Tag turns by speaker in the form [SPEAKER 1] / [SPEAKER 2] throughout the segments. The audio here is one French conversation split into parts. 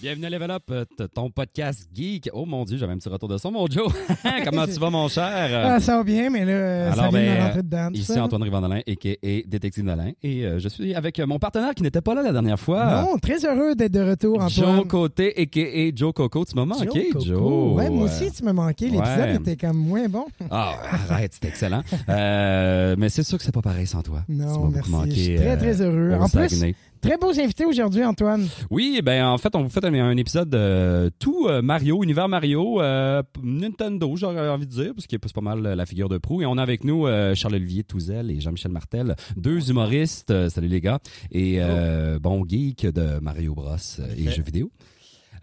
[SPEAKER 1] bienvenue à Level Up, euh, t- ton podcast geek. Oh mon Dieu, j'avais un petit retour de son, mon Joe. Comment tu vas, mon cher?
[SPEAKER 2] Ah, ça va bien, mais là, euh, ça
[SPEAKER 1] Alors,
[SPEAKER 2] vient
[SPEAKER 1] ben,
[SPEAKER 2] de me rentrer dedans. tout
[SPEAKER 1] Ici
[SPEAKER 2] ça.
[SPEAKER 1] Antoine Rivandolin, a.k.a. Détective Nolin. Et euh, je suis avec euh, mon partenaire qui n'était pas là la dernière fois.
[SPEAKER 2] Ah. Non, très heureux d'être de retour, Antoine.
[SPEAKER 1] Ah. Joe Côté, a.k.a. Joe Coco. Tu m'as manqué,
[SPEAKER 2] Coco.
[SPEAKER 1] Joe.
[SPEAKER 2] Ouais, moi
[SPEAKER 1] Euh,
[SPEAKER 2] aussi, tu m'as manqué. L'épisode
[SPEAKER 1] ouais.
[SPEAKER 2] était comme moins bon.
[SPEAKER 1] Ah, arrête, c'était excellent. Euh, mais c'est sûr que c'est pas pareil sans toi. Tu m'as
[SPEAKER 2] Non,
[SPEAKER 1] beaucoup
[SPEAKER 2] merci.
[SPEAKER 1] manqué,
[SPEAKER 2] Je suis très,
[SPEAKER 1] euh,
[SPEAKER 2] très heureux.
[SPEAKER 1] au
[SPEAKER 2] En plus,
[SPEAKER 1] Saguenay.
[SPEAKER 2] très beaux invités aujourd'hui, Antoine.
[SPEAKER 1] Oui, ben en fait, on vous fait un, un épisode euh, tout euh, Mario, univers Mario, euh, p- Nintendo, j'aurais envie de dire, parce que c'est pas mal euh, la figure de proue. Et on a avec nous euh, Charles-Olivier Touzel et Jean-Michel Martel, deux humoristes, euh, salut les gars, et euh, bon geek de Mario Bros euh, et jeux vidéo.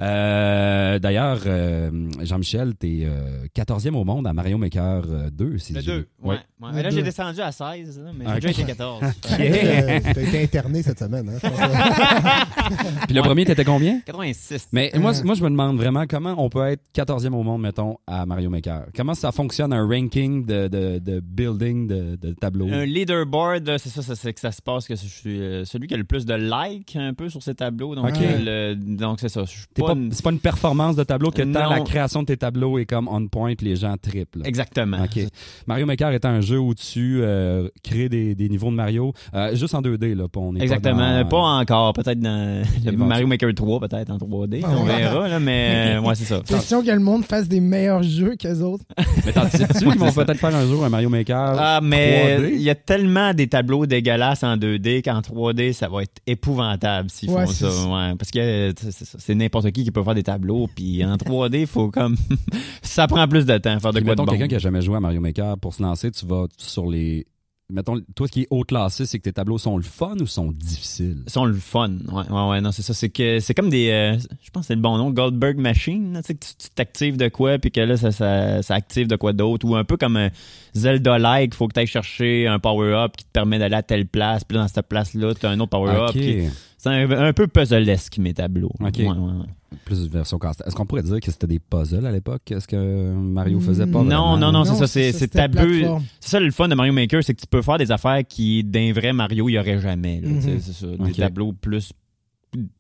[SPEAKER 1] Euh, D'ailleurs, euh, Jean-Michel, t'es euh, 14e au monde à Mario Maker euh, 2, si
[SPEAKER 3] Le
[SPEAKER 1] j'ai-
[SPEAKER 3] 2.
[SPEAKER 1] Ouais.
[SPEAKER 3] Ouais. ouais. Mais là, j'ai
[SPEAKER 2] deux.
[SPEAKER 3] descendu à 16, là, mais j'ai
[SPEAKER 1] Ah,
[SPEAKER 3] déjà
[SPEAKER 1] ok.
[SPEAKER 3] été 14.
[SPEAKER 4] Euh, T'as été interné cette semaine, hein? je pense.
[SPEAKER 1] Puis le premier, t'étais combien?
[SPEAKER 3] 86.
[SPEAKER 1] Mais moi, c- moi, je me demande vraiment comment on peut être 14e au monde, mettons, à Mario Maker. Comment ça fonctionne un ranking de, de, de building, de, de tableau?
[SPEAKER 3] Un leaderboard, euh, c'est ça, ça- c'est que ça se passe que je suis euh, celui qui a le plus de likes un peu sur ses tableaux. Donc,
[SPEAKER 1] Ok.
[SPEAKER 3] euh, le- donc c'est ça. Je suis
[SPEAKER 1] T'es
[SPEAKER 3] pas
[SPEAKER 1] pas-
[SPEAKER 3] une-
[SPEAKER 1] C'est pas une performance de tableau que tant
[SPEAKER 3] Non.
[SPEAKER 1] la création de tes tableaux est comme on point puis les gens triplent.
[SPEAKER 3] Exactement.
[SPEAKER 1] OK. Mario Maker est un jeu où tu euh, crées des, des niveaux de Mario euh, juste en 2D. Là, pas- on est
[SPEAKER 3] Exactement.
[SPEAKER 1] Pas, dans-
[SPEAKER 3] Pas encore. Peut-être dans le
[SPEAKER 1] Éventuellement.
[SPEAKER 3] Mario Maker 3, peut-être en 3D.
[SPEAKER 2] Ah,
[SPEAKER 3] on
[SPEAKER 2] ouais.
[SPEAKER 3] verra, là, mais euh, ouais, c'est ça.
[SPEAKER 2] Question que le monde fasse des meilleurs jeux qu'eux autres.
[SPEAKER 1] Mais t'en sais-tu qu'ils vont peut-être faire un jour un Mario Maker?
[SPEAKER 3] Ah, mais
[SPEAKER 1] 3D?
[SPEAKER 3] il y a tellement des tableaux dégueulasses en 2D qu'en 3D, ça va être épouvantable s'ils
[SPEAKER 2] Ouais,
[SPEAKER 3] font
[SPEAKER 2] c'est
[SPEAKER 3] ça.
[SPEAKER 2] ça.
[SPEAKER 3] ouais. parce que euh, c'est- c'est ça, c'est n'importe qui qui peut faire des tableaux. Puis en 3D, il faut comme. ça prend plus de temps faire de
[SPEAKER 1] Puis
[SPEAKER 3] quoi de
[SPEAKER 1] mettons
[SPEAKER 3] bon.
[SPEAKER 1] quelqu'un qui a jamais joué à Mario Maker pour se lancer, tu vas sur les mettons toi ce qui est haut classé, c'est que tes tableaux sont le fun ou sont difficiles.
[SPEAKER 3] Ils sont le fun. Ouais, ouais, ouais, non, c'est ça. C'est que c'est comme des. euh, je pense que c'est le bon nom, Goldberg Machine. là, tu sais, que tu tu t'actives de quoi, puis que là, ça, ça, ça active de quoi d'autre. Ou un peu comme un Zelda-like, faut que tu ailles chercher un power-up qui te permet d'aller à telle place, puis là, dans cette place-là, tu as un autre power-up.
[SPEAKER 1] OK.
[SPEAKER 3] qui- C'est un, un peu puzzlesque, mes tableaux.
[SPEAKER 1] Ok.
[SPEAKER 3] Ouais, ouais, ouais.
[SPEAKER 1] Plus de version casse. Est-ce qu'on pourrait dire que c'était des puzzles à l'époque Est-ce que Mario faisait pas
[SPEAKER 2] Non,
[SPEAKER 1] vraiment?
[SPEAKER 3] non, non. c'est ça, c'est- c'est
[SPEAKER 2] c'était
[SPEAKER 3] tabou.
[SPEAKER 2] plateforme.
[SPEAKER 3] C'est ça le fun de Mario Maker, c'est que tu peux faire des affaires qui, d'un vrai Mario, il n'y aurait jamais. là.
[SPEAKER 2] Mhm.
[SPEAKER 3] Tu sais, C'est ça. Des
[SPEAKER 1] Ok.
[SPEAKER 3] tableaux plus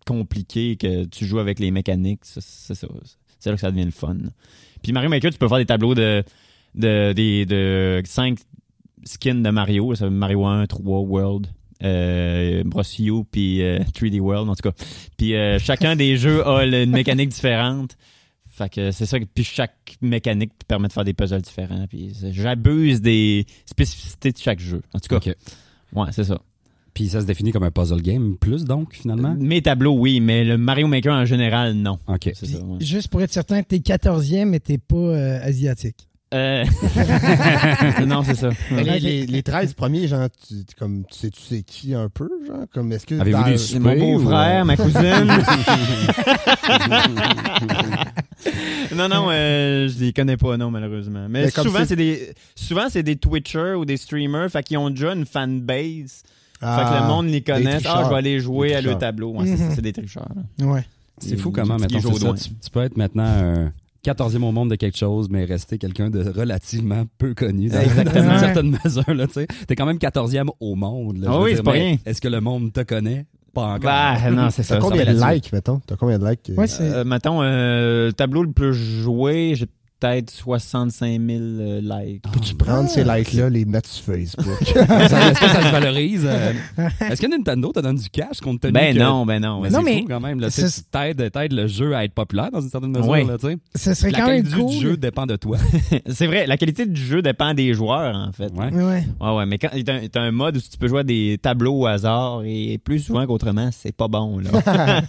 [SPEAKER 3] compliqués que tu joues avec les mécaniques. Ça, C'est ça. C'est là que ça devient le fun. Puis Mario Maker, tu peux faire des tableaux de, de, des- de, 5 skins de Mario. Ça, Mario 1, 3, World. Euh, Bros. U, puis euh, 3D World en tout cas. Puis euh, chacun des jeux a le- une mécanique différente. Fait que c'est ça. que- Puis chaque mécanique te permet de faire des puzzles différents. Puis c'est- j'abuse des spécificités de chaque jeu. En tout cas,
[SPEAKER 1] OK.
[SPEAKER 3] ouais, c'est ça.
[SPEAKER 1] Puis ça se définit comme un puzzle game plus donc finalement.
[SPEAKER 3] Mes tableaux, oui, mais le Mario Maker en général, non.
[SPEAKER 1] OK.
[SPEAKER 3] C'est ça. ouais.
[SPEAKER 2] Juste pour être certain, t'es 14e, mais t'es pas euh, asiatique.
[SPEAKER 3] Euh, non, c'est ça.
[SPEAKER 4] Mais
[SPEAKER 2] Ouais.
[SPEAKER 4] les, les, les 13 premiers, genre, tu, tu- comme, tu sais, tu sais qui un peu, genre? Comme, est-ce que.
[SPEAKER 1] Avez-vous
[SPEAKER 4] dans-
[SPEAKER 1] des
[SPEAKER 3] C'est mon
[SPEAKER 1] Oui,
[SPEAKER 3] beau-frère, ma cousine. non, non, euh, je les connais pas, non, malheureusement. Mais,
[SPEAKER 4] Mais comme
[SPEAKER 3] souvent,
[SPEAKER 4] c'est-
[SPEAKER 3] c'est des, souvent, c'est des Twitchers ou des streamers, fait qu'ils ont déjà une fanbase. Fait que
[SPEAKER 4] Ah,
[SPEAKER 3] le monde les connaît.
[SPEAKER 4] tricheurs.
[SPEAKER 3] Ah, je vais aller jouer
[SPEAKER 4] Des
[SPEAKER 3] à le
[SPEAKER 4] tricheurs.
[SPEAKER 3] tableau. Ouais, c'est
[SPEAKER 2] Mhm.
[SPEAKER 3] ça, c'est des tricheurs. là.
[SPEAKER 2] Ouais.
[SPEAKER 1] C'est
[SPEAKER 3] Il-
[SPEAKER 1] fou comment
[SPEAKER 3] il
[SPEAKER 1] mettons
[SPEAKER 3] joue au
[SPEAKER 1] c'est ça,
[SPEAKER 3] doigt.
[SPEAKER 1] tu, tu peux être maintenant un 14e au monde de quelque chose, mais rester quelqu'un de relativement peu connu dans
[SPEAKER 3] Exactement.
[SPEAKER 1] dans une certaine mesure. Là, tu sais. T'es quand même 14e au monde. là, je
[SPEAKER 3] Ah
[SPEAKER 1] veux
[SPEAKER 3] oui,
[SPEAKER 1] dire,
[SPEAKER 3] c'est pas
[SPEAKER 1] mais
[SPEAKER 3] rien.
[SPEAKER 1] Est-ce que le monde te connaît? Pas encore.
[SPEAKER 3] Bah, non, c'est ça.
[SPEAKER 4] T'as
[SPEAKER 3] ça
[SPEAKER 4] combien
[SPEAKER 3] va
[SPEAKER 4] de
[SPEAKER 3] là-dessus.
[SPEAKER 4] likes, mettons? T'as combien de likes? euh,
[SPEAKER 2] Ouais, c'est.
[SPEAKER 3] Euh, mettons, euh, tableau le plus joué, j'ai peut-être 65 000 euh, likes.
[SPEAKER 4] Peux-tu prendre ces likes-là, les mettre sur Facebook?
[SPEAKER 1] Ça- Est-ce que ça se valorise? euh, Est-ce que Nintendo te donne du cash compte tenu
[SPEAKER 3] Ben
[SPEAKER 1] que-
[SPEAKER 3] non, ben non.
[SPEAKER 1] Mais
[SPEAKER 3] ben
[SPEAKER 2] Non,
[SPEAKER 1] c'est
[SPEAKER 2] mais
[SPEAKER 1] fou quand même. Là, tu sais,
[SPEAKER 2] c'est-
[SPEAKER 1] tu t'aides, t'aides le jeu à être populaire dans une certaine mesure.
[SPEAKER 3] Ouais.
[SPEAKER 1] Là, tu sais.
[SPEAKER 2] Ce serait
[SPEAKER 1] La
[SPEAKER 2] quand même
[SPEAKER 1] qualité
[SPEAKER 2] cool.
[SPEAKER 1] du jeu dépend de toi.
[SPEAKER 3] c'est- C'est vrai, la qualité du jeu dépend des joueurs, en fait.
[SPEAKER 1] Ouais.
[SPEAKER 2] Ouais, ouais.
[SPEAKER 3] Ouais, ouais, mais quand t'as un- t'as un mode où tu peux jouer à des tableaux au hasard et plus souvent qu'autrement, c'est pas bon, là.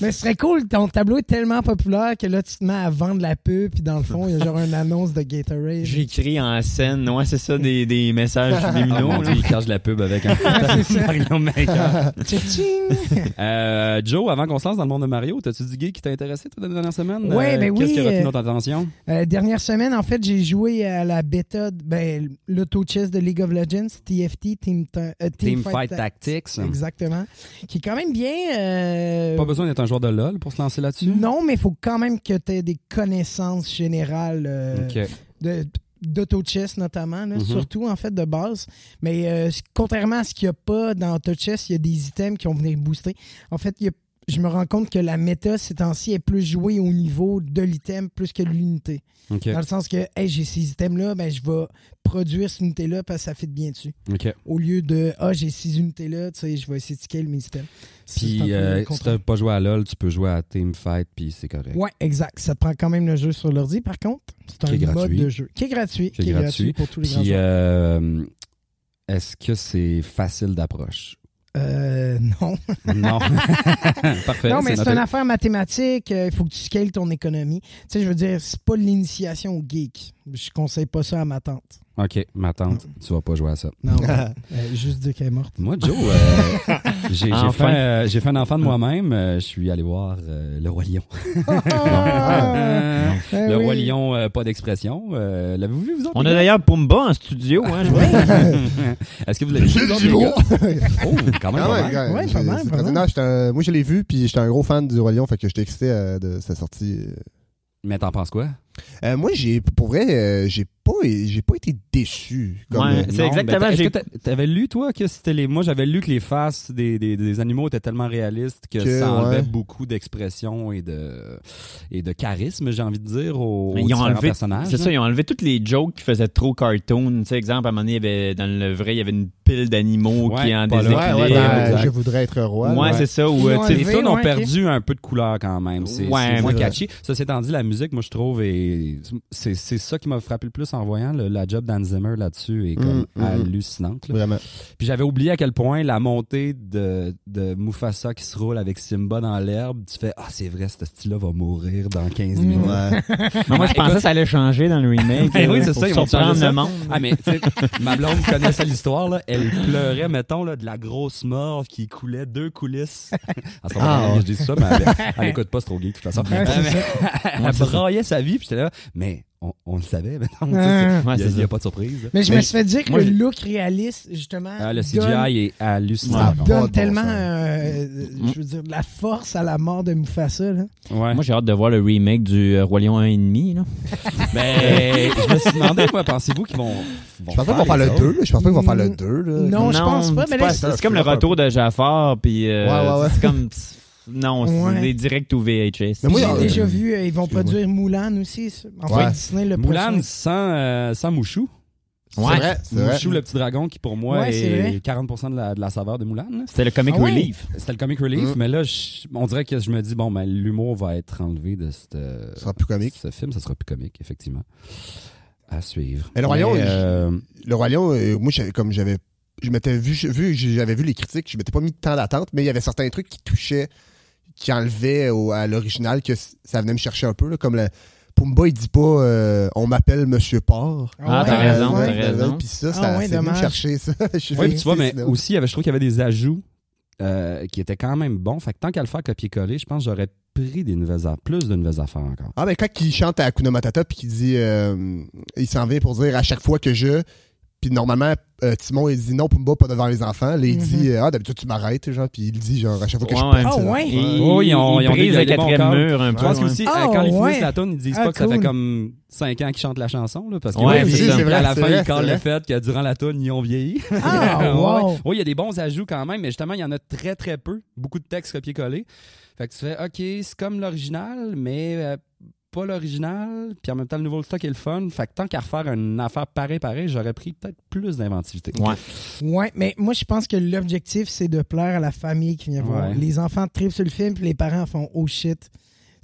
[SPEAKER 2] Mais ce serait cool, ton tableau est tellement populaire que là, tu te mets à vendre la pub, puis dans le fond, il y a genre une annonce de Gatorade.
[SPEAKER 3] J'écris en scène, ouais, c'est ça, des, des messages
[SPEAKER 1] Ah,
[SPEAKER 3] lumineux,
[SPEAKER 1] mon Dieu, il cache la pub avec un Mario Maker.
[SPEAKER 2] Tchitching!
[SPEAKER 1] Euh, Joe, avant qu'on se lance dans le monde de Mario, t'as-tu du gay qui t'a intéressé toi, dans les dernières semaines?
[SPEAKER 2] Ouais, ben
[SPEAKER 1] Qu'est-ce
[SPEAKER 2] oui,
[SPEAKER 1] qui a retenu
[SPEAKER 2] euh,
[SPEAKER 1] notre attention?
[SPEAKER 2] Euh, dernière semaine, en fait, j'ai joué à la bêta, de- ben, l'auto-chess de League of Legends, TFT, Team, Ta- euh,
[SPEAKER 1] Team
[SPEAKER 2] Team
[SPEAKER 1] Fight
[SPEAKER 2] Ta-
[SPEAKER 1] Tactics.
[SPEAKER 2] Exactement. Qui est quand même bien. euh,
[SPEAKER 1] Pas besoin d'être un joueur de LOL pour se lancer là-dessus?
[SPEAKER 2] Non, mais il faut quand même que tu aies des connaissances générales euh,
[SPEAKER 1] OK.
[SPEAKER 2] de, d'auto-chess notamment, là,
[SPEAKER 1] Mhm.
[SPEAKER 2] surtout en fait de base. Mais euh, c- contrairement à ce qu'il n'y a pas dans auto-chess, il y a des items qui vont venir booster. En fait, il y a- je me rends compte que la méta ces temps-ci est plus jouée au niveau de l'item plus que l'unité.
[SPEAKER 1] OK.
[SPEAKER 2] Dans le sens que, hey, j'ai ces items-là, ben, je vais produire cette unité-là parce que ça fit bien dessus.
[SPEAKER 1] OK.
[SPEAKER 2] Au lieu de, ah, j'ai ces unités-là, tu sais, je vais essayer de scaler mes items. Ça, c'est un
[SPEAKER 1] Puis,
[SPEAKER 2] peu
[SPEAKER 1] euh,
[SPEAKER 2] le
[SPEAKER 1] si
[SPEAKER 2] contraire.
[SPEAKER 1] t'as pas joué à LoL, tu peux jouer à Teamfight, puis c'est correct.
[SPEAKER 2] Ouais, exact. Ça te prend quand même le jeu sur l'ordi, par contre. C'est
[SPEAKER 1] Qui est
[SPEAKER 2] un mode
[SPEAKER 1] gratuit.
[SPEAKER 2] de jeu qui est gratuit,
[SPEAKER 1] Qui
[SPEAKER 2] qui
[SPEAKER 1] est
[SPEAKER 2] est,
[SPEAKER 1] gratuit.
[SPEAKER 2] gratuit. pour tous les grands
[SPEAKER 1] Puis,
[SPEAKER 2] joueurs.
[SPEAKER 1] euh, est-ce que c'est facile d'approche?
[SPEAKER 2] Euh,
[SPEAKER 1] Ben,
[SPEAKER 2] non.
[SPEAKER 1] Non. Parfait.
[SPEAKER 2] non, mais c'est
[SPEAKER 1] noté.
[SPEAKER 2] une affaire mathématique. euh, Il faut que tu scales ton économie. Tu sais, je veux dire, c'est pas de l'initiation au geek. Je conseille pas ça à ma tante.
[SPEAKER 1] OK, ma tante, tu vas pas jouer à ça.
[SPEAKER 2] Non, euh, juste dire qu'elle est morte.
[SPEAKER 1] Moi, Joe, euh, j'ai j'ai
[SPEAKER 3] Enfin.
[SPEAKER 1] fait, euh, j'ai fait un enfant de moi-même. euh, je suis allé voir euh, Le Roi Lion.
[SPEAKER 2] Ah, eh
[SPEAKER 1] le Roi
[SPEAKER 2] oui.
[SPEAKER 1] Lion, euh, pas d'expression. Euh, L'avez-vous vu, vous autres?
[SPEAKER 3] On
[SPEAKER 1] les
[SPEAKER 3] a
[SPEAKER 1] gars?
[SPEAKER 3] d'ailleurs Pumba en studio. Hein, je vois.
[SPEAKER 1] Est-ce que vous l'avez vu, vous autres, les gars? Oh, quand même. pas
[SPEAKER 4] Quand même,
[SPEAKER 1] mal.
[SPEAKER 4] quand même.
[SPEAKER 2] Ouais, pas mal,
[SPEAKER 4] J'ai- c'est
[SPEAKER 2] pas
[SPEAKER 4] très-
[SPEAKER 2] mal.
[SPEAKER 4] non, j'étais un- moi, je l'ai vu, puis j'étais un gros fan du Roi Lion, fait que j'étais excité euh, de sa sortie. euh.
[SPEAKER 1] Mais t'en penses quoi?
[SPEAKER 4] Euh, moi, j'ai, pour vrai, euh, j'ai pas, j'ai pas été déçu. Comme,
[SPEAKER 3] Ouais.
[SPEAKER 4] euh,
[SPEAKER 3] C'est exactement,
[SPEAKER 1] ben, est-ce
[SPEAKER 3] j'ai-
[SPEAKER 1] que t'a- T'avais lu, toi, que c'était les. Moi, j'avais lu que les faces des, des, des animaux étaient tellement réalistes que,
[SPEAKER 4] Que,
[SPEAKER 1] ça enlevait
[SPEAKER 4] ouais.
[SPEAKER 1] beaucoup d'expression et de, et de charisme, j'ai envie de dire, aux, aux
[SPEAKER 3] Ils ont
[SPEAKER 1] différents
[SPEAKER 3] enlevé-
[SPEAKER 1] personnages.
[SPEAKER 3] C'est hein. ça, ils ont enlevé toutes les jokes qui faisaient trop cartoon. Tu sais, exemple, à un moment donné, il y avait- dans le vrai, il y avait une pile d'animaux
[SPEAKER 1] Ouais,
[SPEAKER 3] qui est en
[SPEAKER 1] pas
[SPEAKER 4] ouais,
[SPEAKER 1] loin.
[SPEAKER 3] déséquilibre.
[SPEAKER 4] ouais,
[SPEAKER 1] les-
[SPEAKER 4] dans,
[SPEAKER 1] les-
[SPEAKER 4] euh,
[SPEAKER 1] exact.
[SPEAKER 4] je voudrais être roi.
[SPEAKER 3] Ouais, c'est ça. Ou,
[SPEAKER 2] Ils
[SPEAKER 3] euh,
[SPEAKER 2] ont
[SPEAKER 3] tu sais,
[SPEAKER 1] Les
[SPEAKER 2] enlevé-
[SPEAKER 1] tunes ont
[SPEAKER 2] ouais,
[SPEAKER 1] perdu un peu de couleur quand même. C'est
[SPEAKER 3] Ouais,
[SPEAKER 1] c'est moins
[SPEAKER 4] c'est vrai.
[SPEAKER 1] catchy. Ceci étant dit, la musique, moi, je trouve, et c'est c'est ça qui m'a frappé le plus en voyant le- la job d'Anne Zimmer là-dessus est comme
[SPEAKER 4] Mm, mm, mm.
[SPEAKER 1] hallucinante. là.
[SPEAKER 4] Vraiment.
[SPEAKER 1] Puis j'avais oublié à quel point la montée de, de Mufasa qui se roule avec Simba dans l'herbe, tu fais Ah, c'est vrai, ce style-là va mourir dans 15
[SPEAKER 2] Mm.
[SPEAKER 1] minutes.
[SPEAKER 4] Ouais.
[SPEAKER 3] mais moi, je pensais que ça allait changer dans le remake.
[SPEAKER 1] Eh oui,
[SPEAKER 3] euh,
[SPEAKER 1] c'est
[SPEAKER 3] pour
[SPEAKER 1] ça, ils vont
[SPEAKER 3] surprendre
[SPEAKER 1] changer ça.
[SPEAKER 3] le monde.
[SPEAKER 1] Ah, mais tu sais, ma blonde connaissait l'histoire, là. Elle pleurait, mettons, là, de la grosse morve qui coulait deux coulisses. Elle s'en
[SPEAKER 4] Ah,
[SPEAKER 1] va bien,
[SPEAKER 4] ouais.
[SPEAKER 1] je dis ça, mais elle, elle écoute pas, c'est trop gay, de toute façon.
[SPEAKER 2] Ouais, Ah, c'est
[SPEAKER 1] Euh, mais- elle braillait sa vie, puis j'étais là, mais on, on le savait, maintenant. tu sais,
[SPEAKER 2] Ah.
[SPEAKER 3] Ouais,
[SPEAKER 1] c'est-
[SPEAKER 3] c'est
[SPEAKER 1] Il n'y a,
[SPEAKER 3] ça.
[SPEAKER 1] pas de surprise. hein.
[SPEAKER 2] Mais je
[SPEAKER 3] Mais
[SPEAKER 2] me suis fait dire que
[SPEAKER 3] moi,
[SPEAKER 2] le
[SPEAKER 3] j'ai-
[SPEAKER 2] look réaliste, justement.
[SPEAKER 1] Ah, le CGI
[SPEAKER 2] donne-
[SPEAKER 1] est hallucinant.
[SPEAKER 4] Ah,
[SPEAKER 2] Ça
[SPEAKER 4] bon,
[SPEAKER 2] donne
[SPEAKER 4] bon,
[SPEAKER 2] tellement,
[SPEAKER 4] ça.
[SPEAKER 2] euh,
[SPEAKER 1] Mm.
[SPEAKER 2] je veux dire, de la force à la mort de Mufasa. Là.
[SPEAKER 1] Ouais.
[SPEAKER 3] Moi, j'ai hâte de voir le remake du euh, Roi Lion 1,5. là.
[SPEAKER 1] Mais Ben, je me suis demandé, moi, pensez-vous qu'ils vont, vont
[SPEAKER 4] Je pense pas qu'ils vont faire
[SPEAKER 1] les
[SPEAKER 4] le
[SPEAKER 1] autres?
[SPEAKER 4] 2, je pense pas qu'ils vont faire le
[SPEAKER 2] Mm.
[SPEAKER 4] 2, là.
[SPEAKER 2] Non, je pense pas, mais
[SPEAKER 3] c'est
[SPEAKER 2] là,
[SPEAKER 4] c'est-
[SPEAKER 3] c'est comme le retour de Jafar, puis euh,
[SPEAKER 4] Ouais, ouais, ouais.
[SPEAKER 3] c'est comme... pff, Non, c'est
[SPEAKER 2] Ouais.
[SPEAKER 3] des directs ou VHS.
[SPEAKER 4] Mais moi,
[SPEAKER 2] J'ai
[SPEAKER 4] euh,
[SPEAKER 2] déjà vu, euh, ils vont
[SPEAKER 4] excuse-moi.
[SPEAKER 2] produire Mulan aussi. ça. En
[SPEAKER 4] Ouais.
[SPEAKER 2] fait, Disney le
[SPEAKER 1] Moulin
[SPEAKER 2] prochain.
[SPEAKER 1] sans, euh, sans Mouchou.
[SPEAKER 4] C'est
[SPEAKER 3] Ouais.
[SPEAKER 4] vrai, c'est vrai.
[SPEAKER 1] Mouchou, le petit dragon, qui pour moi
[SPEAKER 2] Ouais, c'est
[SPEAKER 1] est,
[SPEAKER 2] vrai.
[SPEAKER 1] 40% de la, de la saveur de Moulin. là.
[SPEAKER 3] C'était le comic
[SPEAKER 2] Ah ouais?
[SPEAKER 3] relief.
[SPEAKER 1] C'était le comic relief,
[SPEAKER 4] Mm.
[SPEAKER 1] mais là, je- on dirait que je me dis, bon, ben, l'humour va être enlevé de cette, euh,
[SPEAKER 4] Ce sera plus comique.
[SPEAKER 1] ce film, ça sera plus comique, effectivement. À suivre.
[SPEAKER 4] Mais le Roi Lion, il-
[SPEAKER 1] euh,
[SPEAKER 4] Le Roi Lion, euh, moi, j'avais- comme j'avais. Je m'étais vu, vu, j'avais vu les critiques, je m'étais pas mis tant d'attente, mais il y avait certains trucs qui touchaient, qui enlevaient au- à l'original, que c- ça venait me chercher un peu, là, comme le. Pumba, il dit pas euh, on m'appelle Monsieur Euh, Porc.
[SPEAKER 3] Ah, t'as
[SPEAKER 2] ouais,
[SPEAKER 3] raison,
[SPEAKER 2] ouais.
[SPEAKER 3] t'as raison.
[SPEAKER 4] Puis ça,
[SPEAKER 2] Ah
[SPEAKER 4] ça
[SPEAKER 2] ouais,
[SPEAKER 4] c'est venu me
[SPEAKER 2] dommage.
[SPEAKER 4] chercher, ça. Je suis
[SPEAKER 1] Oui,
[SPEAKER 4] venu
[SPEAKER 1] puis tu vois,
[SPEAKER 4] au
[SPEAKER 1] mais
[SPEAKER 4] cinéma.
[SPEAKER 1] aussi, il y avait- je trouve qu'il y avait des ajouts euh, qui étaient quand même bons. Fait que tant qu'à le faire copier-coller, je pense que j'aurais pris des nouvelles affaires, plus de nouvelles affaires encore.
[SPEAKER 4] Ah, ben quand il chante à Hakuna Matata, puis qu'il dit. euh, il s'en vient pour dire à chaque fois que je. Puis normalement, euh, Timon, il dit non, Pumba, pas devant les enfants. Là, il
[SPEAKER 2] Mhm.
[SPEAKER 4] dit euh, Ah, d'habitude, tu m'arrêtes, genre. Puis il dit, genre, à chaque fois que
[SPEAKER 3] Ouais,
[SPEAKER 4] je euh,
[SPEAKER 3] ouais.
[SPEAKER 4] pète,
[SPEAKER 2] Ah,
[SPEAKER 4] là.
[SPEAKER 2] ouais?
[SPEAKER 3] Et
[SPEAKER 1] Oh, ils ont- ils ont
[SPEAKER 3] brisent
[SPEAKER 1] des- des
[SPEAKER 3] le
[SPEAKER 1] bons
[SPEAKER 3] quatrième
[SPEAKER 1] cadres.
[SPEAKER 3] mur un
[SPEAKER 1] Je
[SPEAKER 3] peu.
[SPEAKER 1] pense
[SPEAKER 3] ouais.
[SPEAKER 1] qu'aussi, euh,
[SPEAKER 2] Ah,
[SPEAKER 1] quand ils
[SPEAKER 2] ouais.
[SPEAKER 1] finissent la tune, ils disent
[SPEAKER 2] Ah,
[SPEAKER 1] pas que ça fait
[SPEAKER 2] cool.
[SPEAKER 1] comme 5 ans qu'ils chantent la chanson, là, parce que
[SPEAKER 3] Ouais,
[SPEAKER 1] oui,
[SPEAKER 3] c'est
[SPEAKER 1] oui,
[SPEAKER 3] ça.
[SPEAKER 1] puis à la
[SPEAKER 4] C'est
[SPEAKER 1] fin,
[SPEAKER 4] vrai,
[SPEAKER 1] ils collent
[SPEAKER 4] c'est
[SPEAKER 1] le
[SPEAKER 4] vrai.
[SPEAKER 1] fait que durant la tune, ils ont vieilli.
[SPEAKER 2] Ah,
[SPEAKER 1] Ouais.
[SPEAKER 2] wow.
[SPEAKER 1] Oui, il y a des bons ajouts quand même, mais justement, il y en a très, très peu. Beaucoup de textes copier-coller. Fait que tu fais, OK, c'est comme l'original, mais euh, pas l'original. Puis en même temps, le nouveau stock est le fun. Fait que tant qu'à refaire une affaire pareil, pareil, j'aurais pris peut-être plus d'inventivité.
[SPEAKER 3] Ouais.
[SPEAKER 2] Ouais, mais moi, je pense que l'objectif, c'est de plaire à la famille qui vient voir.
[SPEAKER 1] Ouais.
[SPEAKER 2] Les enfants tripent sur le film, puis les parents font « Oh shit ».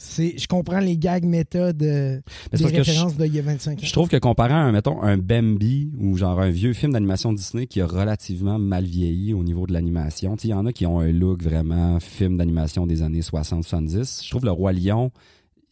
[SPEAKER 2] C'est- Je comprends les gags méta de,
[SPEAKER 1] Mais c'est
[SPEAKER 2] des
[SPEAKER 1] parce que je-
[SPEAKER 2] références d'il y a 25 ans.
[SPEAKER 1] Je trouve que comparé à, un, mettons, un Bambi ou genre un vieux film d'animation Disney qui a relativement mal vieilli au niveau de l'animation, tu sais, il y en a qui ont un look vraiment film d'animation des années 60-70. Je trouve Le Roi Lion,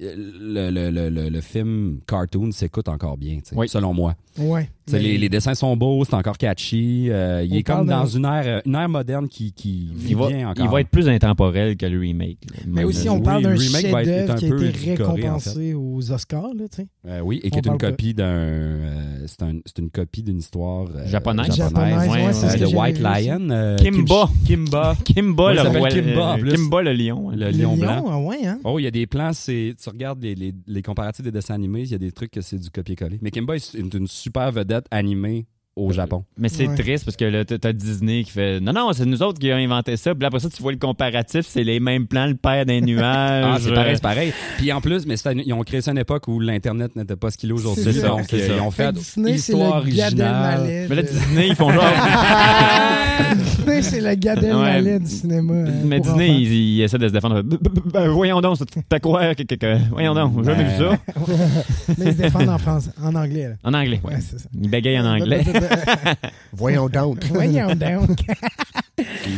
[SPEAKER 1] euh, le, le- le- le- le film cartoon s'écoute encore bien, tu sais,
[SPEAKER 3] Oui.
[SPEAKER 1] selon moi.
[SPEAKER 2] Ouais.
[SPEAKER 1] Tu sais,
[SPEAKER 2] Mais-
[SPEAKER 1] Les, les dessins sont beaux, c'est encore catchy. euh, il
[SPEAKER 2] On
[SPEAKER 1] est
[SPEAKER 2] parle
[SPEAKER 1] comme dans
[SPEAKER 2] d'un-
[SPEAKER 1] une ère, une ère moderne qui, qui vit
[SPEAKER 3] Il va,
[SPEAKER 1] bien encore.
[SPEAKER 3] il va être plus intemporel que le remake. là. euh,
[SPEAKER 2] Mais aussi,
[SPEAKER 1] oui,
[SPEAKER 2] on parle d'un
[SPEAKER 1] le remake va être- est
[SPEAKER 2] chef-d'œuvre
[SPEAKER 1] un
[SPEAKER 2] qui a
[SPEAKER 1] peu
[SPEAKER 2] été
[SPEAKER 1] édulcoré, en fait.
[SPEAKER 2] récompensé aux Oscars, là, tu sais.
[SPEAKER 1] Euh, oui, et qui
[SPEAKER 2] On
[SPEAKER 1] est une
[SPEAKER 2] parle
[SPEAKER 1] copie d'un. euh, c'est un- c'est une copie d'une histoire euh,
[SPEAKER 3] Japonaise.
[SPEAKER 2] Japonaise,
[SPEAKER 3] ouais, c'est
[SPEAKER 1] Euh,
[SPEAKER 3] ce que
[SPEAKER 1] de
[SPEAKER 2] j'avais
[SPEAKER 1] White
[SPEAKER 2] vu aussi.
[SPEAKER 1] Lion. euh,
[SPEAKER 3] Kimba.
[SPEAKER 1] Kim- Kimba.
[SPEAKER 3] Kimba,
[SPEAKER 1] Ouais, il
[SPEAKER 3] le
[SPEAKER 1] s'appelle
[SPEAKER 3] roi-
[SPEAKER 1] Kimba, en
[SPEAKER 3] euh,
[SPEAKER 1] plus.
[SPEAKER 3] Kimba, le lion.
[SPEAKER 1] Le
[SPEAKER 2] Le
[SPEAKER 1] lion blanc.
[SPEAKER 2] ah ouais, hein?
[SPEAKER 1] Oh, il y a des plans, c'est tu regardes les, les, les comparatifs des dessins animés, il y a des trucs que c'est du copier-coller. Mais Kimba est une super vedette animée
[SPEAKER 3] Euh,
[SPEAKER 1] au Japon.
[SPEAKER 3] Mais c'est
[SPEAKER 2] Ouais.
[SPEAKER 3] triste parce que là, t'as t'as Disney qui fait Non, non, c'est nous autres qui avons inventé ça. Puis là, après ça, tu vois le comparatif, c'est les mêmes plans, le père des nuages.
[SPEAKER 1] Ah, c'est pareil,
[SPEAKER 3] Euh,
[SPEAKER 1] c'est pareil. Puis en plus, mais c'était une- ils ont créé ça à une époque où l'Internet n'était pas ce qu'il est aujourd'hui.
[SPEAKER 2] C'est ça,
[SPEAKER 1] Donc,
[SPEAKER 3] c'est
[SPEAKER 1] euh,
[SPEAKER 3] ça.
[SPEAKER 1] ils ont fait
[SPEAKER 2] Fait que Disney, c'est
[SPEAKER 1] histoire
[SPEAKER 2] le Gad
[SPEAKER 1] originale.
[SPEAKER 2] Elmaleh
[SPEAKER 3] Mais là,
[SPEAKER 2] de-
[SPEAKER 3] Disney, ils font genre.
[SPEAKER 2] Disney, c'est le Gad Elmaleh
[SPEAKER 3] Ouais.
[SPEAKER 2] du cinéma. euh,
[SPEAKER 3] Mais
[SPEAKER 2] pour
[SPEAKER 3] Disney, ils, ils essaient de se défendre. Ben, ben, ben, Voyons donc, c'est- t'as quoi? que- que- que- Voyons donc, j'ai jamais vu ça.
[SPEAKER 2] enfants. Mais ils se défendent en France, en anglais. Là.
[SPEAKER 3] En anglais, ouais.
[SPEAKER 2] Ouais, c'est ça.
[SPEAKER 3] Ils bégayent en anglais.
[SPEAKER 4] Voyons donc.
[SPEAKER 2] Voyons donc.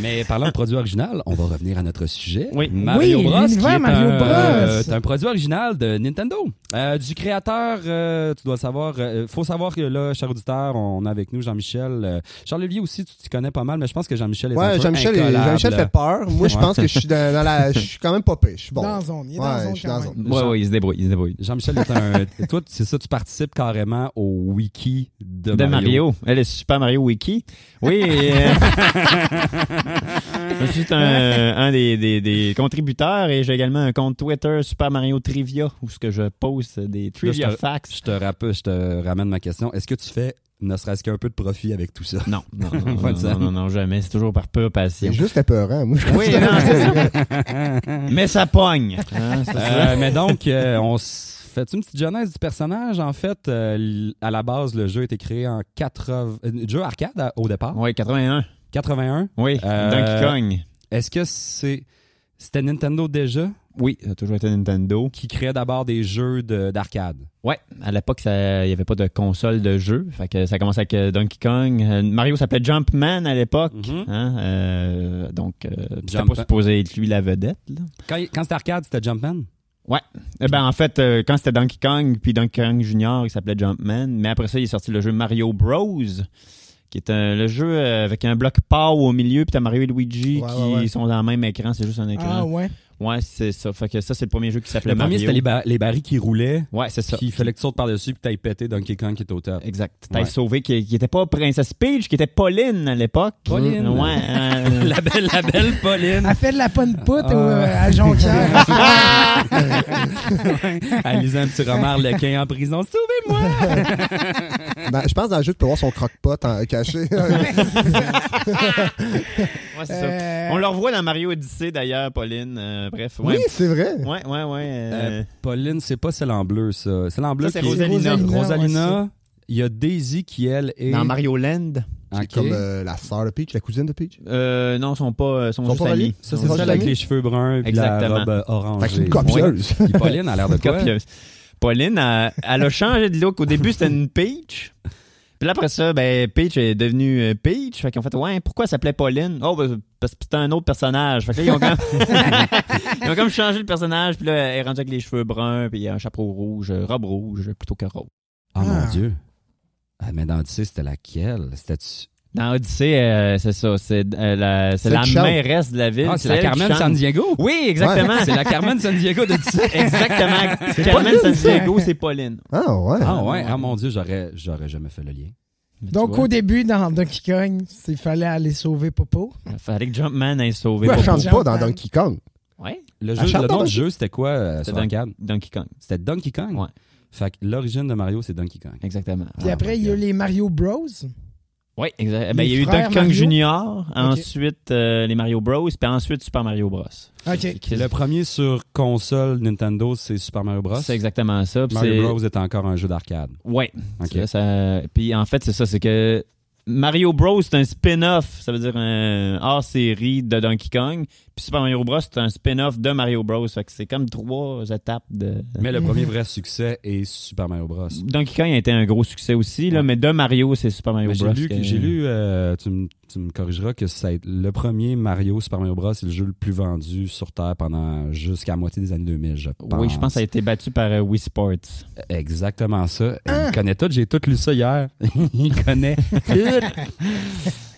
[SPEAKER 1] Mais parlant de produit original, on va revenir à notre sujet.
[SPEAKER 3] Oui.
[SPEAKER 1] Mario
[SPEAKER 2] Oui,
[SPEAKER 1] Bros. qui
[SPEAKER 2] l'univers
[SPEAKER 1] est
[SPEAKER 2] Mario
[SPEAKER 1] un,
[SPEAKER 2] Bros.
[SPEAKER 1] euh, c'est un produit original de Nintendo. Euh, du créateur, euh, tu dois le savoir. euh, faut savoir que là, cher auditeur, on a avec nous Jean-Michel. euh, Charles-Olivier aussi, tu t'y connais pas mal, mais je pense que Jean-Michel est un
[SPEAKER 4] Ouais,
[SPEAKER 1] peu
[SPEAKER 4] Jean-Michel est-
[SPEAKER 1] incollable.
[SPEAKER 4] Jean-Michel fait peur. Moi, je
[SPEAKER 1] Ouais.
[SPEAKER 4] pense que je suis dans, dans la. Je suis quand même pas pire. Je suis bon.
[SPEAKER 2] Dans la zone. Il est dans
[SPEAKER 4] Ouais,
[SPEAKER 2] la zone
[SPEAKER 4] je suis
[SPEAKER 2] quand même.
[SPEAKER 4] dans zone.
[SPEAKER 3] Ouais, ouais, ils se débrouillent. Ils se débrouillent.
[SPEAKER 1] Jean-Michel est un. Toi, c'est ça, tu participes carrément au wiki de,
[SPEAKER 3] De Mario. Elle est Super Mario Wiki. Oui. euh, je suis un, un des, des- des contributeurs et j'ai également un compte Twitter Super Mario Trivia où ce que je poste des trivia
[SPEAKER 1] je te-
[SPEAKER 3] facts.
[SPEAKER 1] Je te, rappelle, je te ramène ma question. Est-ce que tu fais ne serait-ce qu'un peu de profit avec tout ça?
[SPEAKER 3] Non, non, non,
[SPEAKER 1] Pas
[SPEAKER 3] non,
[SPEAKER 1] de ça.
[SPEAKER 3] non, non, non, jamais. C'est toujours par pure passion.
[SPEAKER 4] C'est juste épeurant, moi.
[SPEAKER 3] Oui, non, c'est ça. Mais ça pogne. Hein, c'est ça.
[SPEAKER 1] Euh, mais donc, euh, on s- fait une petite genèse du personnage. En fait, euh, l- à la base, le jeu a été créé en 80... euh, jeu arcade à- au départ,
[SPEAKER 3] Oui, 81.
[SPEAKER 1] 81.
[SPEAKER 3] Oui,
[SPEAKER 1] Euh,
[SPEAKER 3] Donkey Kong.
[SPEAKER 1] Est-ce que c'est... C'était Nintendo déjà
[SPEAKER 3] Oui, ça a toujours été Nintendo.
[SPEAKER 1] qui créait d'abord des jeux de- d'arcade.
[SPEAKER 3] Ouais, à l'époque, ça- il n'y avait pas de console de jeu. Fait que ça commence avec euh, Donkey Kong. Euh, Mario s'appelait Jumpman à l'époque.
[SPEAKER 1] Mhm.
[SPEAKER 3] hein, euh, donc, euh, c'était
[SPEAKER 1] Jumpman.
[SPEAKER 3] pas supposé être lui la vedette. là.
[SPEAKER 1] Quand, il- quand c'était arcade, c'était Jumpman.
[SPEAKER 3] Eh ben, en fait, euh, quand c'était Donkey Kong, puis Donkey Kong Junior, il s'appelait Jumpman. Mais après ça, il est sorti le jeu Mario Bros, qui est un- le jeu euh, avec un bloc PAW au milieu, puis t'as Mario et Luigi
[SPEAKER 4] Ouais,
[SPEAKER 3] qui
[SPEAKER 4] ouais, ouais.
[SPEAKER 3] sont dans le même écran. C'est juste un
[SPEAKER 2] Ah
[SPEAKER 3] écran.
[SPEAKER 2] ouais.
[SPEAKER 3] ouais, c'est ça. Fait que ça, c'est le premier jeu qui s'appelait
[SPEAKER 1] Le
[SPEAKER 3] Mario.
[SPEAKER 1] premier, c'était les, ba- les barils qui roulaient.
[SPEAKER 3] Ouais, c'est ça.
[SPEAKER 1] Puis il fallait que tu sautes par-dessus puis t'ailles péter Donkey Kong qui est au top.
[SPEAKER 3] Exact. T'as
[SPEAKER 1] Ouais.
[SPEAKER 3] sauvé qui, qui était pas Princess Peach, qui était Pauline à l'époque.
[SPEAKER 1] Pauline.
[SPEAKER 3] Ouais. euh,
[SPEAKER 1] La belle, la belle Pauline.
[SPEAKER 2] Elle fait de la bonne poutre
[SPEAKER 1] Ah.
[SPEAKER 2] au- euh, à Jonquière.
[SPEAKER 1] Elle lisait un petit romard le quai en prison. Sauvez-moi!
[SPEAKER 4] Dans- je pense dans le jeu, tu peux voir son croque-pot en- caché.
[SPEAKER 3] ouais, c'est ça.
[SPEAKER 2] Euh,
[SPEAKER 3] On le revoit dans Mario Odyssey d'ailleurs, Pauline. euh, bref.
[SPEAKER 4] Oui,
[SPEAKER 3] Ouais.
[SPEAKER 4] c'est vrai.
[SPEAKER 3] Ouais, ouais, ouais. euh,
[SPEAKER 1] Euh, Pauline, c'est pas celle en bleu, ça. Celle en bleu,
[SPEAKER 3] Ça, c'est
[SPEAKER 1] qui-
[SPEAKER 3] Rosalina.
[SPEAKER 1] Rosalina.
[SPEAKER 2] Rosalina,
[SPEAKER 1] Il y a Daisy qui, elle, est.
[SPEAKER 3] Dans Mario Land.
[SPEAKER 1] Ok.
[SPEAKER 4] C'est comme euh, la sœur de Peach, la cousine de Peach.
[SPEAKER 3] Euh, non, ils sont pas, ils sont,
[SPEAKER 4] Ils sont
[SPEAKER 3] juste
[SPEAKER 4] pas
[SPEAKER 3] alliés.
[SPEAKER 4] reliés?
[SPEAKER 1] Ça,
[SPEAKER 3] Ils
[SPEAKER 1] c'est
[SPEAKER 3] sont
[SPEAKER 1] celle
[SPEAKER 3] juste
[SPEAKER 1] avec
[SPEAKER 3] alliés.
[SPEAKER 1] les cheveux bruns et la
[SPEAKER 3] Exactement.
[SPEAKER 1] robe euh,
[SPEAKER 4] Fait
[SPEAKER 1] orangée.
[SPEAKER 4] que c'est une
[SPEAKER 1] Ouais.
[SPEAKER 4] copieuse.
[SPEAKER 1] Puis Pauline a l'air de quoi?
[SPEAKER 3] Copieuse. euh, Pauline, elle, elle a changé de look. Au début, c'était une Peach. Puis là, après ça, ben, Peach est devenue euh, Peach. Fait qu'ils ont fait, ouais, pourquoi elle s'appelait Pauline? Oh, ben, parce que c'était un autre personnage. Fait que là, ils ont comme, ils ont comme changé le personnage. Puis là, elle est rendue avec les cheveux bruns, puis un chapeau rouge, euh, robe rouge, plutôt que rose.
[SPEAKER 1] Oh mon
[SPEAKER 2] Ah.
[SPEAKER 1] Dieu. Ah, mais dans Odyssey, c'était laquelle? C'était-tu.
[SPEAKER 3] Dans Odyssée, euh, c'est ça. C'est euh, la, c'est
[SPEAKER 4] Celle
[SPEAKER 3] la
[SPEAKER 4] qui chante.
[SPEAKER 3] mairesse de la ville.
[SPEAKER 1] Ah, c'est la
[SPEAKER 3] elle qui
[SPEAKER 1] Carmen
[SPEAKER 3] chante.
[SPEAKER 1] San Diego?
[SPEAKER 3] Oui, exactement.
[SPEAKER 1] C'est la Carmen San Diego d'Odyssey.
[SPEAKER 3] Exactement. Carmen San Diego, c'est Pauline.
[SPEAKER 4] Ah ouais.
[SPEAKER 1] Ah, ouais. Ah, mon Dieu, j'aurais, j'aurais jamais fait le lien.
[SPEAKER 3] Mais tu
[SPEAKER 2] Donc,
[SPEAKER 3] vois,
[SPEAKER 2] au début, dans Donkey Kong, il fallait aller sauver Popo.
[SPEAKER 3] Euh, fallait que Jumpman ait sauvé
[SPEAKER 4] Pourquoi elle
[SPEAKER 3] Popo.
[SPEAKER 4] chante pas dans Donkey Kong?
[SPEAKER 3] Ouais,
[SPEAKER 1] Le,
[SPEAKER 4] Ah,
[SPEAKER 1] jeu, le
[SPEAKER 4] Charles
[SPEAKER 1] nom du
[SPEAKER 4] Donkey-
[SPEAKER 1] jeu, c'était quoi euh, sur
[SPEAKER 3] Donkey-
[SPEAKER 1] l'arcade?
[SPEAKER 3] Donkey Kong.
[SPEAKER 1] C'était Donkey Kong?
[SPEAKER 3] Ouais.
[SPEAKER 1] Fait que l'origine de Mario, c'est Donkey Kong.
[SPEAKER 3] Exactement.
[SPEAKER 2] Puis
[SPEAKER 1] Ah,
[SPEAKER 2] après,
[SPEAKER 1] my
[SPEAKER 2] il y a
[SPEAKER 1] God.
[SPEAKER 2] eu les Mario Bros.
[SPEAKER 3] Oui, exact. Ben, il y a
[SPEAKER 2] Les
[SPEAKER 3] eu
[SPEAKER 2] frères
[SPEAKER 3] Donkey Kong
[SPEAKER 2] Mario.
[SPEAKER 3] Junior, ensuite euh, les Mario Bros, puis ensuite Super Mario Bros.
[SPEAKER 2] OK.
[SPEAKER 1] Puis Le premier sur console Nintendo, c'est Super Mario Bros.
[SPEAKER 3] C'est exactement ça. puis
[SPEAKER 1] Mario
[SPEAKER 3] c'est-
[SPEAKER 1] Bros est encore un jeu d'arcade.
[SPEAKER 3] Ouais.
[SPEAKER 1] Ok.
[SPEAKER 3] Ça, ça- Puis en fait, c'est ça, c'est que Mario Bros, c'est un spin-off, ça veut dire un hors-série de Donkey Kong. Puis Super Mario Bros, c'est un spin-off de Mario Bros. Fait que c'est comme trois étapes de.
[SPEAKER 1] Mais le premier vrai succès est Super Mario Bros.
[SPEAKER 3] Donkey Kong a été un gros succès aussi, là,
[SPEAKER 1] Ouais.
[SPEAKER 3] mais de Mario, c'est Super Mario
[SPEAKER 1] Mais J'ai
[SPEAKER 3] Bros.
[SPEAKER 1] lu,
[SPEAKER 3] que-
[SPEAKER 1] j'ai lu euh, tu, me, tu me corrigeras que ça a été- le premier Mario, Super Mario Bros, c'est le jeu le plus vendu sur Terre pendant jusqu'à la moitié des années 2000, je pense.
[SPEAKER 3] Oui, je pense que ça a été battu par euh, Wii Sports.
[SPEAKER 1] Exactement ça.
[SPEAKER 2] Hein?
[SPEAKER 1] Il connaît tout. J'ai tout lu ça hier. Il connaît tout.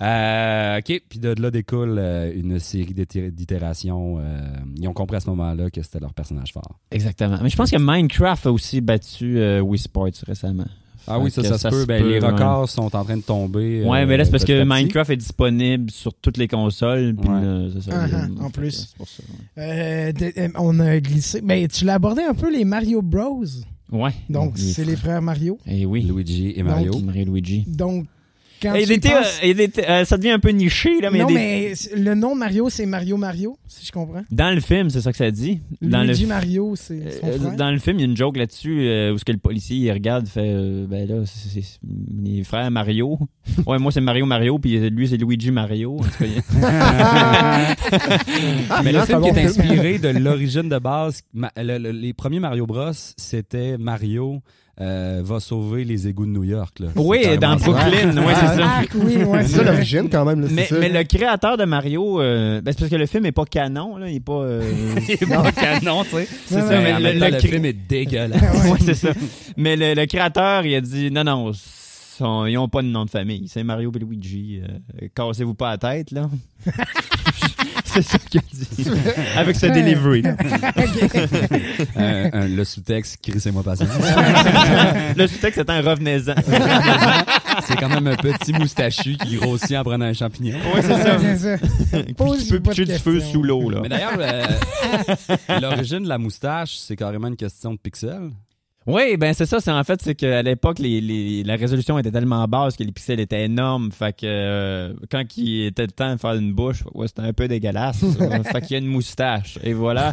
[SPEAKER 1] Euh, OK. Puis de de là découle euh, une série d'iti- d'itérations. euh, ils ont compris à ce moment-là que c'était leur personnage fort.
[SPEAKER 3] Exactement. Mais je pense que Minecraft a aussi battu euh, Wii Sports récemment.
[SPEAKER 1] Ah oui,
[SPEAKER 3] Fait
[SPEAKER 1] ça,
[SPEAKER 3] que
[SPEAKER 1] ça, se peut. Ben, les
[SPEAKER 3] ouais.
[SPEAKER 1] records sont en train de tomber.
[SPEAKER 3] Ouais,
[SPEAKER 1] euh,
[SPEAKER 3] mais là, c'est parce
[SPEAKER 1] petit à
[SPEAKER 3] que
[SPEAKER 1] petit.
[SPEAKER 3] Minecraft est disponible sur toutes les consoles. puis
[SPEAKER 1] Ouais.
[SPEAKER 3] là, c'est ça,
[SPEAKER 2] Ah,
[SPEAKER 3] là,
[SPEAKER 2] ah, en
[SPEAKER 3] fait que
[SPEAKER 2] plus.
[SPEAKER 3] c'est pour ça,
[SPEAKER 2] Euh, de- euh, on a glissé. Mais tu l'as abordé un peu les Mario Bros.
[SPEAKER 3] ouais. Ouais.
[SPEAKER 2] Donc,
[SPEAKER 3] Il est
[SPEAKER 2] c'est les frères Mario.
[SPEAKER 3] Eh oui.
[SPEAKER 1] Luigi et Mario.
[SPEAKER 3] Mario et Luigi.
[SPEAKER 2] Donc, quand
[SPEAKER 3] Eh,
[SPEAKER 2] tu
[SPEAKER 3] il
[SPEAKER 2] y
[SPEAKER 3] était,
[SPEAKER 2] penses-
[SPEAKER 3] euh, il était, euh, ça devient un peu niché, là, mais,
[SPEAKER 2] non,
[SPEAKER 3] il y a des-
[SPEAKER 2] mais c'est- le nom de Mario, c'est Mario Mario, si je comprends.
[SPEAKER 3] dans le film, c'est ça que ça dit. Dans
[SPEAKER 2] Luigi
[SPEAKER 3] le...
[SPEAKER 2] Mario, c'est son
[SPEAKER 3] euh,
[SPEAKER 2] frère.
[SPEAKER 3] dans le film, il y a une joke là-dessus euh, où ce que le policier il regarde, fait euh, ben là, c'est c'est- les frères Mario. Ouais, moi c'est Mario Mario, puis lui c'est Luigi Mario. En tout cas, il y a-
[SPEAKER 1] Mais le
[SPEAKER 4] Ah, c'est un
[SPEAKER 1] film qui
[SPEAKER 4] bon
[SPEAKER 1] est
[SPEAKER 4] film.
[SPEAKER 1] inspiré de l'origine de base, ma- le- le- les premiers Mario Bros, c'était Mario euh, va sauver les égouts de New York. là.
[SPEAKER 3] oui,
[SPEAKER 1] C'est
[SPEAKER 3] dans
[SPEAKER 1] carrément ça.
[SPEAKER 3] Brooklyn, ouais, c'est ça.
[SPEAKER 2] Ah, oui, ouais,
[SPEAKER 4] C'est ça l'origine quand même. là,
[SPEAKER 3] Mais,
[SPEAKER 4] c'est ça.
[SPEAKER 3] mais le créateur de Mario, euh, ben, c'est parce que le film est pas canon, là, il est pas. euh,
[SPEAKER 1] C'est pas canon, tu sais. C'est
[SPEAKER 2] ça,
[SPEAKER 1] ça,
[SPEAKER 3] mais
[SPEAKER 1] mais en
[SPEAKER 3] le-
[SPEAKER 1] même temps,
[SPEAKER 3] le
[SPEAKER 1] le
[SPEAKER 3] cri-
[SPEAKER 1] crime est dégueulasse.
[SPEAKER 3] ouais, c'est ça. Mais le, le créateur, il a dit non, non, son- ils ont pas de nom de famille. C'est Mario et Luigi. euh, cassez-vous pas la tête, là. c'est ça qu'il a dit. Avec ce delivery. là.
[SPEAKER 1] Euh, euh, le sous-texte, crissez-moi patience.
[SPEAKER 3] le sous-texte c'est un revenez-en.
[SPEAKER 1] C'est quand même un petit moustachu qui grossit en prenant un champignon.
[SPEAKER 3] ouais, c'est ça.
[SPEAKER 2] C'est ça.
[SPEAKER 3] Puis
[SPEAKER 2] Pose
[SPEAKER 3] tu peux
[SPEAKER 2] pas de
[SPEAKER 3] pitcher du feu
[SPEAKER 2] questions.
[SPEAKER 3] sous l'eau, là.
[SPEAKER 1] Mais d'ailleurs, euh, l'origine de la moustache, c'est carrément une question de pixels.
[SPEAKER 3] Oui, ben c'est ça. C'est en fait, c'est qu'à l'époque, les, les- la résolution était tellement basse que les pixels étaient énormes. Fait que euh, quand il était le temps de faire une bouche, ouais, c'était un peu dégueulasse. Euh, fait qu'il y a une moustache. Et voilà,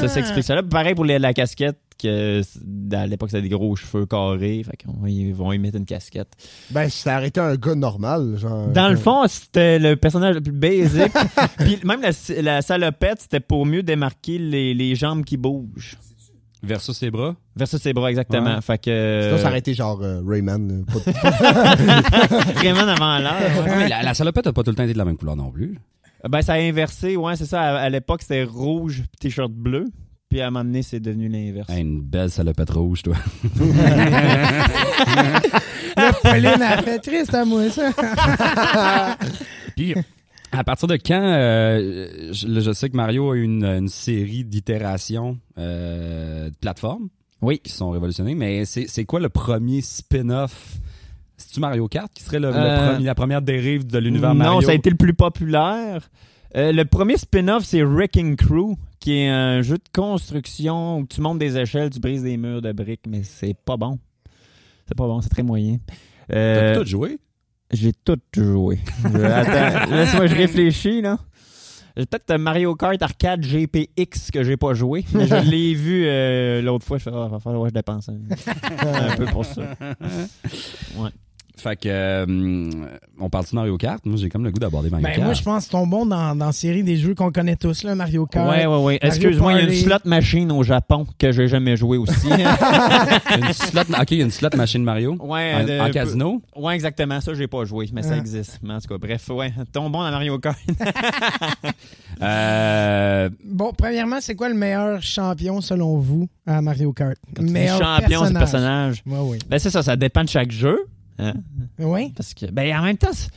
[SPEAKER 3] ça s'explique. Ça là, pareil pour les- la casquette. Que c'est- à l'époque, c'était des gros cheveux carrés. Fait qu'on va y- ils vont y mettre une casquette.
[SPEAKER 4] Ben, ça arrêtait un gars normal. Genre,
[SPEAKER 3] Dans le fond, c'était le personnage le plus basic. Puis même la, la salopette, c'était pour mieux démarquer les, les jambes qui bougent.
[SPEAKER 1] Versus les bras.
[SPEAKER 3] Versus ses bras, exactement.
[SPEAKER 1] Ouais.
[SPEAKER 3] Fait que.
[SPEAKER 4] Sinon, ça arrêtait genre euh, Rayman. là. Pas de-
[SPEAKER 3] Vraiment avant l'heure. ouais.
[SPEAKER 1] Ouais, mais la, la salopette n'a pas tout le temps été de la même couleur non plus.
[SPEAKER 3] Ben, ça a inversé, ouais, c'est ça. À, à l'époque, c'était rouge, puis t-shirt bleu. Puis à un moment donné, c'est devenu l'inverse.
[SPEAKER 1] Hey, une belle salopette rouge, toi.
[SPEAKER 2] Là, Pauline a fait triste à moi, ça.
[SPEAKER 1] Puis, à partir de quand, euh, je, là, je sais que Mario a eu une, une série d'itérations euh, de plateformes
[SPEAKER 3] Oui.
[SPEAKER 1] qui sont révolutionnées, mais c'est c'est quoi le premier spin-off? C'est-tu Mario Kart qui serait le, le
[SPEAKER 3] Euh,
[SPEAKER 1] premier- la première dérive de l'univers
[SPEAKER 3] Non,
[SPEAKER 1] Mario?
[SPEAKER 3] ça a été le plus populaire. Euh, le premier spin-off, c'est Wrecking Crew, qui est un jeu de construction où tu montes des échelles, tu brises des murs de briques, mais c'est pas bon. C'est pas bon, c'est très moyen. Euh,
[SPEAKER 1] T'as tout joué?
[SPEAKER 3] J'ai tout joué. Je- Attends, laisse-moi, je réfléchis, là. J'ai peut-être euh, Mario Kart Arcade GPX que j'ai pas joué, mais je l'ai vu euh, l'autre fois. Je fais, ah, va falloir que je dépense un, un peu pour ça.
[SPEAKER 1] Fait que, euh, on parle-tu de Mario Kart? Moi, j'ai comme le goût d'aborder Mario
[SPEAKER 2] Ben,
[SPEAKER 1] Kart.
[SPEAKER 2] moi, je pense qu'ils sont bons dans, dans la série des jeux qu'on connaît tous, là, Mario Kart.
[SPEAKER 3] Ouais, ouais, ouais. Excuse-moi, il y a une
[SPEAKER 2] Party.
[SPEAKER 3] slot machine au Japon que j'ai jamais joué aussi.
[SPEAKER 1] Une slot, OK, il y a une slot machine Mario
[SPEAKER 3] ouais,
[SPEAKER 1] en,
[SPEAKER 3] de-
[SPEAKER 1] en casino.
[SPEAKER 3] Ouais, exactement. Ça, j'ai pas joué, mais ça
[SPEAKER 2] Ah.
[SPEAKER 3] existe. Mais en tout cas, bref, ouais. Tombons dans Mario Kart.
[SPEAKER 1] Euh,
[SPEAKER 2] Bon, premièrement, c'est quoi le meilleur champion selon vous à Mario Kart?
[SPEAKER 3] Quand tu dis champion, c'est personnage.
[SPEAKER 2] Oui, oui.
[SPEAKER 3] Ben, c'est ça, ça dépend de chaque jeu. Hein?
[SPEAKER 2] Oui?
[SPEAKER 3] Parce que, ben, en même temps, c'est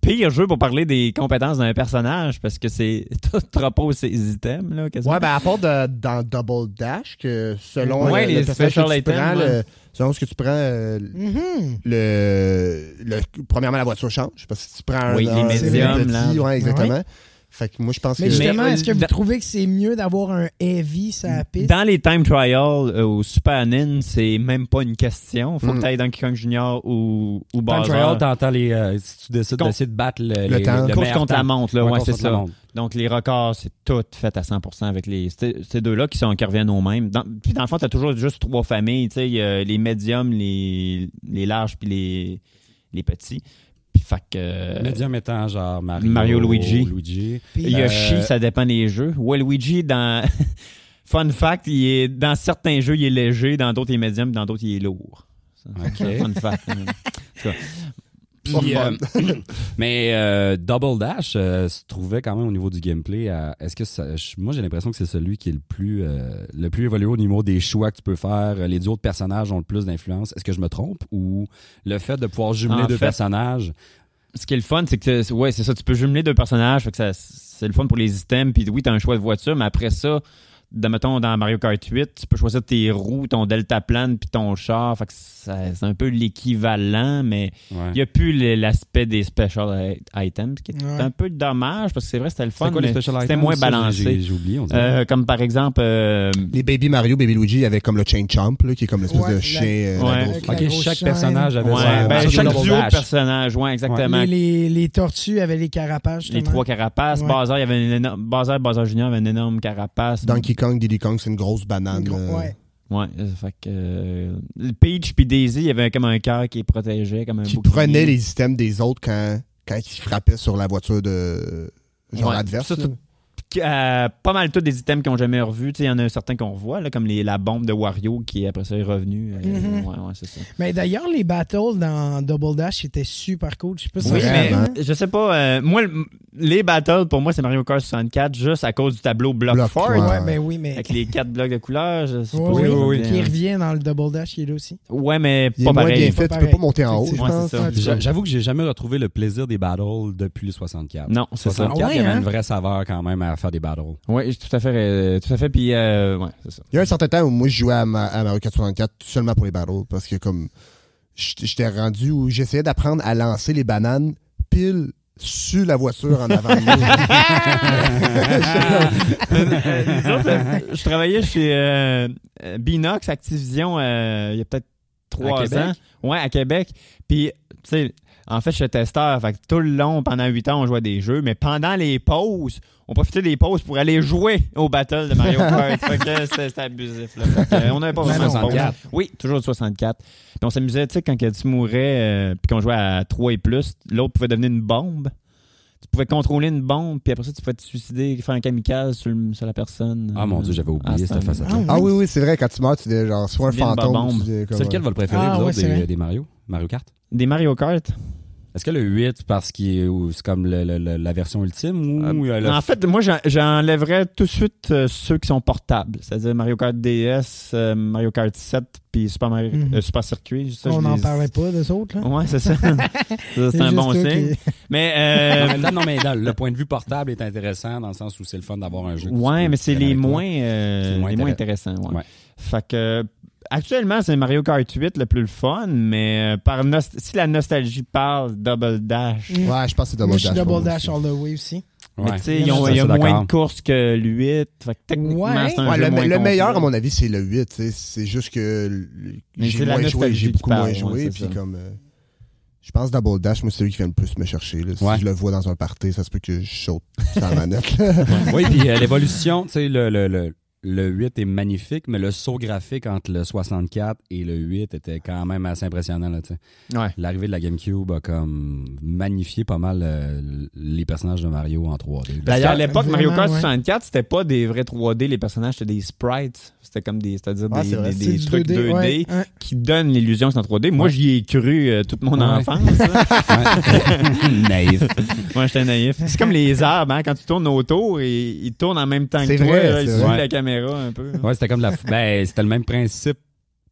[SPEAKER 3] pire jeu pour parler des compétences d'un personnage parce que c'est tout repose ses items, là, quasiment.
[SPEAKER 4] Ouais, ben à part de- dans Double Dash, que selon euh,
[SPEAKER 3] Ouais,
[SPEAKER 4] le- le
[SPEAKER 3] les
[SPEAKER 4] personnage que
[SPEAKER 3] special
[SPEAKER 4] tu prends,
[SPEAKER 3] items, ouais.
[SPEAKER 4] le- selon ce que tu prends, euh,
[SPEAKER 2] Mhm.
[SPEAKER 4] le, le- premièrement la voiture change parce que tu prends
[SPEAKER 3] Oui,
[SPEAKER 4] un,
[SPEAKER 3] les
[SPEAKER 4] un-
[SPEAKER 3] médiums,
[SPEAKER 4] un petit,
[SPEAKER 3] là.
[SPEAKER 4] ouais, exactement. Fait que moi je pense
[SPEAKER 2] Mais
[SPEAKER 4] que
[SPEAKER 2] justement,
[SPEAKER 3] Mais, euh,
[SPEAKER 2] est-ce que vous
[SPEAKER 3] dans-
[SPEAKER 2] trouvez que c'est mieux d'avoir un heavy sur ben, la piste?
[SPEAKER 3] Dans les time trials euh, au Super NIN, c'est même pas une question. Faut
[SPEAKER 4] Mm.
[SPEAKER 3] que t'ailles Donkey Kong Junior ou, ou
[SPEAKER 1] time
[SPEAKER 3] Bowser.
[SPEAKER 1] trial, t'entends les... euh, si tu décides
[SPEAKER 3] Con-
[SPEAKER 1] d'essayer de battre le, les-
[SPEAKER 4] temps.
[SPEAKER 1] le
[SPEAKER 4] Course
[SPEAKER 3] course
[SPEAKER 1] meilleur
[SPEAKER 3] contre
[SPEAKER 1] temps.
[SPEAKER 3] la montre, là,
[SPEAKER 1] Ouais,
[SPEAKER 3] ouais,
[SPEAKER 1] course
[SPEAKER 3] c'est
[SPEAKER 1] contre la
[SPEAKER 3] ça.
[SPEAKER 1] montre.
[SPEAKER 3] Donc les records, c'est tout fait à 100% avec les ces ces deux-là qui sont qui reviennent au même. Dans, puis dans le fond, t'as toujours juste trois familles, tu sais, il y a les médiums, les les larges puis les les petits. Puis Fait que, euh,
[SPEAKER 1] Médium étant genre Mario,
[SPEAKER 3] Mario, Luigi.
[SPEAKER 1] Luigi.
[SPEAKER 2] Puis,
[SPEAKER 1] y a-
[SPEAKER 3] Yoshi,
[SPEAKER 1] Euh,
[SPEAKER 3] ça dépend des jeux. Waluigi, dans. Fun fact, il est... dans certains jeux, il est léger, dans d'autres, il est médium, dans d'autres, il est lourd. Ça, c'est un Fun fact. hein.
[SPEAKER 1] Puis,
[SPEAKER 4] Pas
[SPEAKER 1] euh, mais euh, Double Dash euh, se trouvait quand même au niveau du gameplay. à- Est-ce que ça- je- moi j'ai l'impression que c'est celui qui est le plus euh, le plus évolué au niveau des choix que tu peux faire. Les duos de personnages ont le plus d'influence. Est-ce que je me trompe ou le fait de pouvoir jumeler
[SPEAKER 3] En
[SPEAKER 1] deux
[SPEAKER 3] fait-
[SPEAKER 1] personnages
[SPEAKER 3] Ce qui est le fun, c'est que, ouais, c'est ça, tu peux jumeler deux personnages, fait que ça, c'est le fun pour les items, puis oui, t'as un choix de voiture, mais après ça, dans, mettons, dans Mario Kart 8, tu peux choisir tes roues, ton deltaplane, puis ton char, fait que ça- c'est un peu l'équivalent, mais
[SPEAKER 1] Ouais.
[SPEAKER 3] il n'y a plus le- l'aspect des special i- items, ce qui est
[SPEAKER 2] Ouais.
[SPEAKER 3] un peu dommage, parce que c'est vrai, c'était le fun,
[SPEAKER 1] C'était quoi
[SPEAKER 3] mais
[SPEAKER 1] les special
[SPEAKER 3] c'était
[SPEAKER 1] items?
[SPEAKER 3] moins
[SPEAKER 1] Ça, j'ai-
[SPEAKER 3] balancé.
[SPEAKER 1] J'ai j'ai oublié. On dirait.
[SPEAKER 3] Euh, comme par exemple, euh,
[SPEAKER 4] Les Baby Mario, Baby Luigi, il y avait comme le Chain Chomp, là, qui est comme l'espèce
[SPEAKER 2] Ouais,
[SPEAKER 4] de
[SPEAKER 2] la-
[SPEAKER 4] chien. euh,
[SPEAKER 3] Ouais.
[SPEAKER 4] la grosse-
[SPEAKER 2] Avec la
[SPEAKER 1] ok,
[SPEAKER 2] grosse
[SPEAKER 1] chaque
[SPEAKER 2] chaîne.
[SPEAKER 1] personnage avait
[SPEAKER 3] ouais,
[SPEAKER 1] son-
[SPEAKER 3] ben,
[SPEAKER 1] son
[SPEAKER 3] chaque
[SPEAKER 1] Double
[SPEAKER 3] duo de
[SPEAKER 1] Dash.
[SPEAKER 3] personnages, ouais, exactement.
[SPEAKER 2] les, les, les tortues avaient les carapaces.
[SPEAKER 3] Les
[SPEAKER 2] justement.
[SPEAKER 3] trois carapaces.
[SPEAKER 2] Ouais.
[SPEAKER 3] Bazar, il y avait une énorme. Bazar, Bazar Junior avait une énorme carapace.
[SPEAKER 4] Donkey Kong, Diddy Kong, c'est une grosse banane.
[SPEAKER 2] Gros-
[SPEAKER 4] euh,
[SPEAKER 2] ouais.
[SPEAKER 3] Ouais, euh, fait que. euh, Peach puis Daisy, il y avait comme un cœur qui les protégeait, comme un
[SPEAKER 4] qui
[SPEAKER 3] bouclier.
[SPEAKER 4] prenait les items des autres quand, quand ils frappaient sur la voiture de genre
[SPEAKER 3] Ouais.
[SPEAKER 4] adverse.
[SPEAKER 3] Ça,
[SPEAKER 4] là.
[SPEAKER 3] c'est- Qui- euh, pas mal tous des items qu'on n'a jamais revus. Tu sais, Il y en a certains qu'on revoit, là, comme les, la bombe de Wario qui après ça est revenue. Euh,
[SPEAKER 4] Mm-hmm.
[SPEAKER 2] Mhm.
[SPEAKER 3] Ouais, ouais, c'est ça.
[SPEAKER 2] Mais d'ailleurs, les battles dans Double Dash étaient super cool. Je sais pas si
[SPEAKER 3] Oui,
[SPEAKER 2] ça-
[SPEAKER 3] mais
[SPEAKER 4] Vraiment.
[SPEAKER 3] je sais pas. euh, moi, le- les battles, pour moi, c'est Mario Kart 64 juste à cause du tableau Block,
[SPEAKER 4] Block,
[SPEAKER 3] Fort.
[SPEAKER 4] ouais.
[SPEAKER 2] Ouais, ben oui, mais.
[SPEAKER 3] Avec les quatre blocs de couleurs, je suppose.
[SPEAKER 2] Ouais,
[SPEAKER 1] oui, oui,
[SPEAKER 2] Qui revient dans le Double Dash, il est là aussi.
[SPEAKER 3] Ouais, mais
[SPEAKER 4] Il est
[SPEAKER 3] pas
[SPEAKER 4] moins
[SPEAKER 3] pareil.
[SPEAKER 4] bien fait, tu peux pas
[SPEAKER 2] pareil.
[SPEAKER 4] monter en haut, je
[SPEAKER 2] Effectivement.
[SPEAKER 3] Ouais,
[SPEAKER 4] pense.
[SPEAKER 3] c'est ça.
[SPEAKER 1] J'a- J'avoue que j'ai jamais retrouvé le plaisir des battles depuis le 64.
[SPEAKER 3] Non, c'est ça.
[SPEAKER 1] 64, il y
[SPEAKER 2] Ah ouais,
[SPEAKER 1] avait
[SPEAKER 2] hein?
[SPEAKER 1] une vraie saveur quand même à faire des battles.
[SPEAKER 3] Oui, tout à fait. euh, tout à fait. Puis, euh, ouais, c'est ça.
[SPEAKER 4] Il y a un certain temps où moi, je jouais à, ma- à Mario 464 seulement pour les battles parce que comme j't- j'étais rendu où j'essayais d'apprendre à lancer les bananes pile sur la voiture en avant de moi.
[SPEAKER 3] Euh, nous autres, euh, je travaillais chez euh, euh, Binox Activision euh, il y a
[SPEAKER 1] À
[SPEAKER 3] peut-être trois
[SPEAKER 1] Québec?
[SPEAKER 3] ans. Ouais, à Québec. Puis, tu sais, en fait, je suis testeur. Fait que tout le long, pendant huit ans, on jouait à des jeux. Mais pendant les pauses, on profitait des pauses pour aller jouer au battle de Mario Kart. fait que c'était c'était abusif. Là. Fait que, euh, on n'avait pas
[SPEAKER 2] Du
[SPEAKER 3] vraiment de pause.
[SPEAKER 1] 64.
[SPEAKER 3] Oui, toujours de 64. Puis on s'amusait, tu sais, quand que tu mourais, euh, puis qu'on jouait à 3 et plus, l'autre pouvait devenir une bombe. Tu pouvais contrôler une bombe, puis après ça, tu pouvais te suicider, faire un kamikaze sur, le- sur la personne.
[SPEAKER 1] Ah mon dieu, j'avais oublié
[SPEAKER 3] Ah,
[SPEAKER 1] cette
[SPEAKER 3] c'est un-
[SPEAKER 1] facette.
[SPEAKER 2] Ah,
[SPEAKER 4] ah oui, oui, c'est vrai, quand tu meurs, tu es genre soit un
[SPEAKER 3] Tu deviens une
[SPEAKER 4] fantôme.
[SPEAKER 3] babombe.
[SPEAKER 4] tu deviens comme,
[SPEAKER 1] C'est lequel
[SPEAKER 4] euh,
[SPEAKER 1] va le préférer,
[SPEAKER 2] Ah,
[SPEAKER 1] vous
[SPEAKER 2] ouais,
[SPEAKER 1] autres,
[SPEAKER 2] c'est vrai.
[SPEAKER 1] des, des Mario? Mario Kart?
[SPEAKER 3] Des Mario Kart.
[SPEAKER 1] Est-ce que le 8, parce qu'il est, ou c'est comme le- le- le- la version ultime ou euh, le-
[SPEAKER 3] En fait, moi, j'en- j'enlèverais tout de suite euh, ceux qui sont portables. C'est-à-dire Mario Kart DS, euh, Mario Kart 7, puis Super, Mario-
[SPEAKER 2] Mhm.
[SPEAKER 3] euh, Super Circuit. Ça,
[SPEAKER 2] on
[SPEAKER 3] je
[SPEAKER 2] n'en
[SPEAKER 3] les-
[SPEAKER 2] parlait pas, d'eux autres. Là.
[SPEAKER 3] Ouais, c'est ça. Ça, c'est un
[SPEAKER 2] juste
[SPEAKER 3] bon
[SPEAKER 2] eux
[SPEAKER 3] signe.
[SPEAKER 2] qui-
[SPEAKER 3] Mais euh,
[SPEAKER 1] En même temps, non, mais dans- le point de vue portable est intéressant dans le sens où c'est le fun d'avoir un jeu. que tu
[SPEAKER 3] Ouais,
[SPEAKER 1] peux
[SPEAKER 3] mais c'est
[SPEAKER 1] traîner
[SPEAKER 3] les
[SPEAKER 1] avec toi.
[SPEAKER 3] moins, euh,
[SPEAKER 1] C'est le moins
[SPEAKER 3] les moins intéressants. ouais.
[SPEAKER 1] Ouais.
[SPEAKER 3] Fait que, actuellement, c'est Mario Kart 8 le plus le fun, mais euh, par nost- si la nostalgie parle, Double Dash.
[SPEAKER 2] Mm.
[SPEAKER 4] Ouais, je pense que c'est Double
[SPEAKER 2] Moi,
[SPEAKER 4] Dash.
[SPEAKER 2] je suis Double
[SPEAKER 4] ouais.
[SPEAKER 2] Dash all the way aussi.
[SPEAKER 3] Mais
[SPEAKER 1] Ouais.
[SPEAKER 3] tu sais, ils ont-
[SPEAKER 1] Ça,
[SPEAKER 3] il y a
[SPEAKER 1] c'est
[SPEAKER 3] moins
[SPEAKER 1] d'accord.
[SPEAKER 3] de courses que le 8. Fait que techniquement,
[SPEAKER 2] Ouais.
[SPEAKER 3] c'est un
[SPEAKER 4] Ouais,
[SPEAKER 3] jeu
[SPEAKER 4] le,
[SPEAKER 3] moins
[SPEAKER 4] le
[SPEAKER 3] complet.
[SPEAKER 4] meilleur, à mon avis, c'est le 8. tu sais. C'est juste que le-
[SPEAKER 3] Mais c'est
[SPEAKER 4] j'ai
[SPEAKER 3] la
[SPEAKER 4] moins joué,
[SPEAKER 3] nostalgie
[SPEAKER 4] j'ai
[SPEAKER 3] qui
[SPEAKER 4] beaucoup
[SPEAKER 3] parle,
[SPEAKER 4] moins
[SPEAKER 3] ouais,
[SPEAKER 4] joué.
[SPEAKER 3] c'est
[SPEAKER 4] puis
[SPEAKER 3] ça.
[SPEAKER 4] comme, euh, je pense Double Dash, moi, c'est lui qui vient le plus me chercher. là.
[SPEAKER 1] Ouais.
[SPEAKER 4] Si je le vois dans un party, ça se peut que je saute sans manette.
[SPEAKER 1] oui, puis euh, l'évolution, tu sais, le, le, le, le 8 est magnifique, mais le saut graphique entre le 64 et le 8 était quand même assez impressionnant. Là, tu sais.
[SPEAKER 3] Ouais.
[SPEAKER 1] L'arrivée de la GameCube a comme magnifié pas mal euh, les personnages de Mario en 3D. là.
[SPEAKER 3] Parce qu'à l'époque, Mario
[SPEAKER 2] Vraiment,
[SPEAKER 3] Kart
[SPEAKER 2] ouais.
[SPEAKER 3] 64, c'était pas des vrais 3D, les personnages, c'était des sprites. C'était comme des, c'est-à-dire
[SPEAKER 4] Ouais,
[SPEAKER 3] des,
[SPEAKER 4] c'est vrai,
[SPEAKER 3] des-
[SPEAKER 2] C'est
[SPEAKER 3] des
[SPEAKER 2] du
[SPEAKER 3] trucs 2D,
[SPEAKER 2] ouais, hein.
[SPEAKER 3] qui donnent l'illusion que c'est en 3D. Moi,
[SPEAKER 1] Ouais.
[SPEAKER 3] j'y ai cru euh, toute mon
[SPEAKER 1] Ouais.
[SPEAKER 3] enfance.
[SPEAKER 1] Ouais. Naïf.
[SPEAKER 3] Moi, j'étais naïf. C'est comme les arbres, hein, quand tu tournes autour, ils, ils tournent en même temps que
[SPEAKER 4] C'est
[SPEAKER 3] toi.
[SPEAKER 4] vrai,
[SPEAKER 3] là, ils
[SPEAKER 4] c'est
[SPEAKER 3] suivent
[SPEAKER 1] vrai.
[SPEAKER 3] la caméra un peu.
[SPEAKER 1] Ouais, c'était comme la. ben, c'était le même principe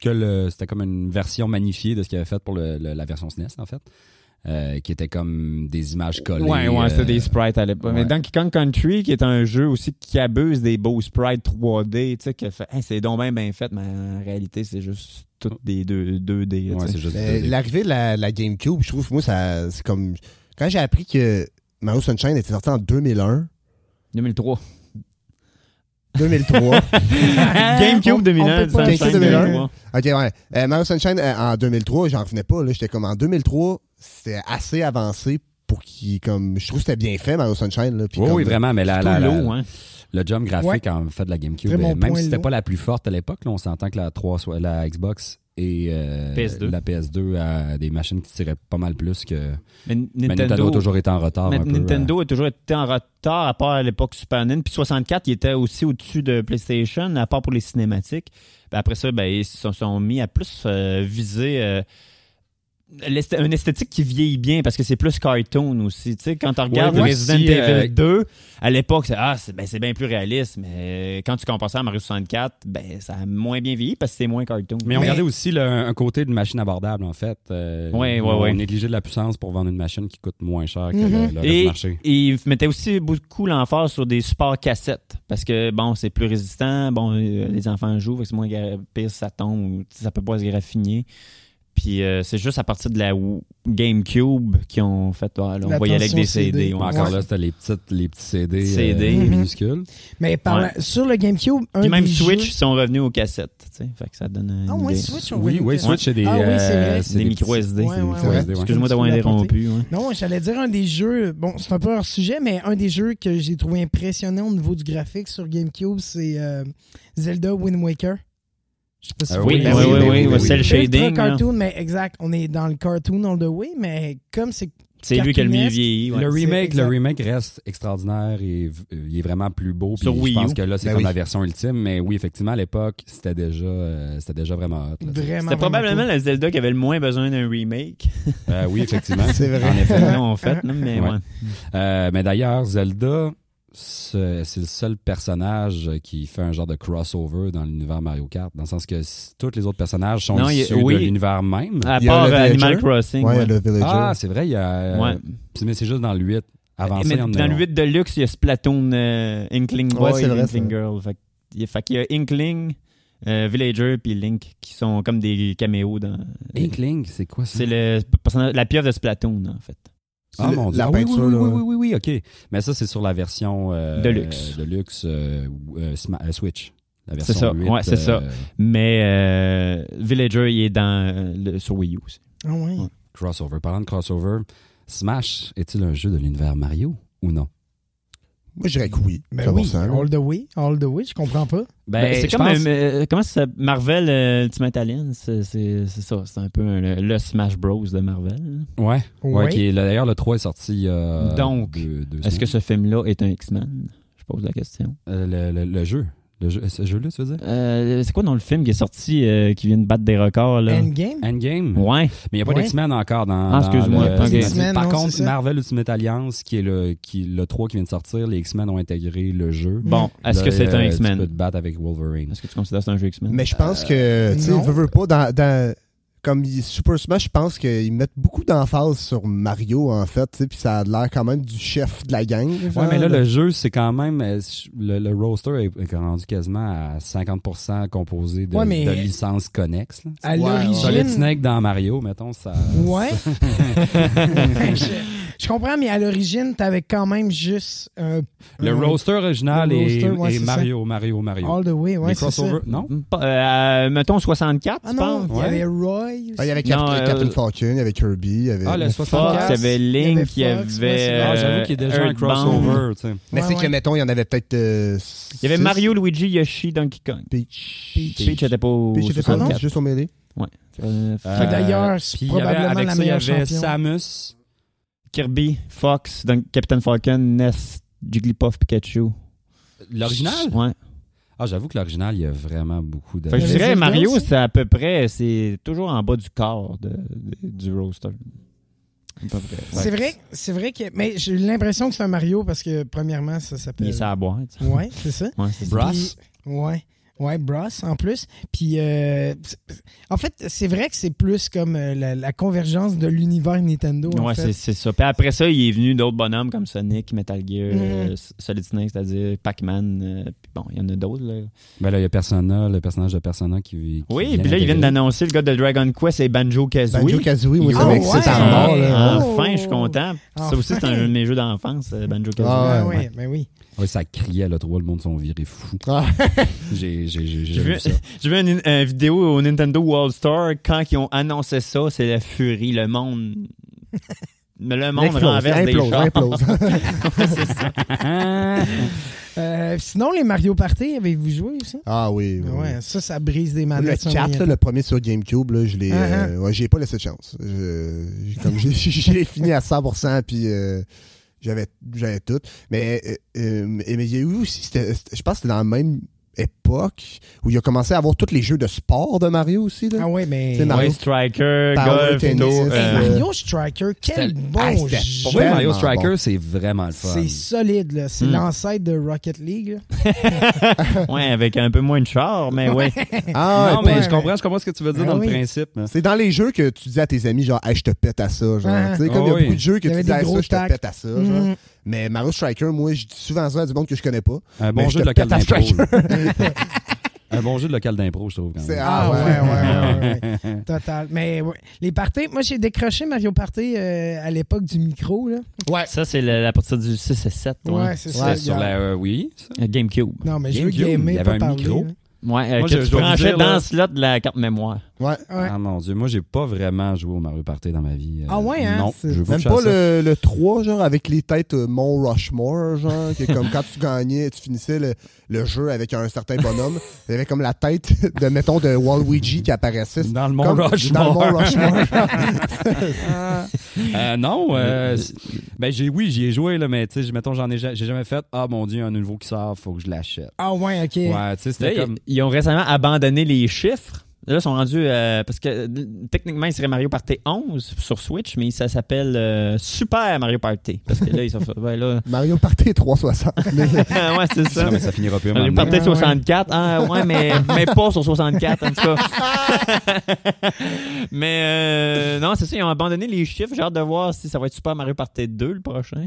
[SPEAKER 1] que le. C'était comme une version magnifiée de ce qu'il avait fait pour le- le- la version SNES, en fait. Euh, qui était comme des images collées.
[SPEAKER 3] Ouais, ouais, c'était
[SPEAKER 1] euh,
[SPEAKER 3] des sprites à l'époque. Mais
[SPEAKER 1] ouais.
[SPEAKER 3] Donkey Kong Country, qui est un jeu aussi qui abuse des beaux sprites 3D, tu sais, que fait, Hey, c'est donc bien bien fait, mais en réalité, c'est juste toutes des 2, d
[SPEAKER 1] Ouais, c'est juste.
[SPEAKER 3] Ben,
[SPEAKER 4] Euh,
[SPEAKER 1] des-
[SPEAKER 4] L'arrivée de la, la GameCube, je trouve, moi, ça, c'est comme. Quand j'ai appris que Mario Sunshine était sorti en 2001,
[SPEAKER 3] 2003.
[SPEAKER 4] 2003.
[SPEAKER 2] on- on
[SPEAKER 3] GameCube 2001.
[SPEAKER 2] peut pas-
[SPEAKER 3] Sunshine
[SPEAKER 4] GameCube 2001.
[SPEAKER 3] 2003.
[SPEAKER 4] ok, ouais. Euh, Mario Sunshine euh, en 2003, j'en revenais pas. là. J'étais comme en 2003, c'était assez avancé pour qu'il. Comme, je trouve que c'était bien fait, Mario Sunshine. Là, puis
[SPEAKER 1] Oui,
[SPEAKER 4] comme-
[SPEAKER 1] oui, vraiment, mais la,
[SPEAKER 3] Tout
[SPEAKER 1] la- la-
[SPEAKER 3] l'eau, hein.
[SPEAKER 1] le jump graphique
[SPEAKER 2] Ouais.
[SPEAKER 1] en fait de la GameCube,
[SPEAKER 2] Vraiment
[SPEAKER 1] euh, même
[SPEAKER 2] point
[SPEAKER 1] si c'était
[SPEAKER 2] low.
[SPEAKER 1] pas la plus forte à l'époque, là, on s'entend que la 3, soit- la Xbox et euh,
[SPEAKER 3] PS2.
[SPEAKER 1] la PS2 à des machines qui tiraient pas mal plus que mais
[SPEAKER 3] Mais
[SPEAKER 1] Nintendo,
[SPEAKER 3] Nintendo,
[SPEAKER 1] a toujours été en retard.
[SPEAKER 3] Mais
[SPEAKER 1] un peu, euh.
[SPEAKER 3] Nintendo a toujours été en retard, à part à l'époque Super Nintendo. Puis 64, il était aussi au-dessus de PlayStation, à part pour les cinématiques. Ben, après ça, ben, ils se sont mis à plus euh, viser euh, l'esth- une esthétique qui vieillit bien, parce que c'est plus cartoon aussi. Tu sais, quand tu regardes
[SPEAKER 1] Ouais, moi,
[SPEAKER 3] Resident
[SPEAKER 1] si,
[SPEAKER 3] Evil
[SPEAKER 1] euh,
[SPEAKER 3] 2, à l'époque, c'est ah, c'est ben, c'est bien plus réaliste. Mais euh, quand tu compares ça à Mario 64, ben, ça a moins bien vieilli parce que c'est moins cartoon.
[SPEAKER 1] Mais on
[SPEAKER 2] Mais-
[SPEAKER 1] regardait aussi le- un côté de machine abordable, en fait. Euh,
[SPEAKER 3] Ouais, ouais,
[SPEAKER 1] on
[SPEAKER 3] ouais.
[SPEAKER 1] négligeait de la puissance pour vendre une machine qui coûte moins cher que
[SPEAKER 2] Mhm.
[SPEAKER 1] le, le reste
[SPEAKER 3] Et,
[SPEAKER 1] du marché.
[SPEAKER 3] et ils mettaient aussi beaucoup l'emphase sur des supports cassettes parce que bon, c'est plus résistant, bon, euh, les enfants jouent, fait que c'est moins gra- pire si ça tombe, ou si ça peut pas se graffiner. Puis euh, c'est juste à partir de la Wii- GameCube qui ont fait ah, là, on
[SPEAKER 2] La
[SPEAKER 3] va y aller avec des
[SPEAKER 2] tension
[SPEAKER 3] CD.
[SPEAKER 2] CD.
[SPEAKER 3] ouais.
[SPEAKER 1] Mais encore
[SPEAKER 2] Ouais.
[SPEAKER 1] là, c'était les, petites, les petits CD, euh,
[SPEAKER 3] CD.
[SPEAKER 2] Mhm.
[SPEAKER 1] minuscules.
[SPEAKER 2] Mais par
[SPEAKER 3] Ouais.
[SPEAKER 2] la- sur le GameCube, un
[SPEAKER 3] Puis même
[SPEAKER 2] des
[SPEAKER 3] Switch
[SPEAKER 2] jeux-
[SPEAKER 3] sont revenus aux cassettes. tu sais. Fait que ça donne une
[SPEAKER 2] Ah ouais,
[SPEAKER 3] idée.
[SPEAKER 2] Switch, on
[SPEAKER 1] Oui,
[SPEAKER 2] voit
[SPEAKER 1] oui,
[SPEAKER 2] une-
[SPEAKER 1] Switch, c'est des,
[SPEAKER 2] Ah oui, c'est
[SPEAKER 1] euh,
[SPEAKER 2] vrai.
[SPEAKER 1] c'est
[SPEAKER 3] des
[SPEAKER 1] petits-
[SPEAKER 3] micro SD.
[SPEAKER 2] Ouais,
[SPEAKER 1] c'est des
[SPEAKER 2] ouais,
[SPEAKER 1] micro
[SPEAKER 4] ouais.
[SPEAKER 1] SD, ouais.
[SPEAKER 3] Excuse-moi d'avoir
[SPEAKER 2] Tu l'as
[SPEAKER 3] interrompu. ouais.
[SPEAKER 2] Non, j'allais dire un des jeux, bon, c'est un peu hors sujet, mais un des jeux que j'ai trouvé impressionnant au niveau du graphique sur GameCube, c'est euh, Zelda Wind Waker. Je sais pas si
[SPEAKER 1] Ah
[SPEAKER 2] vous
[SPEAKER 3] Oui,
[SPEAKER 1] oui,
[SPEAKER 3] oui,
[SPEAKER 2] connaissez.
[SPEAKER 3] oui,
[SPEAKER 1] oui, hein.
[SPEAKER 3] oui,
[SPEAKER 1] oui,
[SPEAKER 3] ouais,
[SPEAKER 1] oui.
[SPEAKER 3] c'est le hein.
[SPEAKER 2] Ultra
[SPEAKER 3] shading. là.
[SPEAKER 2] cartoon, mais exact, on est dans le cartoon all the way, mais comme c'est
[SPEAKER 3] C'est lui qui a le mieux
[SPEAKER 2] cartoonesque.
[SPEAKER 3] vieilli. ouais.
[SPEAKER 1] Le
[SPEAKER 2] c'est
[SPEAKER 1] remake, le
[SPEAKER 2] exact.
[SPEAKER 1] remake reste extraordinaire et v- euh, il est vraiment plus beau. Puis
[SPEAKER 3] Sur Wii
[SPEAKER 1] je pense
[SPEAKER 3] U.
[SPEAKER 1] que là, c'est
[SPEAKER 4] Ben
[SPEAKER 1] comme
[SPEAKER 4] oui.
[SPEAKER 1] la version ultime. Mais oui, effectivement, à l'époque, c'était déjà, euh, c'était déjà vraiment hot. là.
[SPEAKER 2] vraiment.
[SPEAKER 3] C'était probablement
[SPEAKER 2] vraiment
[SPEAKER 3] la Zelda qui avait le moins besoin d'un remake.
[SPEAKER 1] Euh, oui, effectivement.
[SPEAKER 4] C'est vrai.
[SPEAKER 1] En effet.
[SPEAKER 3] Non, en fait, non, mais
[SPEAKER 1] Ouais.
[SPEAKER 3] ouais.
[SPEAKER 1] Euh, mais d'ailleurs, Zelda, ce- c'est le seul personnage qui fait un genre de crossover dans l'univers Mario Kart, dans le sens que s- tous les autres personnages sont
[SPEAKER 3] Non, il y a-
[SPEAKER 1] issus
[SPEAKER 3] oui.
[SPEAKER 1] de l'univers même.
[SPEAKER 3] À
[SPEAKER 4] Il y a
[SPEAKER 3] part
[SPEAKER 4] le
[SPEAKER 3] euh, Animal
[SPEAKER 4] Villager.
[SPEAKER 3] Crossing.
[SPEAKER 4] Ouais,
[SPEAKER 3] ouais.
[SPEAKER 4] le euh, Villager.
[SPEAKER 1] Ah, c'est vrai, il y a.
[SPEAKER 3] Ouais. Euh,
[SPEAKER 1] Mais c'est juste dans le 8. Avant ça,
[SPEAKER 3] Mais
[SPEAKER 1] il y en a
[SPEAKER 3] dans le
[SPEAKER 1] un.
[SPEAKER 3] 8 de luxe, il y a Splatoon euh, Inkling Boy
[SPEAKER 4] Ouais, c'est
[SPEAKER 3] et
[SPEAKER 4] vrai,
[SPEAKER 3] Inkling
[SPEAKER 4] ça.
[SPEAKER 3] Girl. Fait, que- il y a- fait qu'il y a Inkling, euh, Villager puis Link qui sont comme des caméos dans.
[SPEAKER 1] Inkling, c'est quoi ça?
[SPEAKER 3] C'est le personnage- la pieuvre de Splatoon, en fait.
[SPEAKER 1] Ah
[SPEAKER 4] C'est
[SPEAKER 1] mon
[SPEAKER 4] le-
[SPEAKER 1] dieu.
[SPEAKER 4] la
[SPEAKER 1] Ah, oui,
[SPEAKER 4] peinture,
[SPEAKER 1] oui,
[SPEAKER 4] là.
[SPEAKER 1] oui, oui, oui, oui, ok. Mais ça, c'est sur la version euh,
[SPEAKER 3] De luxe.
[SPEAKER 1] euh, de luxe, euh, ou- euh, Sma- euh, Switch. La version
[SPEAKER 3] ça,
[SPEAKER 1] 8,
[SPEAKER 3] ouais, c'est ça.
[SPEAKER 1] euh,
[SPEAKER 3] Mais euh, Villager, il est dans, euh, le- sur Wii U. aussi.
[SPEAKER 2] Ah ouais.
[SPEAKER 3] Ouais.
[SPEAKER 1] crossover. Parlant de crossover, Smash est-il un jeu de l'univers Mario ou non?
[SPEAKER 4] Moi, je dirais que oui.
[SPEAKER 2] Ben
[SPEAKER 4] Ça va
[SPEAKER 2] oui,
[SPEAKER 4] sans, là.
[SPEAKER 2] all the way, all the way, je comprends pas.
[SPEAKER 1] Ben,
[SPEAKER 3] Ben, c'est
[SPEAKER 1] je
[SPEAKER 3] comme
[SPEAKER 1] pense-
[SPEAKER 3] un- euh, comment ça s'appelle? Marvel euh, Ultimate Alliance, c'est c'est- c'est ça, c'est un peu un- le, le Smash Bros de Marvel.
[SPEAKER 1] Ouais. Ouais,
[SPEAKER 2] Ouais.
[SPEAKER 1] qui est- d'ailleurs, le 3 est sorti. euh,
[SPEAKER 3] Donc,
[SPEAKER 1] deux- deux
[SPEAKER 3] Est-ce que
[SPEAKER 1] semaines.
[SPEAKER 3] ce film-là est un X-Men? Je pose la question.
[SPEAKER 1] Euh, le, le- le jeu. Le jeu, ce jeu-là, tu veux dire?
[SPEAKER 3] Euh, c'est quoi dans le film qui est sorti euh, qui vient de battre des records là?
[SPEAKER 2] Endgame?
[SPEAKER 1] Euh, Endgame?
[SPEAKER 3] Ouais.
[SPEAKER 1] Mais il n'y a pas
[SPEAKER 2] Ouais.
[SPEAKER 1] d'X-Men encore dans.
[SPEAKER 3] Ah,
[SPEAKER 1] dans
[SPEAKER 3] excuse-moi,
[SPEAKER 1] le- euh,
[SPEAKER 3] pas des
[SPEAKER 2] X-Men,
[SPEAKER 1] Par
[SPEAKER 2] non,
[SPEAKER 1] contre,
[SPEAKER 2] c'est ça.
[SPEAKER 1] Marvel Ultimate Alliance, qui est le, qui, le 3 qui vient de sortir, les X-Men ont intégré le jeu.
[SPEAKER 3] Bon, est-ce
[SPEAKER 1] Là,
[SPEAKER 3] que c'est un
[SPEAKER 1] euh, Tu peux
[SPEAKER 3] X-Men?
[SPEAKER 1] te battre avec Wolverine.
[SPEAKER 3] Est-ce que tu considères que c'est un jeu X-Men?
[SPEAKER 4] Mais je pense que, tu sais,
[SPEAKER 2] non.
[SPEAKER 4] veux, veux pas, dans, dans- comme il- Super Smash, je pense qu'ils mettent beaucoup d'emphase sur Mario, en fait, tu sais, puis ça a l'air quand même du chef de la gang.
[SPEAKER 1] Ouais,
[SPEAKER 4] genre.
[SPEAKER 1] mais là, le jeu, c'est quand même. euh, Le, le roster est est rendu quasiment à 50% composé de,
[SPEAKER 2] Ouais, mais-
[SPEAKER 1] de licences connexes. là.
[SPEAKER 2] À
[SPEAKER 4] Ouais,
[SPEAKER 1] Solid
[SPEAKER 2] l'origine.
[SPEAKER 1] Snake dans Mario, mettons, ça.
[SPEAKER 2] Ouais. je, je comprends, mais à l'origine, t'avais quand même juste euh,
[SPEAKER 1] Le
[SPEAKER 2] un-
[SPEAKER 1] roster original
[SPEAKER 2] le
[SPEAKER 1] est,
[SPEAKER 2] roster, ouais,
[SPEAKER 1] est
[SPEAKER 2] c'est ça.
[SPEAKER 1] Mario, Mario, Mario.
[SPEAKER 2] All the way, ouais,
[SPEAKER 1] Les
[SPEAKER 2] c'est ça.
[SPEAKER 1] crossovers, non?
[SPEAKER 3] Pas- euh, mettons 64,
[SPEAKER 2] Ah
[SPEAKER 3] tu
[SPEAKER 2] non,
[SPEAKER 3] penses?
[SPEAKER 2] il
[SPEAKER 1] Ouais.
[SPEAKER 2] y avait Roy. aussi.
[SPEAKER 4] Ah, il y avait
[SPEAKER 3] Non,
[SPEAKER 4] Cap-
[SPEAKER 3] euh,
[SPEAKER 4] Captain Falcon, il y avait Kirby, il y avait.
[SPEAKER 1] Ah, le
[SPEAKER 4] mais
[SPEAKER 1] 64.
[SPEAKER 3] Fox, il y avait Link, il
[SPEAKER 2] Il
[SPEAKER 3] y
[SPEAKER 2] y
[SPEAKER 3] avait.
[SPEAKER 2] avait Fox, ouais, c'est euh, vrai.
[SPEAKER 1] Ah, j'avoue qu'il y a déjà un
[SPEAKER 3] Earthbound.
[SPEAKER 1] crossover, tu sais.
[SPEAKER 4] mais
[SPEAKER 2] Ouais,
[SPEAKER 4] c'est
[SPEAKER 2] ouais.
[SPEAKER 4] que, mettons, il y en avait peut-être. euh,
[SPEAKER 3] Il y avait
[SPEAKER 4] six.
[SPEAKER 3] Mario, Luigi, Yoshi, Donkey Kong.
[SPEAKER 4] Peach.
[SPEAKER 3] Peach, était pas au
[SPEAKER 4] Peach était pas non,
[SPEAKER 3] 64.
[SPEAKER 4] juste au mêlée.
[SPEAKER 3] Euh,
[SPEAKER 1] Euh,
[SPEAKER 2] Fait que d'ailleurs, c'est
[SPEAKER 1] puis il y avait-
[SPEAKER 2] probablement
[SPEAKER 1] avec
[SPEAKER 2] la
[SPEAKER 1] ça,
[SPEAKER 2] meilleure
[SPEAKER 1] Il y avait
[SPEAKER 2] championne.
[SPEAKER 1] Samus.
[SPEAKER 3] Kirby, Fox, donc Captain Falcon, Ness, Jigglypuff, Pikachu.
[SPEAKER 1] L'original?
[SPEAKER 3] Ouais.
[SPEAKER 1] Ah, j'avoue que l'original, il y a vraiment beaucoup de.
[SPEAKER 3] Fait que
[SPEAKER 2] Le
[SPEAKER 3] je dirais
[SPEAKER 2] Zelda
[SPEAKER 3] Mario,
[SPEAKER 2] aussi?
[SPEAKER 3] c'est à peu près, c'est toujours en bas du corps de- de- du roster. À peu près.
[SPEAKER 2] C'est vrai, c'est vrai que. Mais j'ai l'impression que c'est un Mario parce que, premièrement, ça
[SPEAKER 3] Il est
[SPEAKER 2] s'appelle.
[SPEAKER 3] sur la boîte.
[SPEAKER 2] Ouais, c'est ça.
[SPEAKER 3] Ouais, c'est ça.
[SPEAKER 1] Bros.
[SPEAKER 2] Puis- Ouais. Ouais, Bros en plus. Puis, euh, c'est- en fait, c'est vrai que c'est plus comme euh, la, la convergence de l'univers Nintendo. en
[SPEAKER 3] Ouais,
[SPEAKER 2] fait.
[SPEAKER 3] c'est c'est ça. Puis après ça, il est venu d'autres bonhommes comme Sonic, Metal Gear,
[SPEAKER 4] Mm.
[SPEAKER 2] Mhm.
[SPEAKER 3] euh, S- Solid Snake, c'est-à-dire Pac-Man. euh, puis bon, il y en a d'autres. là.
[SPEAKER 1] Ben là, il y a Persona, le personnage de Persona qui. qui
[SPEAKER 3] Oui,
[SPEAKER 1] vient
[SPEAKER 3] puis là, ils
[SPEAKER 1] d'intégrer.
[SPEAKER 3] viennent d'annoncer le gars de Dragon Quest et Banjo Kazooie.
[SPEAKER 4] Banjo Kazooie, moi,
[SPEAKER 3] Il-
[SPEAKER 4] ça
[SPEAKER 2] Ah,
[SPEAKER 4] m'excite
[SPEAKER 2] ouais.
[SPEAKER 4] à mort, là. Oh.
[SPEAKER 2] Ah.
[SPEAKER 3] Enfin, je suis content. Ça aussi, c'est un
[SPEAKER 2] Enfin.
[SPEAKER 3] jeu de mes jeux d'enfance, euh, Banjo Kazooie.
[SPEAKER 4] Ah,
[SPEAKER 2] Ah,
[SPEAKER 4] ouais.
[SPEAKER 2] ouais, ben oui.
[SPEAKER 1] Ouais, ça criait, le 3, le monde sont virés fou.
[SPEAKER 4] Ah.
[SPEAKER 1] J'ai j'ai- j'ai- j'ai
[SPEAKER 3] J'ai vu,
[SPEAKER 1] vu ça.
[SPEAKER 3] j'ai vu une, une vidéo au Nintendo World Star quand ils ont annoncé ça, c'est la furie, le monde le monde renverse des
[SPEAKER 4] implose,
[SPEAKER 3] chars.
[SPEAKER 4] implose.
[SPEAKER 2] Euh, sinon, les Mario Party, avez-vous joué ça?
[SPEAKER 4] ah oui. oui, oui.
[SPEAKER 2] Ouais, ça, ça brise des
[SPEAKER 4] Le
[SPEAKER 2] manettes. ça,
[SPEAKER 4] 4,
[SPEAKER 2] rien.
[SPEAKER 4] là, le premier sur GameCube, là, je l'ai.
[SPEAKER 2] Uh-huh.
[SPEAKER 4] euh, ouais, j'ai pas laissé de chance. Je, j'ai- comme j'ai, j'ai fini à 100%, puis euh, j'avais, j'avais tout. Mais, euh, euh, mais mais il y a eu aussi, c'était- c'était- je pense que c'était dans la même époque où il a commencé à avoir tous les jeux de sport de Mario aussi. Là.
[SPEAKER 2] Ah ouais, mais...
[SPEAKER 4] C'est Mario.
[SPEAKER 3] Ouais, striker,
[SPEAKER 4] Power
[SPEAKER 3] golf,
[SPEAKER 4] tennis,
[SPEAKER 3] dos,
[SPEAKER 4] euh,
[SPEAKER 3] euh,
[SPEAKER 2] Mario Striker, quel
[SPEAKER 1] C'était-
[SPEAKER 2] bon
[SPEAKER 4] Ah, c'était-
[SPEAKER 2] jeu!
[SPEAKER 1] Pour vrai, Mario
[SPEAKER 4] Tellement
[SPEAKER 1] Striker,
[SPEAKER 4] bon.
[SPEAKER 1] c'est vraiment le fun.
[SPEAKER 2] C'est solide, là. C'est
[SPEAKER 3] Hmm.
[SPEAKER 2] l'ancêtre de Rocket League. là.
[SPEAKER 3] ouais, avec un peu moins de char, mais ouais.
[SPEAKER 4] Ah,
[SPEAKER 1] non,
[SPEAKER 4] ouais,
[SPEAKER 1] mais
[SPEAKER 2] ouais,
[SPEAKER 1] je comprends, je comprends ce que tu veux dire
[SPEAKER 2] Ah
[SPEAKER 1] dans
[SPEAKER 2] oui.
[SPEAKER 1] le principe. mais-
[SPEAKER 4] C'est dans les jeux que tu dis à tes amis, genre, hey, je te pète à ça. Genre,
[SPEAKER 2] Ah.
[SPEAKER 4] tu sais, comme il y
[SPEAKER 1] Ah
[SPEAKER 4] a
[SPEAKER 1] oui.
[SPEAKER 4] beaucoup de jeux que
[SPEAKER 2] Il y
[SPEAKER 4] tu
[SPEAKER 2] avait
[SPEAKER 4] dis
[SPEAKER 2] des
[SPEAKER 4] à ça,
[SPEAKER 2] gros
[SPEAKER 4] je te
[SPEAKER 2] tacs.
[SPEAKER 4] pète à ça. genre.
[SPEAKER 2] Mhm.
[SPEAKER 4] Mais Mario Striker, moi, je dis souvent ça à du monde que je connais pas.
[SPEAKER 1] Un
[SPEAKER 4] Mais
[SPEAKER 1] bon
[SPEAKER 4] je
[SPEAKER 1] jeu
[SPEAKER 4] te
[SPEAKER 1] de local
[SPEAKER 4] pète à
[SPEAKER 1] d'impro. Un bon jeu de local d'impro, je trouve. Quand
[SPEAKER 4] C'est-
[SPEAKER 1] même.
[SPEAKER 2] Ah, ouais, ouais, ouais,
[SPEAKER 1] ouais, ouais.
[SPEAKER 2] Total. Mais ouais. les parties, moi j'ai décroché Mario Party euh, à l'époque du micro. Là.
[SPEAKER 3] Ça, c'est la, la partie du 6 et 7. Ouais.
[SPEAKER 1] Ouais,
[SPEAKER 2] c'est ça.
[SPEAKER 1] sur
[SPEAKER 2] il y a-
[SPEAKER 1] la euh, oui. ça.
[SPEAKER 3] Euh, GameCube.
[SPEAKER 2] Non, mais je veux
[SPEAKER 1] GameCube,
[SPEAKER 2] gamer,
[SPEAKER 1] il y avait
[SPEAKER 2] pas
[SPEAKER 1] un
[SPEAKER 2] parler,
[SPEAKER 1] micro.
[SPEAKER 2] là.
[SPEAKER 3] Ouais, euh,
[SPEAKER 1] Moi,
[SPEAKER 3] que
[SPEAKER 1] je-
[SPEAKER 3] tu
[SPEAKER 1] je dois vous
[SPEAKER 3] branchais
[SPEAKER 1] dire,
[SPEAKER 3] dans
[SPEAKER 1] là-
[SPEAKER 3] le slot de la carte mémoire.
[SPEAKER 4] Ouais.
[SPEAKER 2] Ouais.
[SPEAKER 1] Ah mon dieu, moi j'ai pas vraiment joué au Mario Party dans ma vie. euh,
[SPEAKER 2] Ah ouais, hein?
[SPEAKER 1] Non,
[SPEAKER 2] C'est-
[SPEAKER 1] je veux
[SPEAKER 4] Même
[SPEAKER 1] toucher à
[SPEAKER 4] pas
[SPEAKER 1] ça.
[SPEAKER 4] le, le 3, genre, avec les têtes euh, Mont Rushmore, genre, que comme quand tu gagnais, tu finissais le, le jeu avec un certain bonhomme. Il y avait comme la tête de, mettons, de Waluigi qui apparaissait.
[SPEAKER 1] Dans le Mont
[SPEAKER 4] Comme Dans le
[SPEAKER 1] Rushmore.
[SPEAKER 4] Mont Rushmore.
[SPEAKER 2] Ah.
[SPEAKER 1] Euh, non, euh, c'est- ben j'ai oui, j'y ai joué là, mais tu sais, je- mettons j'en ai ja- j'ai jamais fait. Ah mon dieu, un nouveau qui sort, faut que je l'achète.
[SPEAKER 2] Ah ouais, ok.
[SPEAKER 1] Ouais, tu sais, c'était
[SPEAKER 3] Là,
[SPEAKER 1] comme
[SPEAKER 3] Ils ils ont récemment abandonné les chiffres. Là, ils sont rendus. euh, parce que euh, techniquement, il serait Mario Party 11 sur Switch, mais ça s'appelle euh, Super Mario Party. Parce que là, ils sont. ouais, là.
[SPEAKER 4] Mario Party 360. Mais-
[SPEAKER 3] Ah, ouais, c'est ça.
[SPEAKER 1] non, mais ça finira plus. à un
[SPEAKER 3] Mario
[SPEAKER 1] moment donné.
[SPEAKER 3] Party
[SPEAKER 2] Ah, ouais.
[SPEAKER 3] 64. Ah, ouais, mais, mais pas sur 64, en tout cas. mais euh, non, c'est ça, ils ont abandonné les chiffres. J'ai hâte de voir si ça va être Super Mario Party 2 le prochain.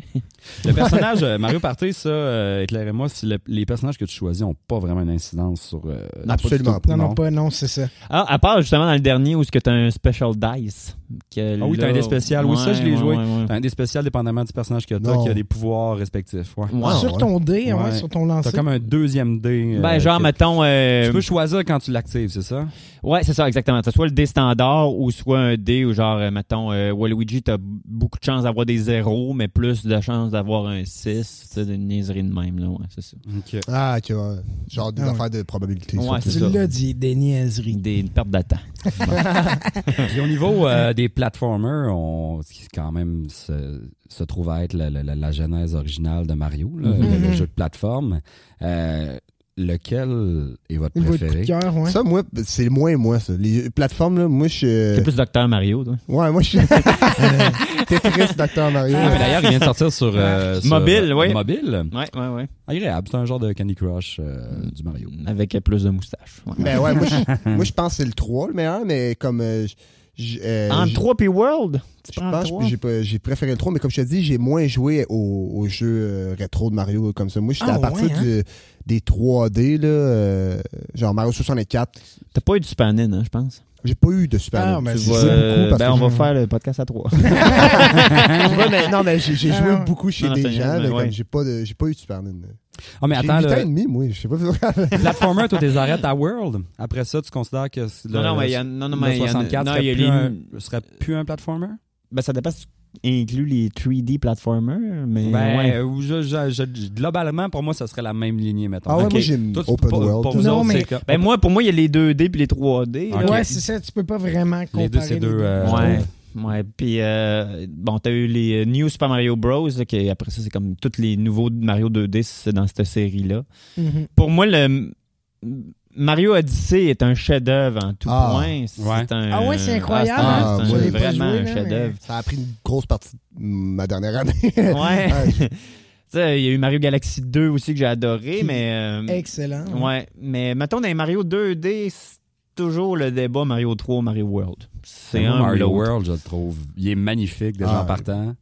[SPEAKER 1] Le personnage euh, Mario Party, ça, euh, éclairez-moi si le- les personnages que tu choisis n'ont pas vraiment une incidence sur. euh,
[SPEAKER 4] Absolument
[SPEAKER 1] du tout.
[SPEAKER 2] Non, non, pas, non, c'est ça.
[SPEAKER 3] Ah, à part justement dans le dernier où est-ce que t'as un special dice. que
[SPEAKER 1] Ah oui, t'as
[SPEAKER 3] là-
[SPEAKER 1] un des spéciales. Oui, ça, je l'ai
[SPEAKER 3] Ouais,
[SPEAKER 1] joué.
[SPEAKER 3] ouais, ouais.
[SPEAKER 1] T'as un des spéciales dépendamment du personnage que t'as
[SPEAKER 4] Non.
[SPEAKER 1] qui a des pouvoirs respectifs. Ouais.
[SPEAKER 3] Ouais.
[SPEAKER 2] sur
[SPEAKER 4] ouais.
[SPEAKER 2] ton dé, ouais,
[SPEAKER 1] Ouais.
[SPEAKER 2] sur ton
[SPEAKER 1] T'as
[SPEAKER 2] lancer.
[SPEAKER 1] comme un deuxième dé. euh,
[SPEAKER 3] Ben, genre,
[SPEAKER 1] que-
[SPEAKER 3] mettons. euh,
[SPEAKER 1] Tu peux choisir quand tu l'actives, c'est ça?
[SPEAKER 3] Ouais, c'est ça, exactement. T'as soit le dé standard ou soit un dé ou genre, euh, mettons, euh, Waluigi, t'as beaucoup de chances d'avoir des zéros, mais plus de chances d'avoir un 6. C'est une niaiserie de même, là. Ouais, c'est ça.
[SPEAKER 1] OK.
[SPEAKER 4] ah, ok, ouais. Genre des
[SPEAKER 2] Ah ouais.
[SPEAKER 4] affaires de probabilité.
[SPEAKER 3] Ouais,
[SPEAKER 4] surtout.
[SPEAKER 2] Tu
[SPEAKER 3] c'est ça.
[SPEAKER 2] l'as dit, des niaiseries.
[SPEAKER 3] Des une perte de temps.
[SPEAKER 1] Puis au niveau euh, des platformers, on, ce qui quand même se, se trouve à être la, la- la- la genèse originale de Mario, là,
[SPEAKER 3] Mhm.
[SPEAKER 1] le, le
[SPEAKER 2] Mhm.
[SPEAKER 1] jeu de plateforme, euh, lequel est votre
[SPEAKER 2] Il vaut le coup de
[SPEAKER 1] préféré?
[SPEAKER 2] cœur, ouais.
[SPEAKER 4] Ça, moi, c'est moins moi, ça. Les plateformes, là, moi, je
[SPEAKER 3] T'es
[SPEAKER 4] suis.
[SPEAKER 3] plus Docteur Mario, toi.
[SPEAKER 4] Ouais, moi, je suis. Tetris, Docteur Mario.
[SPEAKER 1] Ah, mais D'ailleurs, il vient de sortir sur, euh, sur-
[SPEAKER 3] Mobile, oui.
[SPEAKER 1] Mobile.
[SPEAKER 3] Ouais, ouais, ouais.
[SPEAKER 1] Agréable, c'est un genre de Candy Crush euh, du Mario.
[SPEAKER 3] Avec euh, plus de moustache. Ouais.
[SPEAKER 4] Mais Ben ouais, moi, je, moi, je pense que c'est le 3 le meilleur, mais comme. euh, je- je- euh,
[SPEAKER 3] Entre
[SPEAKER 4] je-
[SPEAKER 3] 3 puis World, tu
[SPEAKER 4] Je
[SPEAKER 3] prends
[SPEAKER 4] pense
[SPEAKER 3] trois?
[SPEAKER 4] que j'ai pas- j'ai préféré le 3, mais comme je te dis, j'ai moins joué au, au jeu euh, rétro de Mario comme ça. Moi, j'étais
[SPEAKER 2] Ah,
[SPEAKER 4] à partir
[SPEAKER 2] ouais, hein?
[SPEAKER 4] du- des 3D, là, euh, genre Mario 64.
[SPEAKER 3] T'as pas eu du Super NES, hein, je pense.
[SPEAKER 4] J'ai pas eu de Super
[SPEAKER 2] Ah,
[SPEAKER 4] NES.
[SPEAKER 2] mais
[SPEAKER 4] J'ai
[SPEAKER 2] tu
[SPEAKER 4] joué
[SPEAKER 2] vois,
[SPEAKER 3] Euh,
[SPEAKER 4] beaucoup parce
[SPEAKER 3] ben,
[SPEAKER 4] que
[SPEAKER 3] on va
[SPEAKER 4] j'ai-
[SPEAKER 3] faire le podcast à 3.
[SPEAKER 4] Ouais, mais- non, mais j'ai j'ai
[SPEAKER 2] Ah,
[SPEAKER 4] joué
[SPEAKER 2] ouais.
[SPEAKER 4] beaucoup chez
[SPEAKER 3] Non,
[SPEAKER 4] des
[SPEAKER 3] c'est bien,
[SPEAKER 4] gens, là,
[SPEAKER 3] ouais.
[SPEAKER 4] comme j'ai pas, de- j'ai pas eu de Super NES.
[SPEAKER 1] Ah, mais
[SPEAKER 4] J'ai 8
[SPEAKER 1] attends,
[SPEAKER 4] ans et
[SPEAKER 1] le
[SPEAKER 4] demi, moi, je sais pas.
[SPEAKER 1] platformer, toi, t'es arrêtes à World. Après ça, tu considères que c'est le,
[SPEAKER 3] non, non, mais il y a. Non, non,
[SPEAKER 1] le
[SPEAKER 3] mais il y en a-
[SPEAKER 1] 64
[SPEAKER 3] non,
[SPEAKER 1] serait,
[SPEAKER 3] il y a
[SPEAKER 1] plus
[SPEAKER 3] les-
[SPEAKER 1] un, serait plus un platformer?
[SPEAKER 3] Ben, ça dépend si tu inclus les 3D platformers, mais.
[SPEAKER 1] Ben,
[SPEAKER 3] ouais.
[SPEAKER 1] euh, ou je- je- je- globalement, pour moi, ça serait la même lignée, mettons.
[SPEAKER 4] Ah ouais,
[SPEAKER 1] Ok.
[SPEAKER 4] moi, j'aime
[SPEAKER 1] Toi, tu-
[SPEAKER 4] Open
[SPEAKER 1] pour-
[SPEAKER 4] World.
[SPEAKER 1] pour vous
[SPEAKER 2] Non,
[SPEAKER 1] autres,
[SPEAKER 2] mais-
[SPEAKER 1] c'est que-
[SPEAKER 3] Ben, moi, pour moi, il y a les 2D puis les 3D. là.
[SPEAKER 1] Ok.
[SPEAKER 2] Ouais, c'est ça, tu peux pas vraiment comparer.
[SPEAKER 1] les deux, c'est deux. euh,
[SPEAKER 3] Ouais. Ouais, puis euh, bon, t'as eu les euh, New Super Mario Bros. là, qui, après ça, c'est comme tous les nouveaux de Mario 2D c'est dans cette série-là.
[SPEAKER 2] Mhm.
[SPEAKER 3] Pour moi, le Mario Odyssey est un chef-d'œuvre en tout
[SPEAKER 4] Ah,
[SPEAKER 3] point.
[SPEAKER 1] ouais.
[SPEAKER 3] C'est un-
[SPEAKER 2] Ah ouais, c'est incroyable,
[SPEAKER 3] Ah,
[SPEAKER 4] hein?
[SPEAKER 3] c'est
[SPEAKER 4] Je
[SPEAKER 3] un-
[SPEAKER 4] l'ai pas
[SPEAKER 3] vraiment
[SPEAKER 2] joué,
[SPEAKER 3] un
[SPEAKER 2] là,
[SPEAKER 3] chef-d'œuvre.
[SPEAKER 4] Ça a pris une grosse partie de ma dernière année.
[SPEAKER 3] Ouais.
[SPEAKER 4] Ah,
[SPEAKER 3] Tu sais, il y a eu Mario Galaxy 2 aussi que j'ai adoré,
[SPEAKER 2] Qui-
[SPEAKER 3] mais. euh,
[SPEAKER 2] Excellent.
[SPEAKER 3] Ouais, mais mettons dans les Mario 2D, c'est toujours le débat Mario 3 Mario World. C'est
[SPEAKER 1] Moi,
[SPEAKER 3] un ou
[SPEAKER 1] Mario
[SPEAKER 3] l'autre.
[SPEAKER 1] World, je le trouve. Il est magnifique déjà
[SPEAKER 4] Ah,
[SPEAKER 1] en partant.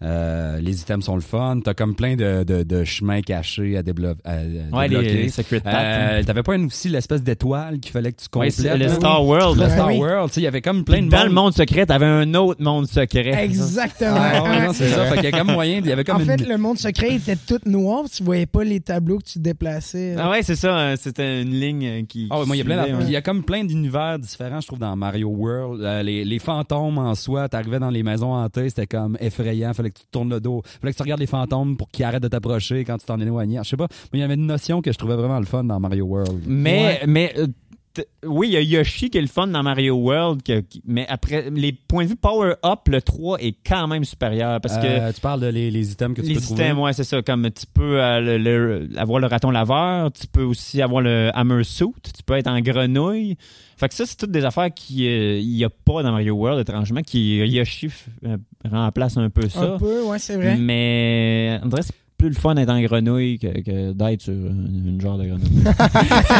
[SPEAKER 1] Euh, les items sont le fun. T'as comme plein de, de, de chemins cachés à, déblo- à- à
[SPEAKER 3] Ouais, les,
[SPEAKER 1] débloquer.
[SPEAKER 3] les Secret Path.
[SPEAKER 1] Euh, T'avais pas une aussi l'espèce d'étoile qu'il fallait que tu
[SPEAKER 3] Ouais,
[SPEAKER 1] complètes?
[SPEAKER 3] c'est le
[SPEAKER 1] là?
[SPEAKER 3] Star World.
[SPEAKER 1] Le
[SPEAKER 3] là.
[SPEAKER 1] Star
[SPEAKER 2] Ouais, oui.
[SPEAKER 1] World, tu sais, il y avait comme plein
[SPEAKER 3] Puis
[SPEAKER 1] de
[SPEAKER 3] dans
[SPEAKER 1] monde.
[SPEAKER 3] le monde secret, t'avais un autre monde secret.
[SPEAKER 2] Exactement.
[SPEAKER 1] Ah, ouais,
[SPEAKER 2] Hein?
[SPEAKER 1] non, c'est ça. Fait qu'il y a comme moyen, il y avait comme
[SPEAKER 2] en fait,
[SPEAKER 1] une-
[SPEAKER 2] le monde secret était tout noir. Tu voyais pas les tableaux que tu déplaçais.
[SPEAKER 3] Ah ouais, c'est ça. euh, C'était une ligne euh, qui.
[SPEAKER 1] Ah ouais, moi, il y a plein
[SPEAKER 3] qui
[SPEAKER 1] d'aff-
[SPEAKER 3] suivait,
[SPEAKER 1] puis Il y a comme plein d'univers différents, je trouve, dans Mario World. Euh, les, les fantômes en soi, t'arrivais dans les maisons hantées, c'était comme effrayant. Fallait que tu te tournes le dos. Fallait que tu regardes les fantômes pour qu'ils arrêtent de t'approcher quand tu t'en éloignes. Je sais pas, mais il y avait une notion que je trouvais vraiment le fun dans Mario World.
[SPEAKER 3] hein. Mais, mais euh, t- oui, il y a Yoshi qui est le fun dans Mario World, que- qui- mais après, les points de vue power-up, le 3 est quand même supérieur parce que.
[SPEAKER 1] Euh, tu parles de les, les items que tu peux
[SPEAKER 3] les
[SPEAKER 1] trouver.
[SPEAKER 3] items, ouais, c'est ça. Comme tu peux euh, le- le- avoir le raton laveur, tu peux aussi avoir le hammer suit, tu peux être en grenouille. Fait que ça, c'est toutes des affaires qui euh, il y a pas dans Mario World, étrangement, qui Yoshi f- euh, remplace un peu
[SPEAKER 2] un
[SPEAKER 3] ça.
[SPEAKER 2] peu, ouais, c'est vrai.
[SPEAKER 3] Mais on dirait que c'est plus le fun d'être en grenouille que, que d'être sur une, une genre de grenouille.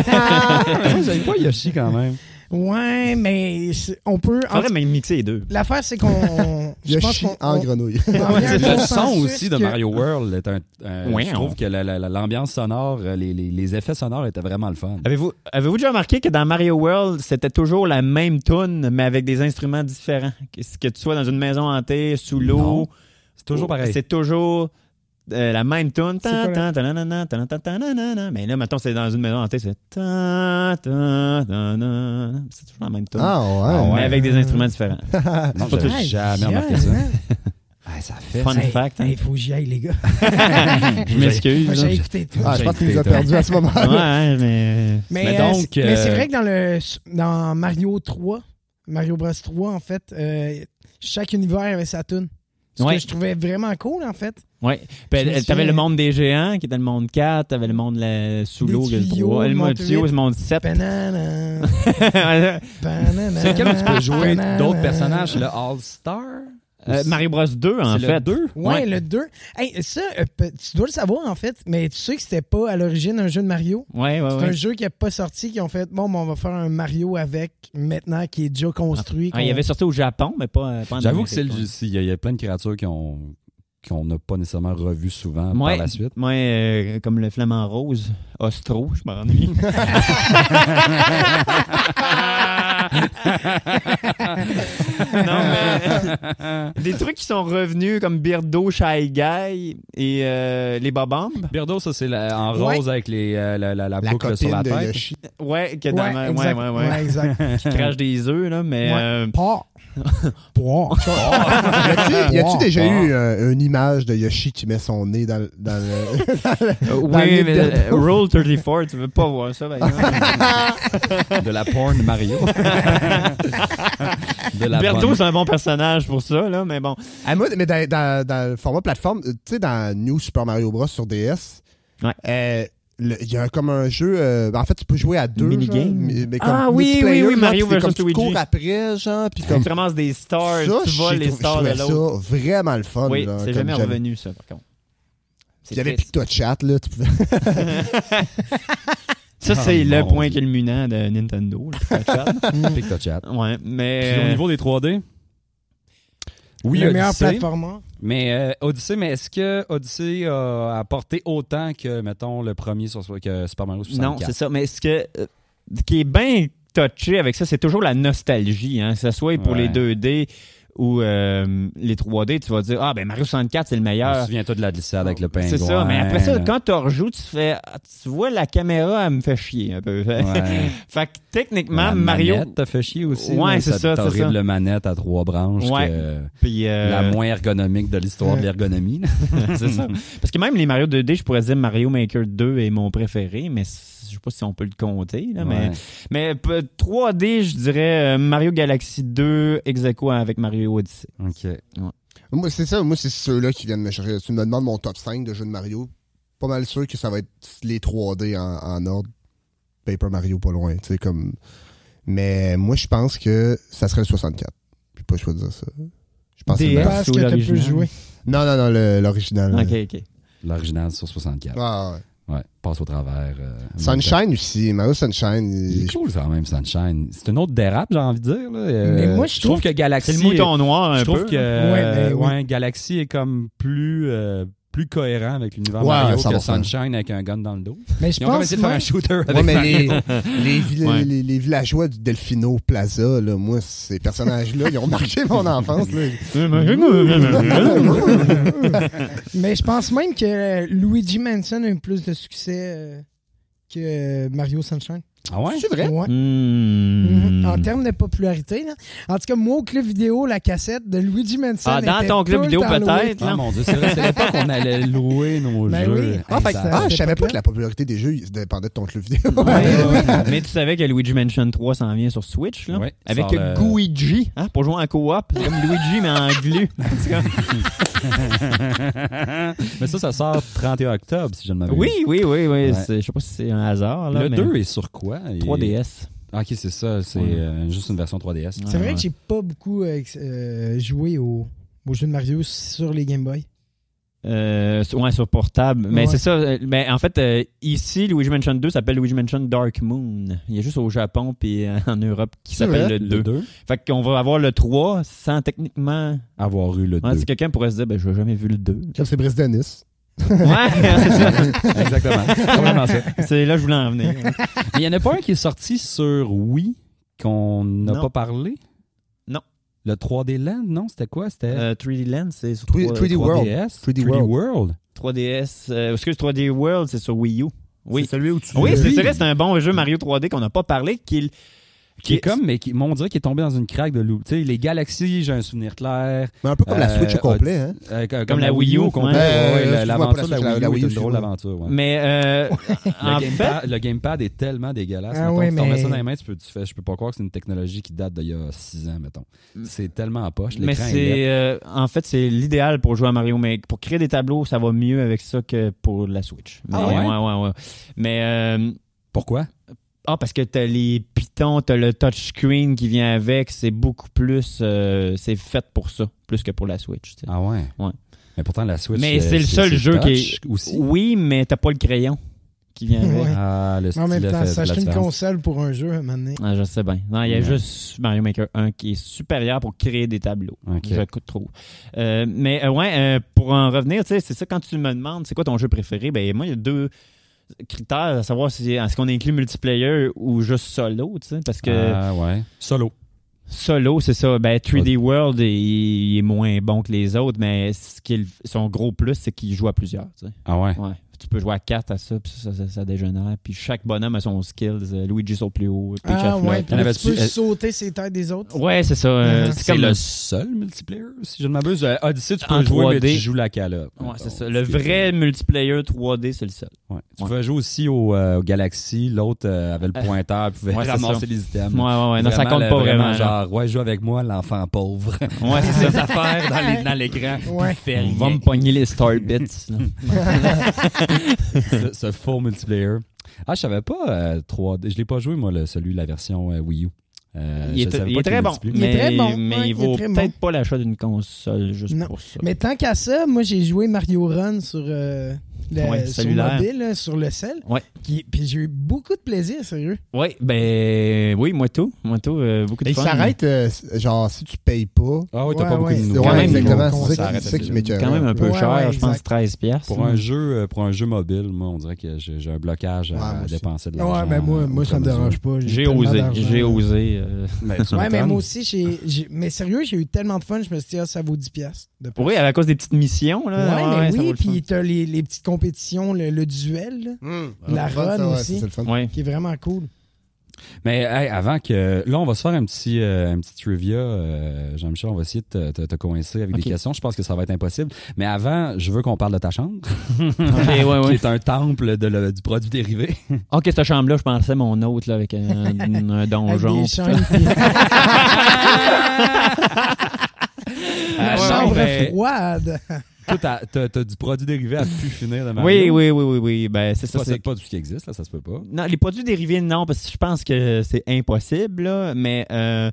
[SPEAKER 1] Ouais, J'avais pas Yoshi quand même.
[SPEAKER 2] Ouais, mais c'est- on peut. en-
[SPEAKER 3] Faudrait même mixer les deux.
[SPEAKER 2] L'affaire, c'est qu'on. je pense
[SPEAKER 4] Yoshi
[SPEAKER 2] qu'on.
[SPEAKER 4] en
[SPEAKER 2] on-
[SPEAKER 4] grenouille. Ah
[SPEAKER 2] on vient à un
[SPEAKER 1] Le
[SPEAKER 2] consensus
[SPEAKER 1] son aussi de
[SPEAKER 2] que-
[SPEAKER 1] Mario World est un. euh,
[SPEAKER 3] Ouais,
[SPEAKER 1] je
[SPEAKER 3] on-
[SPEAKER 1] trouve que la- la- la- l'ambiance sonore, euh, les, les- les effets sonores étaient vraiment le fun.
[SPEAKER 3] Avez-vous avez déjà remarqué que dans Mario World, c'était toujours la même tune, mais avec des instruments différents? Que, que tu sois dans une maison hantée, sous l'eau.
[SPEAKER 1] Non, C'est toujours pareil.
[SPEAKER 3] Oh, C'est toujours euh, la même tune.
[SPEAKER 2] C'est quoi la-
[SPEAKER 3] Tan, tan, tananana, tan, tan, tananana. Mais là, maintenant, c'est dans une maison hantée, c'est. tan, tan, tananana. C'est toujours la même tune.
[SPEAKER 4] Ah ouais.
[SPEAKER 1] Ah
[SPEAKER 3] Mais
[SPEAKER 1] ouais.
[SPEAKER 3] avec des instruments différents.
[SPEAKER 1] Non,
[SPEAKER 3] pas
[SPEAKER 1] j'avais
[SPEAKER 2] Ah,
[SPEAKER 1] jamais remarqué
[SPEAKER 2] yeah,
[SPEAKER 1] ça.
[SPEAKER 2] hein.
[SPEAKER 1] Ah, ça fait.
[SPEAKER 3] Fun
[SPEAKER 2] Hey,
[SPEAKER 3] fact. hein.
[SPEAKER 2] hey, faut que j'y aille, les gars.
[SPEAKER 3] Je
[SPEAKER 2] Moi,
[SPEAKER 3] m'excuse. là.
[SPEAKER 2] j'ai écouté tout.
[SPEAKER 4] Ah, je pense que tu nous as
[SPEAKER 1] J'étais-
[SPEAKER 4] perdu à ce moment.
[SPEAKER 3] Ouais, hein, mais.
[SPEAKER 2] Mais,
[SPEAKER 1] Mais
[SPEAKER 2] euh,
[SPEAKER 1] donc,
[SPEAKER 2] c'est- mais c'est
[SPEAKER 1] euh,
[SPEAKER 2] vrai que dans, le, dans Mario 3, Mario Bros 3, en fait, euh, chaque univers avait sa tune. Ce
[SPEAKER 3] Ouais.
[SPEAKER 2] que je trouvais vraiment cool, en fait.
[SPEAKER 3] Ouais.
[SPEAKER 2] Je me
[SPEAKER 3] Ben,
[SPEAKER 2] souviens-
[SPEAKER 3] t'avais le monde des géants qui était le monde 4, t'avais le monde la... sous
[SPEAKER 2] Des
[SPEAKER 3] l'eau qui est le
[SPEAKER 2] tuyaux,
[SPEAKER 3] 3,
[SPEAKER 2] le
[SPEAKER 3] le
[SPEAKER 2] monde
[SPEAKER 3] monde tuyau,
[SPEAKER 2] huit. Ben,
[SPEAKER 3] le monde 7.
[SPEAKER 2] Banana, banana.
[SPEAKER 1] Sur lequel tu peux jouer
[SPEAKER 2] banana.
[SPEAKER 1] d'autres personnages, le All-Star
[SPEAKER 3] Euh, Mario Bros 2 en
[SPEAKER 1] C'est le
[SPEAKER 3] fait.
[SPEAKER 1] deux?
[SPEAKER 2] Ouais, le 2. Hey, ça, euh, pe- tu dois le savoir, en fait, mais tu sais que c'était pas à l'origine un jeu de Mario.
[SPEAKER 3] Ouais, ouais,
[SPEAKER 2] C'est un
[SPEAKER 3] ouais.
[SPEAKER 2] jeu qui n'est pas sorti, qui ont fait bon, ben, on va faire un Mario avec maintenant qui est déjà construit.
[SPEAKER 3] Ah, il y
[SPEAKER 2] qu'on-
[SPEAKER 3] avait sorti au Japon, mais pas, euh, pas en
[SPEAKER 1] J'avoue
[SPEAKER 3] Amérique,
[SPEAKER 1] que c'est le-
[SPEAKER 3] ouais.
[SPEAKER 1] il y, a- il y a plein de créatures qui ont qu'on n'a pas nécessairement revu souvent
[SPEAKER 3] Ouais,
[SPEAKER 1] par la suite.
[SPEAKER 3] ouais, euh, comme le flamant rose, Ostro, je m'ennuie. non, mais des trucs qui sont revenus comme Birdo, Shy Guy et euh, les Bobombes.
[SPEAKER 1] Birdo, ça, c'est la- en
[SPEAKER 2] Ouais.
[SPEAKER 1] rose avec les, euh, la, la, la
[SPEAKER 4] La
[SPEAKER 1] boucle sur
[SPEAKER 4] copine
[SPEAKER 1] la
[SPEAKER 4] de
[SPEAKER 1] tête.
[SPEAKER 4] Yoshi.
[SPEAKER 3] Ouais, que dans
[SPEAKER 2] Ouais,
[SPEAKER 3] ma-
[SPEAKER 2] exact.
[SPEAKER 3] ouais, ouais, ouais.
[SPEAKER 2] Ouais, exact.
[SPEAKER 3] Qui crache des œufs, là, mais.
[SPEAKER 2] Ouais.
[SPEAKER 3] euh,
[SPEAKER 2] Pas.
[SPEAKER 1] Oh,
[SPEAKER 4] Y a-tu- Y a-tu
[SPEAKER 2] Wow.
[SPEAKER 4] déjà
[SPEAKER 1] Wow.
[SPEAKER 4] eu euh, une image de Yoshi qui met son nez dans, le- dans le. Dans
[SPEAKER 3] oui,
[SPEAKER 4] le
[SPEAKER 3] mais
[SPEAKER 4] Nintendo.
[SPEAKER 3] euh, Roll 34, tu veux pas voir ça, ben, par exemple.
[SPEAKER 1] de la porn Mario. de la
[SPEAKER 3] Berthaud,
[SPEAKER 1] bonne-
[SPEAKER 3] c'est un bon personnage pour ça, là, mais bon.
[SPEAKER 4] Ah, moi, mais dans, dans- dans le format plateforme, euh, tu sais, dans New Super Mario Bros. sur DS,
[SPEAKER 3] Ouais.
[SPEAKER 4] euh, le- il y a comme un jeu. euh, en fait, tu peux jouer à deux.
[SPEAKER 3] minigame.
[SPEAKER 4] genre, mais- mais comme
[SPEAKER 3] Ah oui,
[SPEAKER 4] multiplayer,
[SPEAKER 3] oui, oui,
[SPEAKER 4] genre,
[SPEAKER 3] Mario
[SPEAKER 4] puis c'est comme
[SPEAKER 3] versus
[SPEAKER 4] tu
[SPEAKER 3] Luigi.
[SPEAKER 4] cours après, genre, puis comme.
[SPEAKER 3] Tu ramasses des stars,
[SPEAKER 4] ça,
[SPEAKER 3] tu voles
[SPEAKER 4] j'ai
[SPEAKER 3] les
[SPEAKER 4] trou-
[SPEAKER 3] stars de
[SPEAKER 4] je
[SPEAKER 3] l'autre.
[SPEAKER 4] trouvais ça vraiment le fun.
[SPEAKER 3] Oui,
[SPEAKER 4] genre,
[SPEAKER 3] c'est
[SPEAKER 4] comme
[SPEAKER 3] jamais
[SPEAKER 4] j'avais-
[SPEAKER 3] revenu, ça, par contre. C'est
[SPEAKER 4] Il y avait plus
[SPEAKER 3] triste.
[SPEAKER 4] de toi de chat, là. Tu pouvais...
[SPEAKER 3] Ça, c'est
[SPEAKER 1] Ah,
[SPEAKER 3] le
[SPEAKER 1] mon
[SPEAKER 3] point
[SPEAKER 1] Dieu.
[SPEAKER 3] culminant de Nintendo, le Fat Chat.
[SPEAKER 1] Pick the chat.
[SPEAKER 3] Ouais, mais.
[SPEAKER 1] Puis au niveau des 3D, Euh, oui,
[SPEAKER 2] le meilleur
[SPEAKER 1] Odyssey,
[SPEAKER 2] plateformeur.
[SPEAKER 1] Mais euh, Odyssey, mais est-ce que Odyssey a apporté autant que, mettons, le premier sur que Super Mario 64?
[SPEAKER 3] Non, c'est ça. Mais ce que euh, ce qui est bien touché avec ça, c'est toujours la nostalgie, hein, que ce soit pour
[SPEAKER 1] Ouais.
[SPEAKER 3] les 2D ou euh, les 3D, tu vas dire ah ben Mario 64 c'est le
[SPEAKER 1] Je me
[SPEAKER 3] meilleur.
[SPEAKER 1] souviens-toi de la glissade avec le pingouin.
[SPEAKER 3] C'est ça, mais après ça,
[SPEAKER 1] là.
[SPEAKER 3] quand tu rejoues, tu fais ah, tu vois la caméra elle me fait chier un peu.
[SPEAKER 1] Ouais.
[SPEAKER 3] fait que techniquement
[SPEAKER 1] La
[SPEAKER 3] Mario
[SPEAKER 1] manette t'a fait chier aussi.
[SPEAKER 3] Ouais,
[SPEAKER 1] là,
[SPEAKER 3] c'est ça,
[SPEAKER 1] cette
[SPEAKER 3] c'est
[SPEAKER 1] horrible
[SPEAKER 3] ça.
[SPEAKER 1] manette à trois branches.
[SPEAKER 3] Ouais.
[SPEAKER 1] que-
[SPEAKER 3] puis euh,
[SPEAKER 1] La moins ergonomique de l'histoire de l'ergonomie. là.
[SPEAKER 3] c'est ça. Parce que même les Mario 2D, je pourrais dire Mario Maker 2 est mon préféré, mais c- je sais pas si on peut le compter là, Ah, mais
[SPEAKER 1] Ouais.
[SPEAKER 3] Mais p- 3D, je dirais euh, Mario Galaxy 2 ex aequo hein, avec Mario Odyssey.
[SPEAKER 1] OK.
[SPEAKER 4] Moi, c'est ça, moi, c'est ceux-là qui viennent me chercher. Tu me demandes mon top 5 de jeux de Mario. Pas mal sûr que ça va être les 3D en, en ordre. Paper Mario, pas loin, tu sais, comme. Mais moi, je pense que ça serait le 64. Puis pas, je peux dire ça. Je pense que c'est le
[SPEAKER 3] DS.
[SPEAKER 4] meilleur.
[SPEAKER 2] Parce que
[SPEAKER 3] c'est
[SPEAKER 2] tu peux
[SPEAKER 3] l'original.
[SPEAKER 2] jouer.
[SPEAKER 4] Non, non, non, le- l'original.
[SPEAKER 3] Ok, ok.
[SPEAKER 1] L'original sur 64.
[SPEAKER 4] Ah, ouais.
[SPEAKER 1] Ouais, passe au travers. euh,
[SPEAKER 4] Sunshine aussi, Mario Sunshine.
[SPEAKER 1] Il
[SPEAKER 4] il-
[SPEAKER 1] est cool, ça, quand même, Sunshine. C'est une autre dérape, j'ai envie de dire. là. Euh,
[SPEAKER 2] Mais moi, je trouve
[SPEAKER 1] que Galaxy.
[SPEAKER 3] C'est le mouton noir un
[SPEAKER 1] je trouve
[SPEAKER 3] peu.
[SPEAKER 1] que euh,
[SPEAKER 2] Ouais, mais oui.
[SPEAKER 1] ouais, Galaxy est comme plus, euh, plus cohérent avec l'univers
[SPEAKER 4] Ouais,
[SPEAKER 1] Mario que
[SPEAKER 4] 100%.
[SPEAKER 1] Sunshine avec un gun dans le dos.
[SPEAKER 2] Mais je
[SPEAKER 1] Ils ont comme
[SPEAKER 2] pense
[SPEAKER 1] essayé de faire un
[SPEAKER 2] moi,
[SPEAKER 1] shooter
[SPEAKER 4] Ouais,
[SPEAKER 1] avec
[SPEAKER 4] mais les,
[SPEAKER 1] Mario.
[SPEAKER 4] les vill-
[SPEAKER 3] Ouais.
[SPEAKER 4] les- les villageois du Delfino Plaza, là, moi, ces personnages-là, ils ont marqué mon enfance. là.
[SPEAKER 2] mais je pense même que euh, Luigi Manson a eu plus de succès euh, que euh, Mario Sunshine.
[SPEAKER 1] Ah ouais?
[SPEAKER 4] C'est vrai?
[SPEAKER 2] Ouais. Mhm.
[SPEAKER 3] Mmh.
[SPEAKER 2] En termes de popularité, là. en tout cas, moi, au club vidéo, la cassette de Luigi Manson.
[SPEAKER 3] Ah, dans
[SPEAKER 2] était
[SPEAKER 3] ton club
[SPEAKER 2] tout le
[SPEAKER 3] vidéo,
[SPEAKER 2] temps louée.
[SPEAKER 3] peut-être.
[SPEAKER 1] Ah mon dieu, c'est vrai, c'est l'époque qu'on allait louer nos
[SPEAKER 2] Ben
[SPEAKER 1] jeux.
[SPEAKER 2] oui.
[SPEAKER 1] Hey, ça-
[SPEAKER 2] fait que ça-
[SPEAKER 4] Ah, je savais
[SPEAKER 2] C'était pas
[SPEAKER 4] pas que la popularité des jeux il dépendait de ton club vidéo.
[SPEAKER 3] Ouais, ouais. Mais tu savais que Luigi Mansion 3 s'en vient sur Switch, là?
[SPEAKER 1] Ouais,
[SPEAKER 3] avec
[SPEAKER 1] sort le-
[SPEAKER 3] Guigi, hein, pour jouer en coop. C'est comme Luigi, mais en glu.
[SPEAKER 1] mais ça, ça sort 31 octobre, si je ne m'abuse.
[SPEAKER 3] oui, oui, oui, oui.
[SPEAKER 1] Ah Ouais.
[SPEAKER 3] c'est- Je sais pas si c'est un hasard, là.
[SPEAKER 1] Le
[SPEAKER 3] mais
[SPEAKER 1] 2 est sur quoi? Il-
[SPEAKER 3] 3DS.
[SPEAKER 1] Ah, ok, c'est ça, c'est
[SPEAKER 3] Ouais.
[SPEAKER 1] euh, juste une version 3DS.
[SPEAKER 2] C'est vrai
[SPEAKER 3] Ouais.
[SPEAKER 2] que j'ai pas beaucoup euh, ex- euh, joué au, au jeu de Mario sur les Game Boy.
[SPEAKER 3] Euh, sur- ouais, sur portable. Mais
[SPEAKER 2] Ouais.
[SPEAKER 3] c'est ça. euh, Mais en fait, euh, ici, Luigi Mansion 2 s'appelle Luigi Mansion Dark Moon. Il y a juste au Japon puis euh, en Europe qui
[SPEAKER 4] C'est
[SPEAKER 3] s'appelle le
[SPEAKER 4] vrai?
[SPEAKER 3] 2.
[SPEAKER 1] Le 2.
[SPEAKER 3] Fait qu'on va avoir le 3 sans techniquement.
[SPEAKER 1] Avoir eu le 2.
[SPEAKER 3] Ouais, si quelqu'un pourrait se dire, ben, j'ai jamais vu le 2.
[SPEAKER 4] Comme c'est Brice Dennis.
[SPEAKER 3] ouais, c'est ça.
[SPEAKER 1] Exactement. C'est vraiment ça.
[SPEAKER 3] C'est là que je voulais en venir.
[SPEAKER 1] Mais il n'y en a pas un qui est sorti sur Wii qu'on n'a
[SPEAKER 3] Non.
[SPEAKER 1] pas parlé?
[SPEAKER 3] Non.
[SPEAKER 1] Le 3D Land, non? C'était quoi? C'était
[SPEAKER 3] Euh, 3D Land, c'est sur
[SPEAKER 4] 3D
[SPEAKER 3] 3,
[SPEAKER 4] World.
[SPEAKER 1] 3DS?
[SPEAKER 4] 3D
[SPEAKER 1] 3D,
[SPEAKER 4] World.
[SPEAKER 1] World.
[SPEAKER 3] ds Euh, excuse, 3D World, c'est sur Wii U. Oui.
[SPEAKER 4] C'est celui où tu.
[SPEAKER 3] Oui, c'est
[SPEAKER 1] Oui.
[SPEAKER 3] vrai, c'est un bon jeu Mario 3D qu'on n'a pas parlé. Qui, est-
[SPEAKER 1] Qui est comme, mais qui, mon, on dirait qu'il est tombé dans une craque de loup. Tu sais, les galaxies, j'ai un souvenir clair.
[SPEAKER 4] Mais un peu comme la
[SPEAKER 1] Euh,
[SPEAKER 4] Switch au
[SPEAKER 1] euh,
[SPEAKER 3] ah,
[SPEAKER 4] complet. Hein?
[SPEAKER 1] Euh, comme,
[SPEAKER 3] la Wii U,
[SPEAKER 1] au complet.
[SPEAKER 3] ouais.
[SPEAKER 1] Ouais, ouais,
[SPEAKER 4] Euh, excuse-moi,
[SPEAKER 1] l'aventure de
[SPEAKER 4] pour la-
[SPEAKER 1] la,
[SPEAKER 4] la
[SPEAKER 1] Wii
[SPEAKER 4] Wii U,
[SPEAKER 1] U, c'est une drôle
[SPEAKER 4] excuse-moi.
[SPEAKER 1] aventure. ouais.
[SPEAKER 3] Mais euh, en
[SPEAKER 1] Le,
[SPEAKER 3] fait,
[SPEAKER 1] gamepad, le gamepad est tellement dégueulasse.
[SPEAKER 2] Ah
[SPEAKER 1] mettons,
[SPEAKER 2] ouais,
[SPEAKER 1] si t'en mets
[SPEAKER 2] mais-
[SPEAKER 1] ça dans les mains, tu peux, tu fais, je peux pas croire que c'est une technologie qui date d'il y a 6 ans, mettons. C'est tellement en poche.
[SPEAKER 3] mais
[SPEAKER 1] l'écran est laid.
[SPEAKER 3] c'est euh, en fait c'est l'idéal pour jouer à Mario Maker. Pour créer des tableaux, ça va mieux avec ça que pour la Switch. Mais,
[SPEAKER 1] Ah ouais?
[SPEAKER 3] ouais, ouais. Mais euh,
[SPEAKER 1] Pourquoi?
[SPEAKER 3] Ah, parce que t'as les pitons, t'as le touchscreen qui vient avec, c'est beaucoup plus. euh, c'est fait pour ça, plus que pour la Switch. tu sais.
[SPEAKER 1] Ah ouais?
[SPEAKER 3] Ouais.
[SPEAKER 1] Mais pourtant, la Switch.
[SPEAKER 3] Mais
[SPEAKER 1] euh,
[SPEAKER 3] c'est le seul jeu
[SPEAKER 1] touch
[SPEAKER 3] qui est-
[SPEAKER 1] Aussi.
[SPEAKER 3] Oui, mais t'as pas le crayon qui vient avec.
[SPEAKER 2] Ouais.
[SPEAKER 1] Ah, le
[SPEAKER 2] Mais en même
[SPEAKER 1] stylet
[SPEAKER 2] temps,
[SPEAKER 1] fait de la
[SPEAKER 2] s'acheter une
[SPEAKER 1] différence.
[SPEAKER 2] console pour un jeu, à un moment donné.
[SPEAKER 3] Ah, je sais bien. Non, il y a
[SPEAKER 1] Ouais.
[SPEAKER 3] juste Mario Maker 1 qui est supérieur pour créer des tableaux.
[SPEAKER 1] Ok.
[SPEAKER 3] Je coûte trop. Euh, mais euh, ouais, euh, pour en revenir, tu sais, c'est ça quand tu me demandes c'est quoi ton jeu préféré, ben moi il y a deux critères à savoir si est-ce qu'on inclut multiplayer ou juste solo, tu sais, parce que
[SPEAKER 1] Ah ouais. Solo.
[SPEAKER 3] Solo, c'est ça. Ben, 3D World, il, il est moins bon que les autres, mais ce qu'il, son gros plus, c'est qu'il joue à plusieurs. Tu, sais.
[SPEAKER 1] Ah ouais.
[SPEAKER 3] ouais. tu peux jouer à 4 à ça, puis ça, ça, ça dégénère. Puis chaque bonhomme a son skills. Euh, Luigi sur le plus haut, Peach à
[SPEAKER 2] Ah
[SPEAKER 3] flotte.
[SPEAKER 2] ouais, puis là, tu
[SPEAKER 1] Avais-tu-
[SPEAKER 2] peux
[SPEAKER 1] euh,
[SPEAKER 2] sauter ses têtes des autres.
[SPEAKER 3] Ouais, c'est ça. euh,
[SPEAKER 2] Mhm.
[SPEAKER 3] c'est
[SPEAKER 1] C'est
[SPEAKER 3] comme
[SPEAKER 1] le
[SPEAKER 3] le...
[SPEAKER 1] seul multiplayer, si je ne m'abuse. Euh, Odyssey, tu peux
[SPEAKER 3] En
[SPEAKER 1] jouer, mais
[SPEAKER 3] 3D.
[SPEAKER 1] tu joues la calotte.
[SPEAKER 3] Ouais, c'est
[SPEAKER 1] Mettons.
[SPEAKER 3] ça. Le
[SPEAKER 1] Ce qui
[SPEAKER 3] vrai
[SPEAKER 1] est-
[SPEAKER 3] multiplayer 3D, c'est le seul.
[SPEAKER 1] Ouais. Tu
[SPEAKER 3] Ouais.
[SPEAKER 1] pouvais jouer aussi au, euh, au Galaxy. L'autre euh, avait le
[SPEAKER 3] Euh,
[SPEAKER 1] pointeur, pouvait
[SPEAKER 3] ouais, c'est
[SPEAKER 1] ramasser
[SPEAKER 3] ça.
[SPEAKER 1] les
[SPEAKER 3] Ouais,
[SPEAKER 1] items.
[SPEAKER 3] ouais, ouais. Non, ça
[SPEAKER 1] Vraiment,
[SPEAKER 3] compte
[SPEAKER 1] le-
[SPEAKER 3] pas vraiment. là.
[SPEAKER 1] genre, ouais, joue avec moi, l'enfant pauvre.
[SPEAKER 3] Ouais, c'est ça.
[SPEAKER 1] Des affaires dans les- dans l'écran.
[SPEAKER 2] Ouais.
[SPEAKER 1] Fait
[SPEAKER 3] On
[SPEAKER 1] rien.
[SPEAKER 3] va me pogner les Star Bits. là.
[SPEAKER 1] ce, ce faux multiplayer. Ah, je savais pas euh, 3D. Je l'ai pas joué, moi, le- celui, la version euh, Wii U. Euh,
[SPEAKER 3] il
[SPEAKER 1] je
[SPEAKER 3] est,
[SPEAKER 1] savais
[SPEAKER 3] il
[SPEAKER 1] pas
[SPEAKER 3] est
[SPEAKER 1] qu'il
[SPEAKER 3] très bon,
[SPEAKER 1] multiplie.
[SPEAKER 2] Il est
[SPEAKER 3] mais,
[SPEAKER 2] très bon,
[SPEAKER 3] mais
[SPEAKER 2] ouais, il est
[SPEAKER 3] il vaut
[SPEAKER 2] très bon.
[SPEAKER 3] peut-être pas l'achat d'une console juste
[SPEAKER 2] Non.
[SPEAKER 3] pour ça.
[SPEAKER 2] Mais tant qu'à ça, moi j'ai joué Mario Run sur euh, le
[SPEAKER 3] Ouais,
[SPEAKER 2] sur
[SPEAKER 3] cellulaire.
[SPEAKER 2] mobile, là, sur le sel.
[SPEAKER 3] Ouais.
[SPEAKER 2] Qui- Puis j'ai eu beaucoup de plaisir, sérieux.
[SPEAKER 3] Oui, ben oui, moi tout. Moi tout, euh, beaucoup de
[SPEAKER 4] Et il
[SPEAKER 3] fun.
[SPEAKER 4] s'arrête, euh, genre, si tu payes pas.
[SPEAKER 1] Ah oui, t'as
[SPEAKER 2] Ouais,
[SPEAKER 1] pas beaucoup
[SPEAKER 2] ouais,
[SPEAKER 1] de
[SPEAKER 2] c'est
[SPEAKER 1] nouvelles.
[SPEAKER 3] quand même
[SPEAKER 1] On
[SPEAKER 4] exactement. C'est ça qui-
[SPEAKER 1] s'arrête
[SPEAKER 4] c'est ça qui
[SPEAKER 1] là-dessus.
[SPEAKER 4] m'écœure.
[SPEAKER 3] quand même un peu
[SPEAKER 2] Ouais,
[SPEAKER 3] cher,
[SPEAKER 2] euh, ouais,
[SPEAKER 3] je pense
[SPEAKER 2] exact.
[SPEAKER 3] 13 pièces.
[SPEAKER 1] Pour un jeu, euh, pour un jeu mobile, moi, on dirait que j'ai j'ai un blocage
[SPEAKER 4] Ouais, moi
[SPEAKER 1] à
[SPEAKER 4] aussi.
[SPEAKER 1] dépenser de l'argent. euh,
[SPEAKER 2] Ouais, mais moi, moi ça me dérange pas.
[SPEAKER 3] J'ai
[SPEAKER 2] tellement
[SPEAKER 3] osé,
[SPEAKER 2] d'argent.
[SPEAKER 3] j'ai osé. euh.
[SPEAKER 1] Mais tu
[SPEAKER 2] Ouais, mais
[SPEAKER 1] m'étonnes.
[SPEAKER 2] moi aussi, j'ai, j'ai- mais sérieux, j'ai eu tellement de fun, je me suis dit, ah, ça vaut 10$ piastres de plus.
[SPEAKER 3] Oui, à cause des petites missions
[SPEAKER 2] Ouais,
[SPEAKER 3] là. Ah,
[SPEAKER 2] mais
[SPEAKER 3] ça vaut
[SPEAKER 2] oui,
[SPEAKER 3] le
[SPEAKER 2] puis t'as les, les petites compétitions, le, le duel, là, La
[SPEAKER 4] Ouais, ça,
[SPEAKER 2] run
[SPEAKER 4] ouais,
[SPEAKER 2] aussi.
[SPEAKER 4] C'est le fun.
[SPEAKER 3] fun. Ouais.
[SPEAKER 2] qui est vraiment cool.
[SPEAKER 1] Mais hey, avant que. Là, on va se faire un petit, euh, un petit trivia, euh, Jean-Michel. On va essayer de te, te- te coincer avec
[SPEAKER 3] Ok.
[SPEAKER 1] des questions. Je pense que ça va être impossible. Mais avant, je veux qu'on parle de ta chambre,
[SPEAKER 3] Ok, ouais,
[SPEAKER 2] Ah
[SPEAKER 1] qui
[SPEAKER 3] ouais.
[SPEAKER 1] est un temple de le- du produit dérivé.
[SPEAKER 3] Ok, cette chambre là, je pensais mon autre là avec un, un
[SPEAKER 2] Avec
[SPEAKER 3] donjon.
[SPEAKER 2] des chaînes, puis la
[SPEAKER 1] ouais,
[SPEAKER 2] chambre
[SPEAKER 1] mais-
[SPEAKER 2] froide.
[SPEAKER 1] Toi, t'as- t'as t'as du produit dérivé à plus finir de
[SPEAKER 3] Oui,
[SPEAKER 1] Mario.
[SPEAKER 3] oui, oui, oui, oui. Ben c'est ça.
[SPEAKER 1] Ça,
[SPEAKER 3] c'est-
[SPEAKER 1] c'est pas tout ce qui existe, là, ça se peut pas.
[SPEAKER 3] Non, les produits dérivés, non, parce que je pense que c'est impossible, là, mais, euh,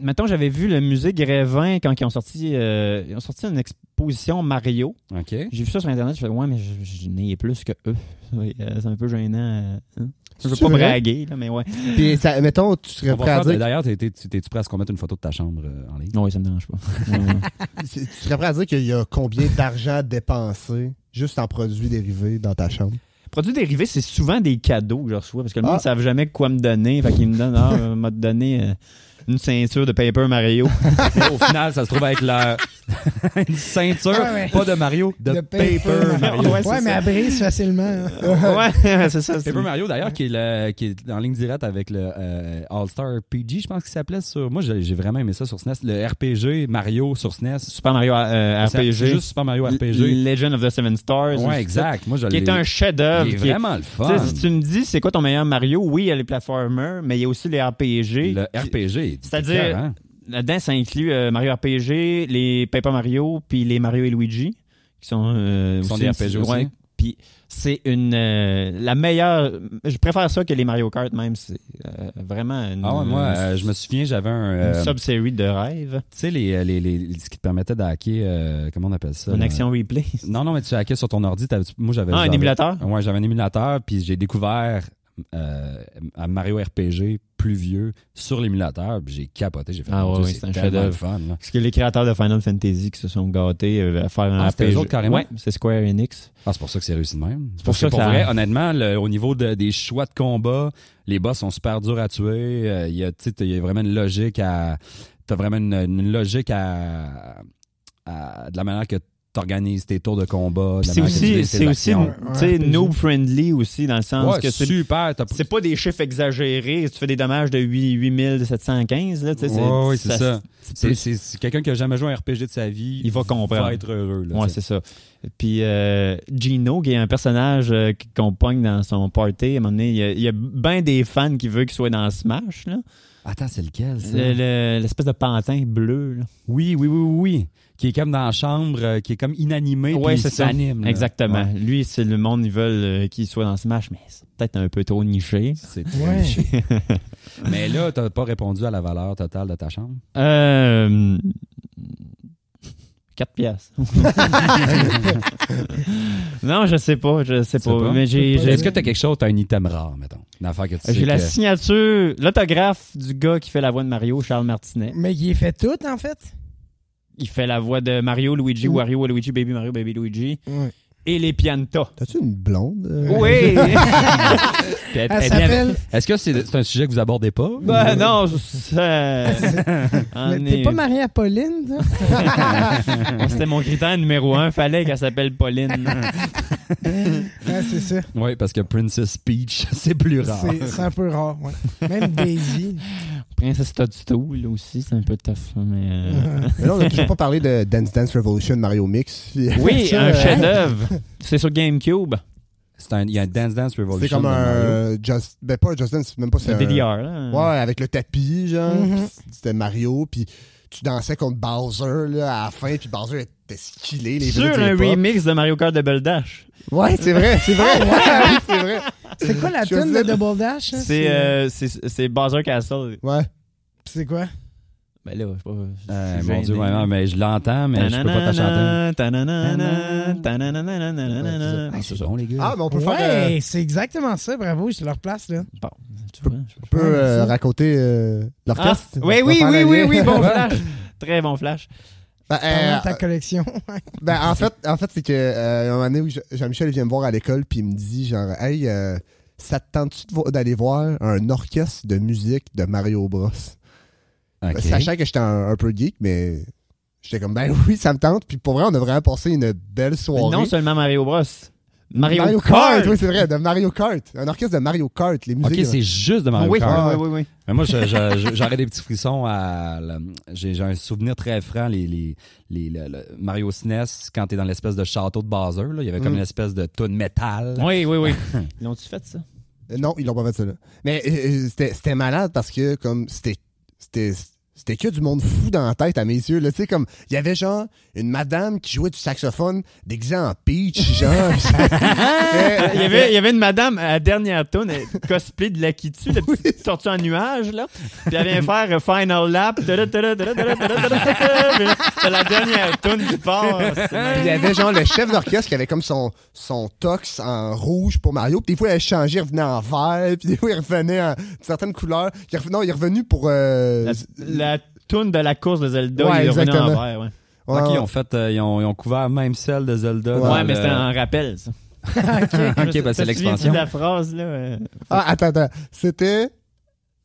[SPEAKER 3] mettons, j'avais vu le musée Grévin quand ils ont sorti, euh, ils ont sorti une exposition Mario.
[SPEAKER 1] OK.
[SPEAKER 3] J'ai vu ça sur Internet, je fais ouais, mais je, je n'ai plus que eux. Oui, euh, c'est un peu gênant. euh, hein. Je veux
[SPEAKER 4] C'est
[SPEAKER 3] pas
[SPEAKER 4] vrai?
[SPEAKER 3] braguer, là, mais ouais.
[SPEAKER 4] Puis, ça, mettons, tu serais
[SPEAKER 1] On
[SPEAKER 4] prêt
[SPEAKER 1] va
[SPEAKER 4] à
[SPEAKER 1] faire-
[SPEAKER 4] dire.
[SPEAKER 1] D'ailleurs, t'es- t'es- t'es-tu prêt à ce qu'on mette une photo de ta chambre euh, en ligne?
[SPEAKER 3] Non, oui, ça me dérange pas. Ouais, ouais.
[SPEAKER 4] C'est- Tu serais prêt à dire qu'il y a combien d'argent dépensé juste en produits dérivés dans ta chambre?
[SPEAKER 3] Produits dérivés, c'est souvent des cadeaux que je reçois parce que le monde
[SPEAKER 4] Ah.
[SPEAKER 3] ne savent jamais quoi me donner. Fait qu'ils me donnent, ah, euh, m'a donné euh, une ceinture de Paper Mario.
[SPEAKER 1] Mais au final, ça se trouve être la... une ceinture,
[SPEAKER 2] Ah ouais.
[SPEAKER 1] pas de Mario, de, Paper, Mario.
[SPEAKER 2] Ouais,
[SPEAKER 3] Ouais, c'est
[SPEAKER 2] mais
[SPEAKER 3] ça.
[SPEAKER 2] elle brise facilement. hein.
[SPEAKER 3] ouais, c'est ça. c'est-
[SPEAKER 1] Paper Mario, d'ailleurs, qui, est le- qui est en ligne directe avec le euh, All-Star PG, je pense qu'il s'appelait sur. Moi, j'ai j'ai vraiment aimé ça sur SNES. Le RPG Mario sur SNES.
[SPEAKER 3] Super Mario euh,
[SPEAKER 1] C'est
[SPEAKER 3] RPG.
[SPEAKER 1] Juste Super Mario RPG.
[SPEAKER 3] Legend of the Seven Stars. ou-
[SPEAKER 1] Ouais, exact. Moi, je
[SPEAKER 3] Qui est
[SPEAKER 1] l'ai-
[SPEAKER 3] un chef-d'œuvre.
[SPEAKER 1] il est
[SPEAKER 3] qui est-
[SPEAKER 1] vraiment le
[SPEAKER 3] Tu sais,
[SPEAKER 1] fun.
[SPEAKER 3] Si tu me dis c'est quoi ton meilleur Mario, oui, il y a les platformers, mais il y a aussi les RPG.
[SPEAKER 1] Le
[SPEAKER 3] Qui-
[SPEAKER 1] RPG.
[SPEAKER 3] C'est-à-dire-
[SPEAKER 1] clair, hein?
[SPEAKER 3] Là-dedans, ça inclut euh, Mario RPG, les Paper Mario, puis les Mario et Luigi, qui sont, euh,
[SPEAKER 1] Qui sont
[SPEAKER 3] aussi
[SPEAKER 1] des
[SPEAKER 3] une-
[SPEAKER 1] RPG aussi.
[SPEAKER 3] ouais. Puis c'est une euh, la meilleure. Je préfère ça que les Mario Kart même. C'est euh, vraiment une,
[SPEAKER 1] Ah ouais, moi, euh, je me souviens, j'avais un.
[SPEAKER 3] une
[SPEAKER 1] euh,
[SPEAKER 3] sub-série de rêve,
[SPEAKER 1] tu sais, euh, les, les, les- ce qui te permettait de hacker, euh, comment on appelle ça?
[SPEAKER 3] une
[SPEAKER 1] là?
[SPEAKER 3] action replay.
[SPEAKER 1] Non, non, mais tu hackais sur ton ordi. t'avais- Moi, j'avais.
[SPEAKER 3] Ah, un
[SPEAKER 1] j'avais-
[SPEAKER 3] émulateur.
[SPEAKER 1] Ouais, j'avais un émulateur, puis j'ai découvert euh, à Mario RPG plus vieux sur l'émulateur, puis j'ai capoté. J'ai fait
[SPEAKER 3] Ah
[SPEAKER 1] mon
[SPEAKER 3] ouais,
[SPEAKER 1] Dieu,
[SPEAKER 3] ouais, c'est un
[SPEAKER 1] tellement
[SPEAKER 3] chef-d'œuvre.
[SPEAKER 1] le fun. là.
[SPEAKER 3] Parce que les créateurs de Final Fantasy qui se sont gâtés euh, à faire un
[SPEAKER 1] Ah, c'était
[SPEAKER 3] RPG.
[SPEAKER 1] eux autres, carrément?
[SPEAKER 3] Ouais, c'est Square Enix.
[SPEAKER 1] Ah, c'est pour ça que c'est réussi de même. C'est
[SPEAKER 3] pour ça que
[SPEAKER 1] pour
[SPEAKER 3] ça-
[SPEAKER 1] vrai, honnêtement, le- au niveau de- des choix de combat, les boss sont super durs à tuer. Euh, Il y a, tu sais, il y a vraiment une logique à. T'as vraiment une, une logique à, à- De la manière que t'organises tes tours de combat. de
[SPEAKER 3] Puis
[SPEAKER 1] la
[SPEAKER 3] C'est
[SPEAKER 1] manière que tu
[SPEAKER 3] aussi,
[SPEAKER 1] utilises tes
[SPEAKER 3] c'est aussi,
[SPEAKER 1] actions.
[SPEAKER 3] tu sais,
[SPEAKER 2] RPG.
[SPEAKER 3] noob friendly aussi dans le sens
[SPEAKER 1] Ouais,
[SPEAKER 3] que c'est
[SPEAKER 1] super. t'as-
[SPEAKER 3] C'est pas des chiffres exagérés. Si tu fais des dommages de 8, 8715, là, tu sais, c'est,
[SPEAKER 1] Ouais, ouais, c'est ça.
[SPEAKER 3] tu
[SPEAKER 1] C'est-
[SPEAKER 3] peux-
[SPEAKER 1] C'est c'est quelqu'un qui a jamais joué à un RPG de sa vie.
[SPEAKER 3] Il va comprendre.
[SPEAKER 1] va être heureux. Là,
[SPEAKER 3] Ouais,
[SPEAKER 1] t'sais.
[SPEAKER 3] c'est ça. Puis euh, Gino, qui est un personnage euh, qui compagne dans son party, à un moment donné, il y a, il y a ben des fans qui veulent qu'il soit dans Smash, là.
[SPEAKER 1] Attends, c'est lequel ça?
[SPEAKER 3] Le- le- l'espèce de pantin bleu, là.
[SPEAKER 1] Oui, oui, oui, oui, oui. Qui est comme dans la chambre, euh, qui est comme inanimé. puis
[SPEAKER 3] Ouais,
[SPEAKER 1] il
[SPEAKER 3] c'est ça.
[SPEAKER 1] s'anime. là.
[SPEAKER 3] Exactement.
[SPEAKER 1] Ouais.
[SPEAKER 3] Lui, c'est le monde, ils veulent euh, qu'il soit dans Smash, mais c'est peut-être un peu trop niché.
[SPEAKER 1] C'est
[SPEAKER 2] Ouais.
[SPEAKER 1] Mais là, t'as pas répondu à la valeur totale de ta chambre.
[SPEAKER 3] Euh. 4 piastres. non, je sais pas, je sais
[SPEAKER 1] Tu sais
[SPEAKER 3] pas.
[SPEAKER 1] pas?
[SPEAKER 3] Mais
[SPEAKER 2] Tu
[SPEAKER 3] j'ai.
[SPEAKER 2] sais pas,
[SPEAKER 3] j'ai-
[SPEAKER 1] Est-ce que t'as quelque chose, t'as un item rare, mettons? Une affaire que tu sais
[SPEAKER 3] J'ai la
[SPEAKER 1] que-
[SPEAKER 3] signature, l'autographe du gars qui fait la voix de Mario, Charles Martinet.
[SPEAKER 2] Mais il est fait tout, en fait.
[SPEAKER 3] Il fait la voix de Mario, Luigi,
[SPEAKER 2] Mm.
[SPEAKER 3] Wario, Luigi, Baby Mario, Baby Luigi.
[SPEAKER 2] Ouais.
[SPEAKER 3] Et les piantas.
[SPEAKER 4] T'as-tu une blonde? euh?
[SPEAKER 3] Oui!
[SPEAKER 1] Puis
[SPEAKER 4] Ah,
[SPEAKER 1] elle- elle
[SPEAKER 2] Elle
[SPEAKER 1] vient-
[SPEAKER 2] s'appelle.
[SPEAKER 1] Est-ce que c'est c'est un sujet que vous abordez pas?
[SPEAKER 3] ben non, ça...
[SPEAKER 2] Mais
[SPEAKER 3] On
[SPEAKER 2] T'es
[SPEAKER 3] est-
[SPEAKER 2] pas marié à Pauline, toi?
[SPEAKER 3] C'était mon critère numéro un. Fallait qu'elle s'appelle Pauline.
[SPEAKER 2] Ouais, c'est ça.
[SPEAKER 1] Oui, parce que Princess Peach, c'est plus rare.
[SPEAKER 2] C'est c'est un peu rare, ouais. Même Daisy.
[SPEAKER 3] Princesse Toadstool là aussi, c'est un peu tough, mais... euh,
[SPEAKER 4] Mais là, on n'a toujours pas parlé de Dance Dance Revolution Mario Mix.
[SPEAKER 3] Oui,
[SPEAKER 4] Ça,
[SPEAKER 3] un
[SPEAKER 4] euh,
[SPEAKER 3] chef-d'œuvre. C'est sur GameCube.
[SPEAKER 1] C'est un- Il y a un Dance Dance Revolution.
[SPEAKER 4] C'est comme
[SPEAKER 1] dans Mario.
[SPEAKER 4] un. Just, ben, pas un Just Dance, même pas c'est
[SPEAKER 3] C'est
[SPEAKER 4] un.
[SPEAKER 3] DDR. là.
[SPEAKER 4] Ouais, avec le tapis, genre.
[SPEAKER 2] Mhm.
[SPEAKER 3] Mm-hmm.
[SPEAKER 4] Puis C'était Mario, puis tu dansais contre Bowser, là, à la fin, puis Bowser était skillé, les
[SPEAKER 3] Sur
[SPEAKER 4] vieux
[SPEAKER 3] un remix de Mario Kart Double Dash.
[SPEAKER 4] Ouais, c'est vrai, c'est vrai, ouais, c'est vrai.
[SPEAKER 2] C'est quoi la
[SPEAKER 4] Je
[SPEAKER 2] tune de
[SPEAKER 4] sais-
[SPEAKER 2] Double Dash? hein?
[SPEAKER 3] C'est euh, c'est- c'est Bowser Castle.
[SPEAKER 4] Ouais.
[SPEAKER 2] C'est quoi?
[SPEAKER 3] Ben là, je sais pas.
[SPEAKER 1] Euh,
[SPEAKER 3] je suis
[SPEAKER 1] mon
[SPEAKER 3] gêné.
[SPEAKER 1] Dieu, vraiment, mais je l'entends, mais je peux pas te chanter.
[SPEAKER 3] Tananana, tananana, tananana.
[SPEAKER 1] Ah, c'est bon, les gars.
[SPEAKER 4] Ah, mais on peut faire. euh,
[SPEAKER 2] Ouais, c'est exactement ça, bravo, c'est leur place, là.
[SPEAKER 3] Bon, tu vois, je-
[SPEAKER 4] on peut euh, raconter euh,
[SPEAKER 3] Ah,
[SPEAKER 4] l'orchestre.
[SPEAKER 3] oui,
[SPEAKER 4] On va
[SPEAKER 3] oui,
[SPEAKER 4] faire
[SPEAKER 3] oui,
[SPEAKER 4] le
[SPEAKER 3] oui,
[SPEAKER 4] lien.
[SPEAKER 3] oui, bon flash. Très bon flash.
[SPEAKER 4] Ben, euh,
[SPEAKER 2] Pendant ta collection. ouais.
[SPEAKER 4] Ben, en fait, en fait c'est que euh, un moment donné où je- Jean-Michel vient me voir à l'école puis il me dit genre Hey, euh, ça te tente-tu de vo- d'aller voir un orchestre de musique de Mario Bros?
[SPEAKER 1] Ok.
[SPEAKER 4] Ben, Sachant que j'étais un, un peu geek, mais j'étais comme ben oui, ça me tente. Puis pour vrai, on a vraiment passé une belle
[SPEAKER 3] Mais
[SPEAKER 4] soirée.
[SPEAKER 3] non seulement Mario Bros. Mario, Kart.
[SPEAKER 4] Kart! Oui, c'est vrai, de Mario Kart. Un orchestre de Mario Kart, les
[SPEAKER 1] Ok,
[SPEAKER 4] musiques.
[SPEAKER 1] c'est juste de Mario
[SPEAKER 4] Ah
[SPEAKER 3] Oui,
[SPEAKER 1] Kart.
[SPEAKER 3] oui, oui, oui.
[SPEAKER 1] Mais moi, je- je- je- j'aurais des petits frissons à. la- J'ai j'ai un souvenir très franc, les, les, les- le- le Mario SNES, quand t'es dans l'espèce de château de Bowser, là, il y avait comme
[SPEAKER 4] Mm.
[SPEAKER 1] une espèce de tonne métal.
[SPEAKER 3] Oui, oui, oui. Ils l'ont-tu fait, ça?
[SPEAKER 4] Euh, Non, ils l'ont pas fait ça là. Mais euh, euh, c'était c'était malade parce que comme c'était c'était C'était que du monde fou dans la tête à mes yeux. Là. Tu sais, comme, il y avait genre une madame qui jouait du saxophone déguisée en peach, genre. Ah!
[SPEAKER 3] Il y, avait, il y avait une madame à la dernière tourne, cosplay de la Kitu, la petite sortie en nuage, là. Puis elle vient faire euh, Final Lap. tada, tada, tada, tada, tada, tada, tada. C'est la dernière tourne qui passe.
[SPEAKER 4] Puis il y avait genre le chef d'orchestre qui avait comme son, son tox en rouge pour Mario. Puis des fois, il allait changer, il revenait en vert. Puis des fois, il revenait en certaines couleurs. Il reven- Non, il est revenu pour. euh,
[SPEAKER 3] La, la tourne de la course de Zelda,
[SPEAKER 4] Ouais,
[SPEAKER 3] il est revenu
[SPEAKER 4] exactement.
[SPEAKER 3] en vert, ouais.
[SPEAKER 4] ouais,
[SPEAKER 1] ok,
[SPEAKER 4] ouais.
[SPEAKER 1] ils ont, fait, euh, ils, ont, ils ont couvert même celle de Zelda.
[SPEAKER 4] Ouais,
[SPEAKER 3] Ouais,
[SPEAKER 1] dans
[SPEAKER 3] mais
[SPEAKER 1] le-
[SPEAKER 3] c'était en rappel, ça. bah,
[SPEAKER 1] Ok, ben, c'est
[SPEAKER 3] T'as
[SPEAKER 1] l'expansion.
[SPEAKER 3] suivi la phrase, là. euh,
[SPEAKER 4] Ah, attends, attends. C'était.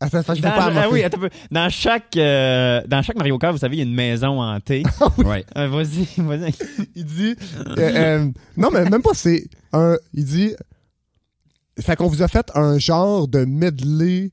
[SPEAKER 4] Attends, attends, je vais
[SPEAKER 3] Dans,
[SPEAKER 4] pas à
[SPEAKER 3] ah
[SPEAKER 4] m'en
[SPEAKER 3] oui, attends un peu. Dans chaque, euh, dans chaque Mario Kart, vous savez, il y a une maison hantée.
[SPEAKER 1] Ouais.
[SPEAKER 3] Euh, vas-y, vas-y.
[SPEAKER 4] Il dit. euh, euh, non, mais même pas, c'est un. Il dit. Fait qu'on vous a fait un genre de medley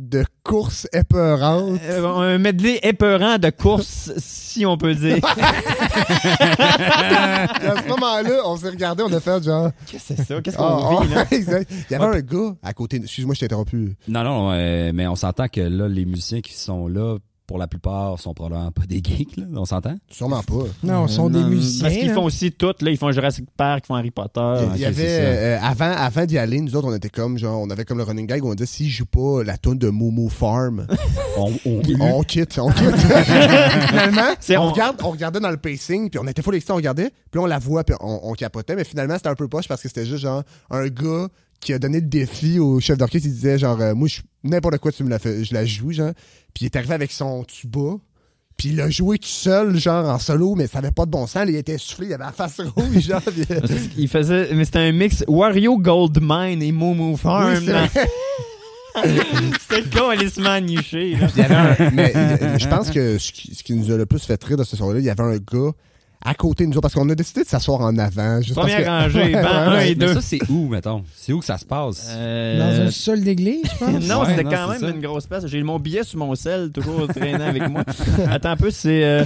[SPEAKER 4] de course épeurante.
[SPEAKER 3] Euh, un medley épeurant de courses, si on peut dire.
[SPEAKER 4] Ah! Et à ce moment-là, on s'est regardé, on a fait genre.
[SPEAKER 3] Qu'est-ce que c'est ça? Qu'est-ce
[SPEAKER 4] Ah,
[SPEAKER 3] qu'on
[SPEAKER 4] ah,
[SPEAKER 3] vit,
[SPEAKER 1] hein.
[SPEAKER 3] là?
[SPEAKER 4] exact. Il y avait un gars à côté. Excuse-moi, je t'ai interrompu.
[SPEAKER 1] Non, non, euh, mais on s'entend que là, les musiciens qui sont là, pour la plupart, sont probablement pas des geeks, là. On s'entend?
[SPEAKER 4] Sûrement pas.
[SPEAKER 2] Non, ce sont des musiciens.
[SPEAKER 3] Parce
[SPEAKER 4] hein.
[SPEAKER 3] qu'ils
[SPEAKER 2] là.
[SPEAKER 3] font aussi tout, là. Ils font Jurassic Park, ils font Harry Potter.
[SPEAKER 4] Il
[SPEAKER 1] Ah,
[SPEAKER 4] y-
[SPEAKER 1] ok,
[SPEAKER 4] il y
[SPEAKER 1] c'est
[SPEAKER 4] avait
[SPEAKER 1] ça.
[SPEAKER 4] euh, avant, avant d'y aller, nous autres, on était comme genre, on avait comme le running gag où on disait s'il joue pas la tune de Momo Farm,
[SPEAKER 1] On, on-
[SPEAKER 4] on quitte, on quitte. finalement,
[SPEAKER 3] C'est-
[SPEAKER 4] on,
[SPEAKER 3] on-
[SPEAKER 4] regarde, on regardait dans le pacing, puis on était full extra, on regardait, puis là, on la voit, puis on, on capotait, mais finalement c'était un peu poche parce que c'était juste genre un gars qui a donné le défi au chef d'orchestre, il disait genre euh, moi je- n'importe quoi tu me la fais, je la joue genre, puis il est arrivé avec son tuba. Puis il a joué tout seul, genre en solo, mais ça avait pas de bon sens. là, Il était soufflé, il avait la face rouge, genre. puis- euh,
[SPEAKER 3] Ils faisaient, mais c'était un mix Wario Goldmine et Momo Farm.
[SPEAKER 4] Oui, c'est
[SPEAKER 3] là. c'était complètement niché, là.
[SPEAKER 4] Il y avait un- mais il- je pense que ce qui, ce qui nous a le plus fait rire de ce soir-là, il y avait un gars à côté de nous autres, parce qu'on a décidé de s'asseoir en avant. Juste parce
[SPEAKER 3] Première
[SPEAKER 4] que-
[SPEAKER 3] rangée, banc
[SPEAKER 4] Ouais, ouais,
[SPEAKER 3] un
[SPEAKER 4] ouais.
[SPEAKER 1] Mais
[SPEAKER 3] et deux.
[SPEAKER 1] ça, c'est où, mettons? C'est où que ça se passe?
[SPEAKER 2] Dans
[SPEAKER 3] Euh,
[SPEAKER 2] un sol d'église, je pense.
[SPEAKER 3] Non,
[SPEAKER 1] Ouais,
[SPEAKER 3] c'était
[SPEAKER 1] non,
[SPEAKER 3] quand
[SPEAKER 1] c'est
[SPEAKER 3] même
[SPEAKER 1] ça.
[SPEAKER 3] une grosse place. J'ai mon billet sur mon sel, toujours traînant avec moi. Attends un peu, c'est euh,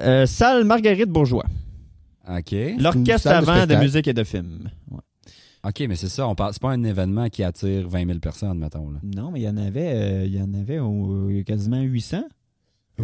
[SPEAKER 3] euh, Salle Marguerite Bourgeois.
[SPEAKER 1] OK.
[SPEAKER 3] L'orchestre
[SPEAKER 4] salle de
[SPEAKER 3] avant de,
[SPEAKER 4] spectacle.
[SPEAKER 3] musique et de film. Ouais.
[SPEAKER 1] OK, mais c'est ça. On parle, c'est pas un événement qui attire 20 000 personnes, mettons. Là.
[SPEAKER 3] Non, mais il y en avait, euh, il y en avait au- euh, quasiment 800.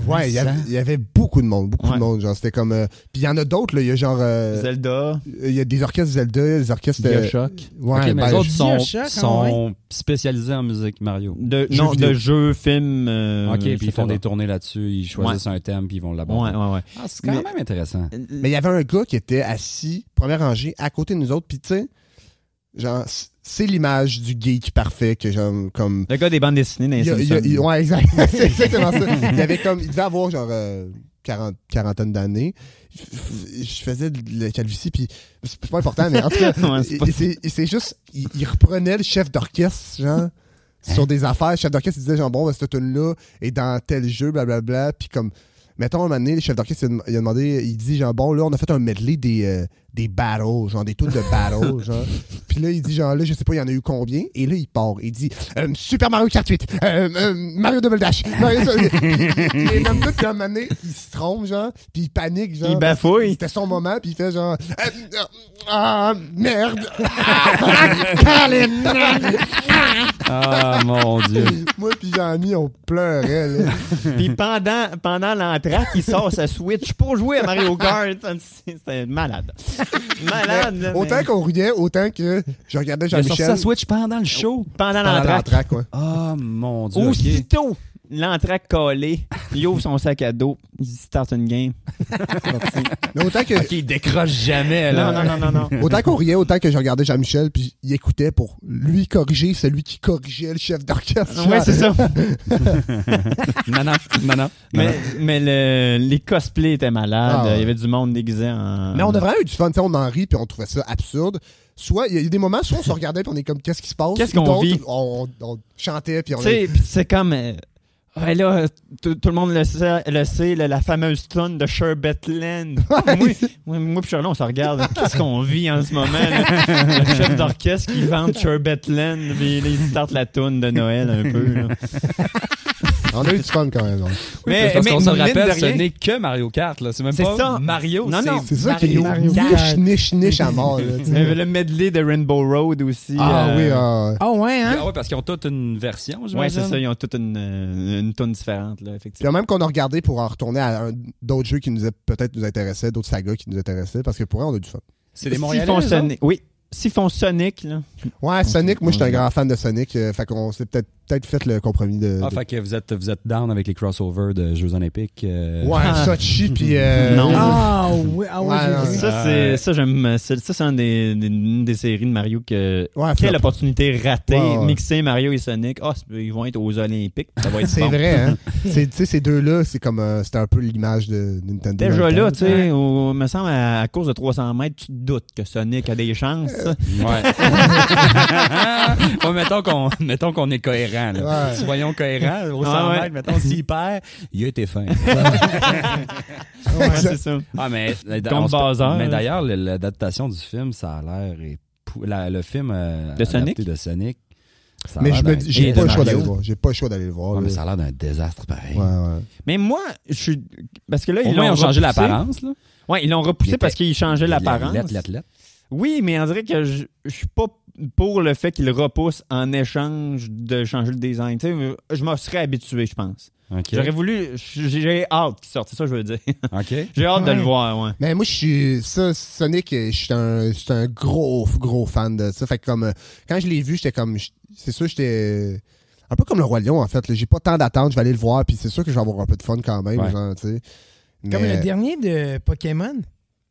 [SPEAKER 4] Ouais, il y, avait, il y avait beaucoup de monde, beaucoup
[SPEAKER 3] Ouais.
[SPEAKER 4] de monde. Genre, c'était comme. euh, Puis il y en a d'autres, là. Il y a genre. euh,
[SPEAKER 3] Zelda,
[SPEAKER 4] il y a des orchestres Zelda, des orchestres. euh,
[SPEAKER 3] Bioshock.
[SPEAKER 4] Ouais,
[SPEAKER 1] OK, mais
[SPEAKER 4] ben,
[SPEAKER 1] les autres
[SPEAKER 4] je-
[SPEAKER 1] sont,
[SPEAKER 2] Bioshock, hein,
[SPEAKER 1] sont spécialisés en musique Mario.
[SPEAKER 3] De,
[SPEAKER 4] Jeux
[SPEAKER 3] non,
[SPEAKER 4] vidéo.
[SPEAKER 3] de jeux, films. euh,
[SPEAKER 1] OK, puis ils font
[SPEAKER 3] etc.
[SPEAKER 1] des tournées là-dessus, ils choisissent un thème, puis ils vont
[SPEAKER 3] Ouais,
[SPEAKER 1] l'aborder.
[SPEAKER 3] ouais, ouais.
[SPEAKER 1] Ah, c'est quand
[SPEAKER 4] Mais-
[SPEAKER 1] même intéressant.
[SPEAKER 3] Euh,
[SPEAKER 4] Mais il y avait un gars qui était assis, première rangée, à côté de nous autres. Puis tu sais, genre, c- c'est l'image du geek parfait que j'aime comme.
[SPEAKER 3] Le gars des bandes dessinées dans les
[SPEAKER 4] Il y a- il y
[SPEAKER 3] Simpsons.
[SPEAKER 4] a- il- ouais, exact. C'est exactement ça. Il, y avait comme, il devait avoir genre euh, 40, quarantaine d'années. F- f- Je faisais de la calvitie, puis c'est pas important, mais en tout cas,
[SPEAKER 3] Ouais, c'est pas-
[SPEAKER 4] il- c'est- il- c'est juste, il, il reprenait le chef d'orchestre, genre, sur des affaires. Le chef d'orchestre, il disait, genre, bon, ben, cette tune-là est dans tel jeu, blablabla. Puis comme, mettons, un moment donné, le chef d'orchestre, il a dem- il a demandé, il dit, genre, bon, là, on a fait un medley des, euh, des battles, genre, des tunes de battles, genre. Puis là, il dit, genre, là, je sais pas, il y en a eu combien. Et là, il part. Il dit, euh, Super Mario Kart 8, euh, euh, Mario Double Dash, Mario. il est même tout, puis à un moment donné, il se trompe, genre, puis il panique, genre.
[SPEAKER 3] Il bafouille.
[SPEAKER 4] C'était son moment, puis il fait genre. Ah, ah, ah, merde! Ah, Colin!
[SPEAKER 1] Ah, mon Dieu.
[SPEAKER 4] Moi, puis Jean-Mi, on pleurait, là.
[SPEAKER 3] Puis pendant, pendant l'entraque, il sort sa Switch pour jouer à Mario Kart. C'était malade. Malade. là,
[SPEAKER 4] Autant
[SPEAKER 3] mais-
[SPEAKER 4] qu'on riait, autant que je regardais Jean-Michel.
[SPEAKER 1] Switch pendant le show.
[SPEAKER 3] Pendant
[SPEAKER 4] pendant
[SPEAKER 3] l'entraque.
[SPEAKER 4] l'entraque, ouais.
[SPEAKER 1] Ah, mon Dieu. OK.
[SPEAKER 3] Aussitôt, l'entraque collée, il ouvre son sac à dos, il start une game.
[SPEAKER 4] Mais autant que.
[SPEAKER 1] il décroche jamais,
[SPEAKER 3] Non, non, non, non, non.
[SPEAKER 4] Autant qu'on riait, autant que je regardais Jean-Michel, puis il écoutait pour lui corriger celui qui corrigeait le chef d'orchestre.
[SPEAKER 3] Ah Ouais, c'est ça.
[SPEAKER 1] non, non, non, non.
[SPEAKER 3] Mais, mais le- les cosplays étaient malades.
[SPEAKER 4] Ah ouais.
[SPEAKER 3] Il y avait du monde déguisé en.
[SPEAKER 4] Mais on a vraiment eu du fun, tu sais, on en rit puis on trouvait ça absurde. Soit il y a eu des moments, soit on se regardait puis on est comme qu'est-ce qui se passe.
[SPEAKER 3] Qu'est-ce qu'on
[SPEAKER 4] D'autres,
[SPEAKER 3] vit?
[SPEAKER 4] On, on chantait puis on.
[SPEAKER 3] Tu sais, pis c'est comme. euh, ouais, là, tout tout le monde le sait, le sait, là, la fameuse tonne de Sherbetland. moi, moi, moi pis Charles, on se regarde. Qu'est-ce qu'on vit en ce moment? là? Le chef d'orchestre qui vante Sherbetland, pis là, il start la tonne de Noël un peu. là.
[SPEAKER 4] on On a eu du fun quand même. donc.
[SPEAKER 1] mais,
[SPEAKER 3] Mais-
[SPEAKER 1] parce qu'on
[SPEAKER 3] mais
[SPEAKER 1] se
[SPEAKER 3] mine de
[SPEAKER 1] rappelle, ce
[SPEAKER 3] rien-
[SPEAKER 1] n'est que Mario Kart. là. C'est même
[SPEAKER 3] C'est
[SPEAKER 1] pas
[SPEAKER 3] ça.
[SPEAKER 1] Mario.
[SPEAKER 3] Non, non.
[SPEAKER 4] C'est ça qui est
[SPEAKER 2] Mario
[SPEAKER 4] niche,
[SPEAKER 2] Kart.
[SPEAKER 4] niche, niche à mort. là, tu sais.
[SPEAKER 3] Euh, le medley de Rainbow Road aussi.
[SPEAKER 4] ah
[SPEAKER 3] euh,
[SPEAKER 4] oui, ah,
[SPEAKER 2] Ah ouais, hein?
[SPEAKER 1] Ah ouais, parce qu'ils ont toutes une version,
[SPEAKER 3] Ouais,
[SPEAKER 1] j'imagine.
[SPEAKER 3] c'est ça. Ils ont toute une, euh, une tonne différente, là,
[SPEAKER 4] Puis
[SPEAKER 3] effectivement.
[SPEAKER 4] même qu'on a regardé pour en retourner à un- d'autres jeux qui nous a- peut-être nous intéressaient, d'autres sagas qui nous intéressaient, parce que pour eux, on a du fun.
[SPEAKER 1] C'est des
[SPEAKER 3] S'ils
[SPEAKER 1] Montréalais.
[SPEAKER 3] font
[SPEAKER 1] eux
[SPEAKER 3] Sonic. Oui. S'ils font Sonic, là.
[SPEAKER 4] Ouais, Sonic, moi, je suis un
[SPEAKER 3] Ouais.
[SPEAKER 4] grand fan de Sonic, euh, fait qu'on s'est peut-être peut-être fait le compromis de.
[SPEAKER 1] autres? Ah,
[SPEAKER 4] de-
[SPEAKER 1] fait que vous êtes, vous êtes down avec les crossovers de Jeux Olympiques. euh,
[SPEAKER 4] Ouais,
[SPEAKER 3] Ah.
[SPEAKER 4] Sochi, puis. euh,
[SPEAKER 3] Non.
[SPEAKER 2] Ah oui, ah ouais,
[SPEAKER 4] Ouais,
[SPEAKER 2] j'ai
[SPEAKER 4] non,
[SPEAKER 2] vu.
[SPEAKER 3] Ça,
[SPEAKER 1] Ouais.
[SPEAKER 3] c'est, ça, j'aime, ça, ça, c'est une des, des- une des séries de Mario que.
[SPEAKER 4] Ouais,
[SPEAKER 3] Quelle
[SPEAKER 4] flop.
[SPEAKER 3] opportunité ratée,
[SPEAKER 4] Ouais, ouais.
[SPEAKER 3] mixer Mario et Sonic. Ah, c'est- ils vont être aux Olympiques. Ça va être
[SPEAKER 4] C'est
[SPEAKER 3] bon.
[SPEAKER 4] vrai, hein? C'est- Tu sais, ces deux-là, c'est comme. euh, C'était un peu l'image de Nintendo. dans
[SPEAKER 3] Déjà
[SPEAKER 4] le
[SPEAKER 3] là,
[SPEAKER 4] temps.
[SPEAKER 3] tu sais, au- me semble, à, à cause de 300 mètres, tu te doutes que Sonic a des chances.
[SPEAKER 1] Ouais. Bon, mettons qu'on mettons qu'on est cohérent. là.
[SPEAKER 4] Ouais.
[SPEAKER 1] Soyons cohérents. Au
[SPEAKER 3] Ouais,
[SPEAKER 1] 100
[SPEAKER 3] Ah ouais.
[SPEAKER 1] mètres, mettons, s'il perd, il a été fin.
[SPEAKER 3] Ouais, c'est ça.
[SPEAKER 1] Ah, mais.
[SPEAKER 3] Comme
[SPEAKER 1] on se-
[SPEAKER 3] Bazar,
[SPEAKER 1] Mais
[SPEAKER 3] hein.
[SPEAKER 1] d'ailleurs, le- l'adaptation du film, ça a l'air. épou- la- Le film. euh,
[SPEAKER 3] De Sonic?
[SPEAKER 1] adapté de Sonic. ça a
[SPEAKER 4] Mais
[SPEAKER 1] l'air
[SPEAKER 4] je me
[SPEAKER 1] d'un-
[SPEAKER 4] dis- j'ai
[SPEAKER 1] et
[SPEAKER 4] pas
[SPEAKER 1] de
[SPEAKER 4] le choix
[SPEAKER 1] Mario.
[SPEAKER 4] d'aller le voir. J'ai pas le choix d'aller le voir.
[SPEAKER 1] Ouais,
[SPEAKER 4] là.
[SPEAKER 1] mais ça a l'air d'un désastre pareil.
[SPEAKER 4] Ouais, ouais.
[SPEAKER 3] Mais moi, je suis. Parce que là,
[SPEAKER 1] Au
[SPEAKER 3] ils
[SPEAKER 1] moins, ils
[SPEAKER 3] l'ont
[SPEAKER 1] ont changé
[SPEAKER 3] repoussé.
[SPEAKER 1] l'apparence. là.
[SPEAKER 3] Ouais, ils l'ont
[SPEAKER 1] Il
[SPEAKER 3] repoussé
[SPEAKER 1] était-
[SPEAKER 3] parce qu'ils changeaient l'apparence.
[SPEAKER 1] L'athlète, l'athlète.
[SPEAKER 3] Oui, mais on dirait que je, je suis pas pour le fait qu'ils le repoussent en échange de changer le design. Tu sais, je me serais habitué, je pense.
[SPEAKER 1] OK.
[SPEAKER 3] J'aurais voulu. J'ai j'ai hâte qu'il sorte, c'est ça que je veux dire.
[SPEAKER 1] OK.
[SPEAKER 3] J'ai hâte de
[SPEAKER 2] Ouais.
[SPEAKER 3] le voir, ouais.
[SPEAKER 4] Mais moi, je suis. Ça, Sonic, je suis un, je suis un gros, gros fan de ça. Fait que comme. euh, Quand je l'ai vu, j'étais comme. je- C'est sûr, j'étais. Un peu comme le Roi Lion, en fait. là. J'ai pas tant d'attente, je vais aller le voir, puis c'est sûr que je vais avoir un peu de fun quand même,
[SPEAKER 1] Ouais.
[SPEAKER 4] genre, tu sais.
[SPEAKER 2] Comme
[SPEAKER 4] Mais-
[SPEAKER 2] le dernier de Pokémon,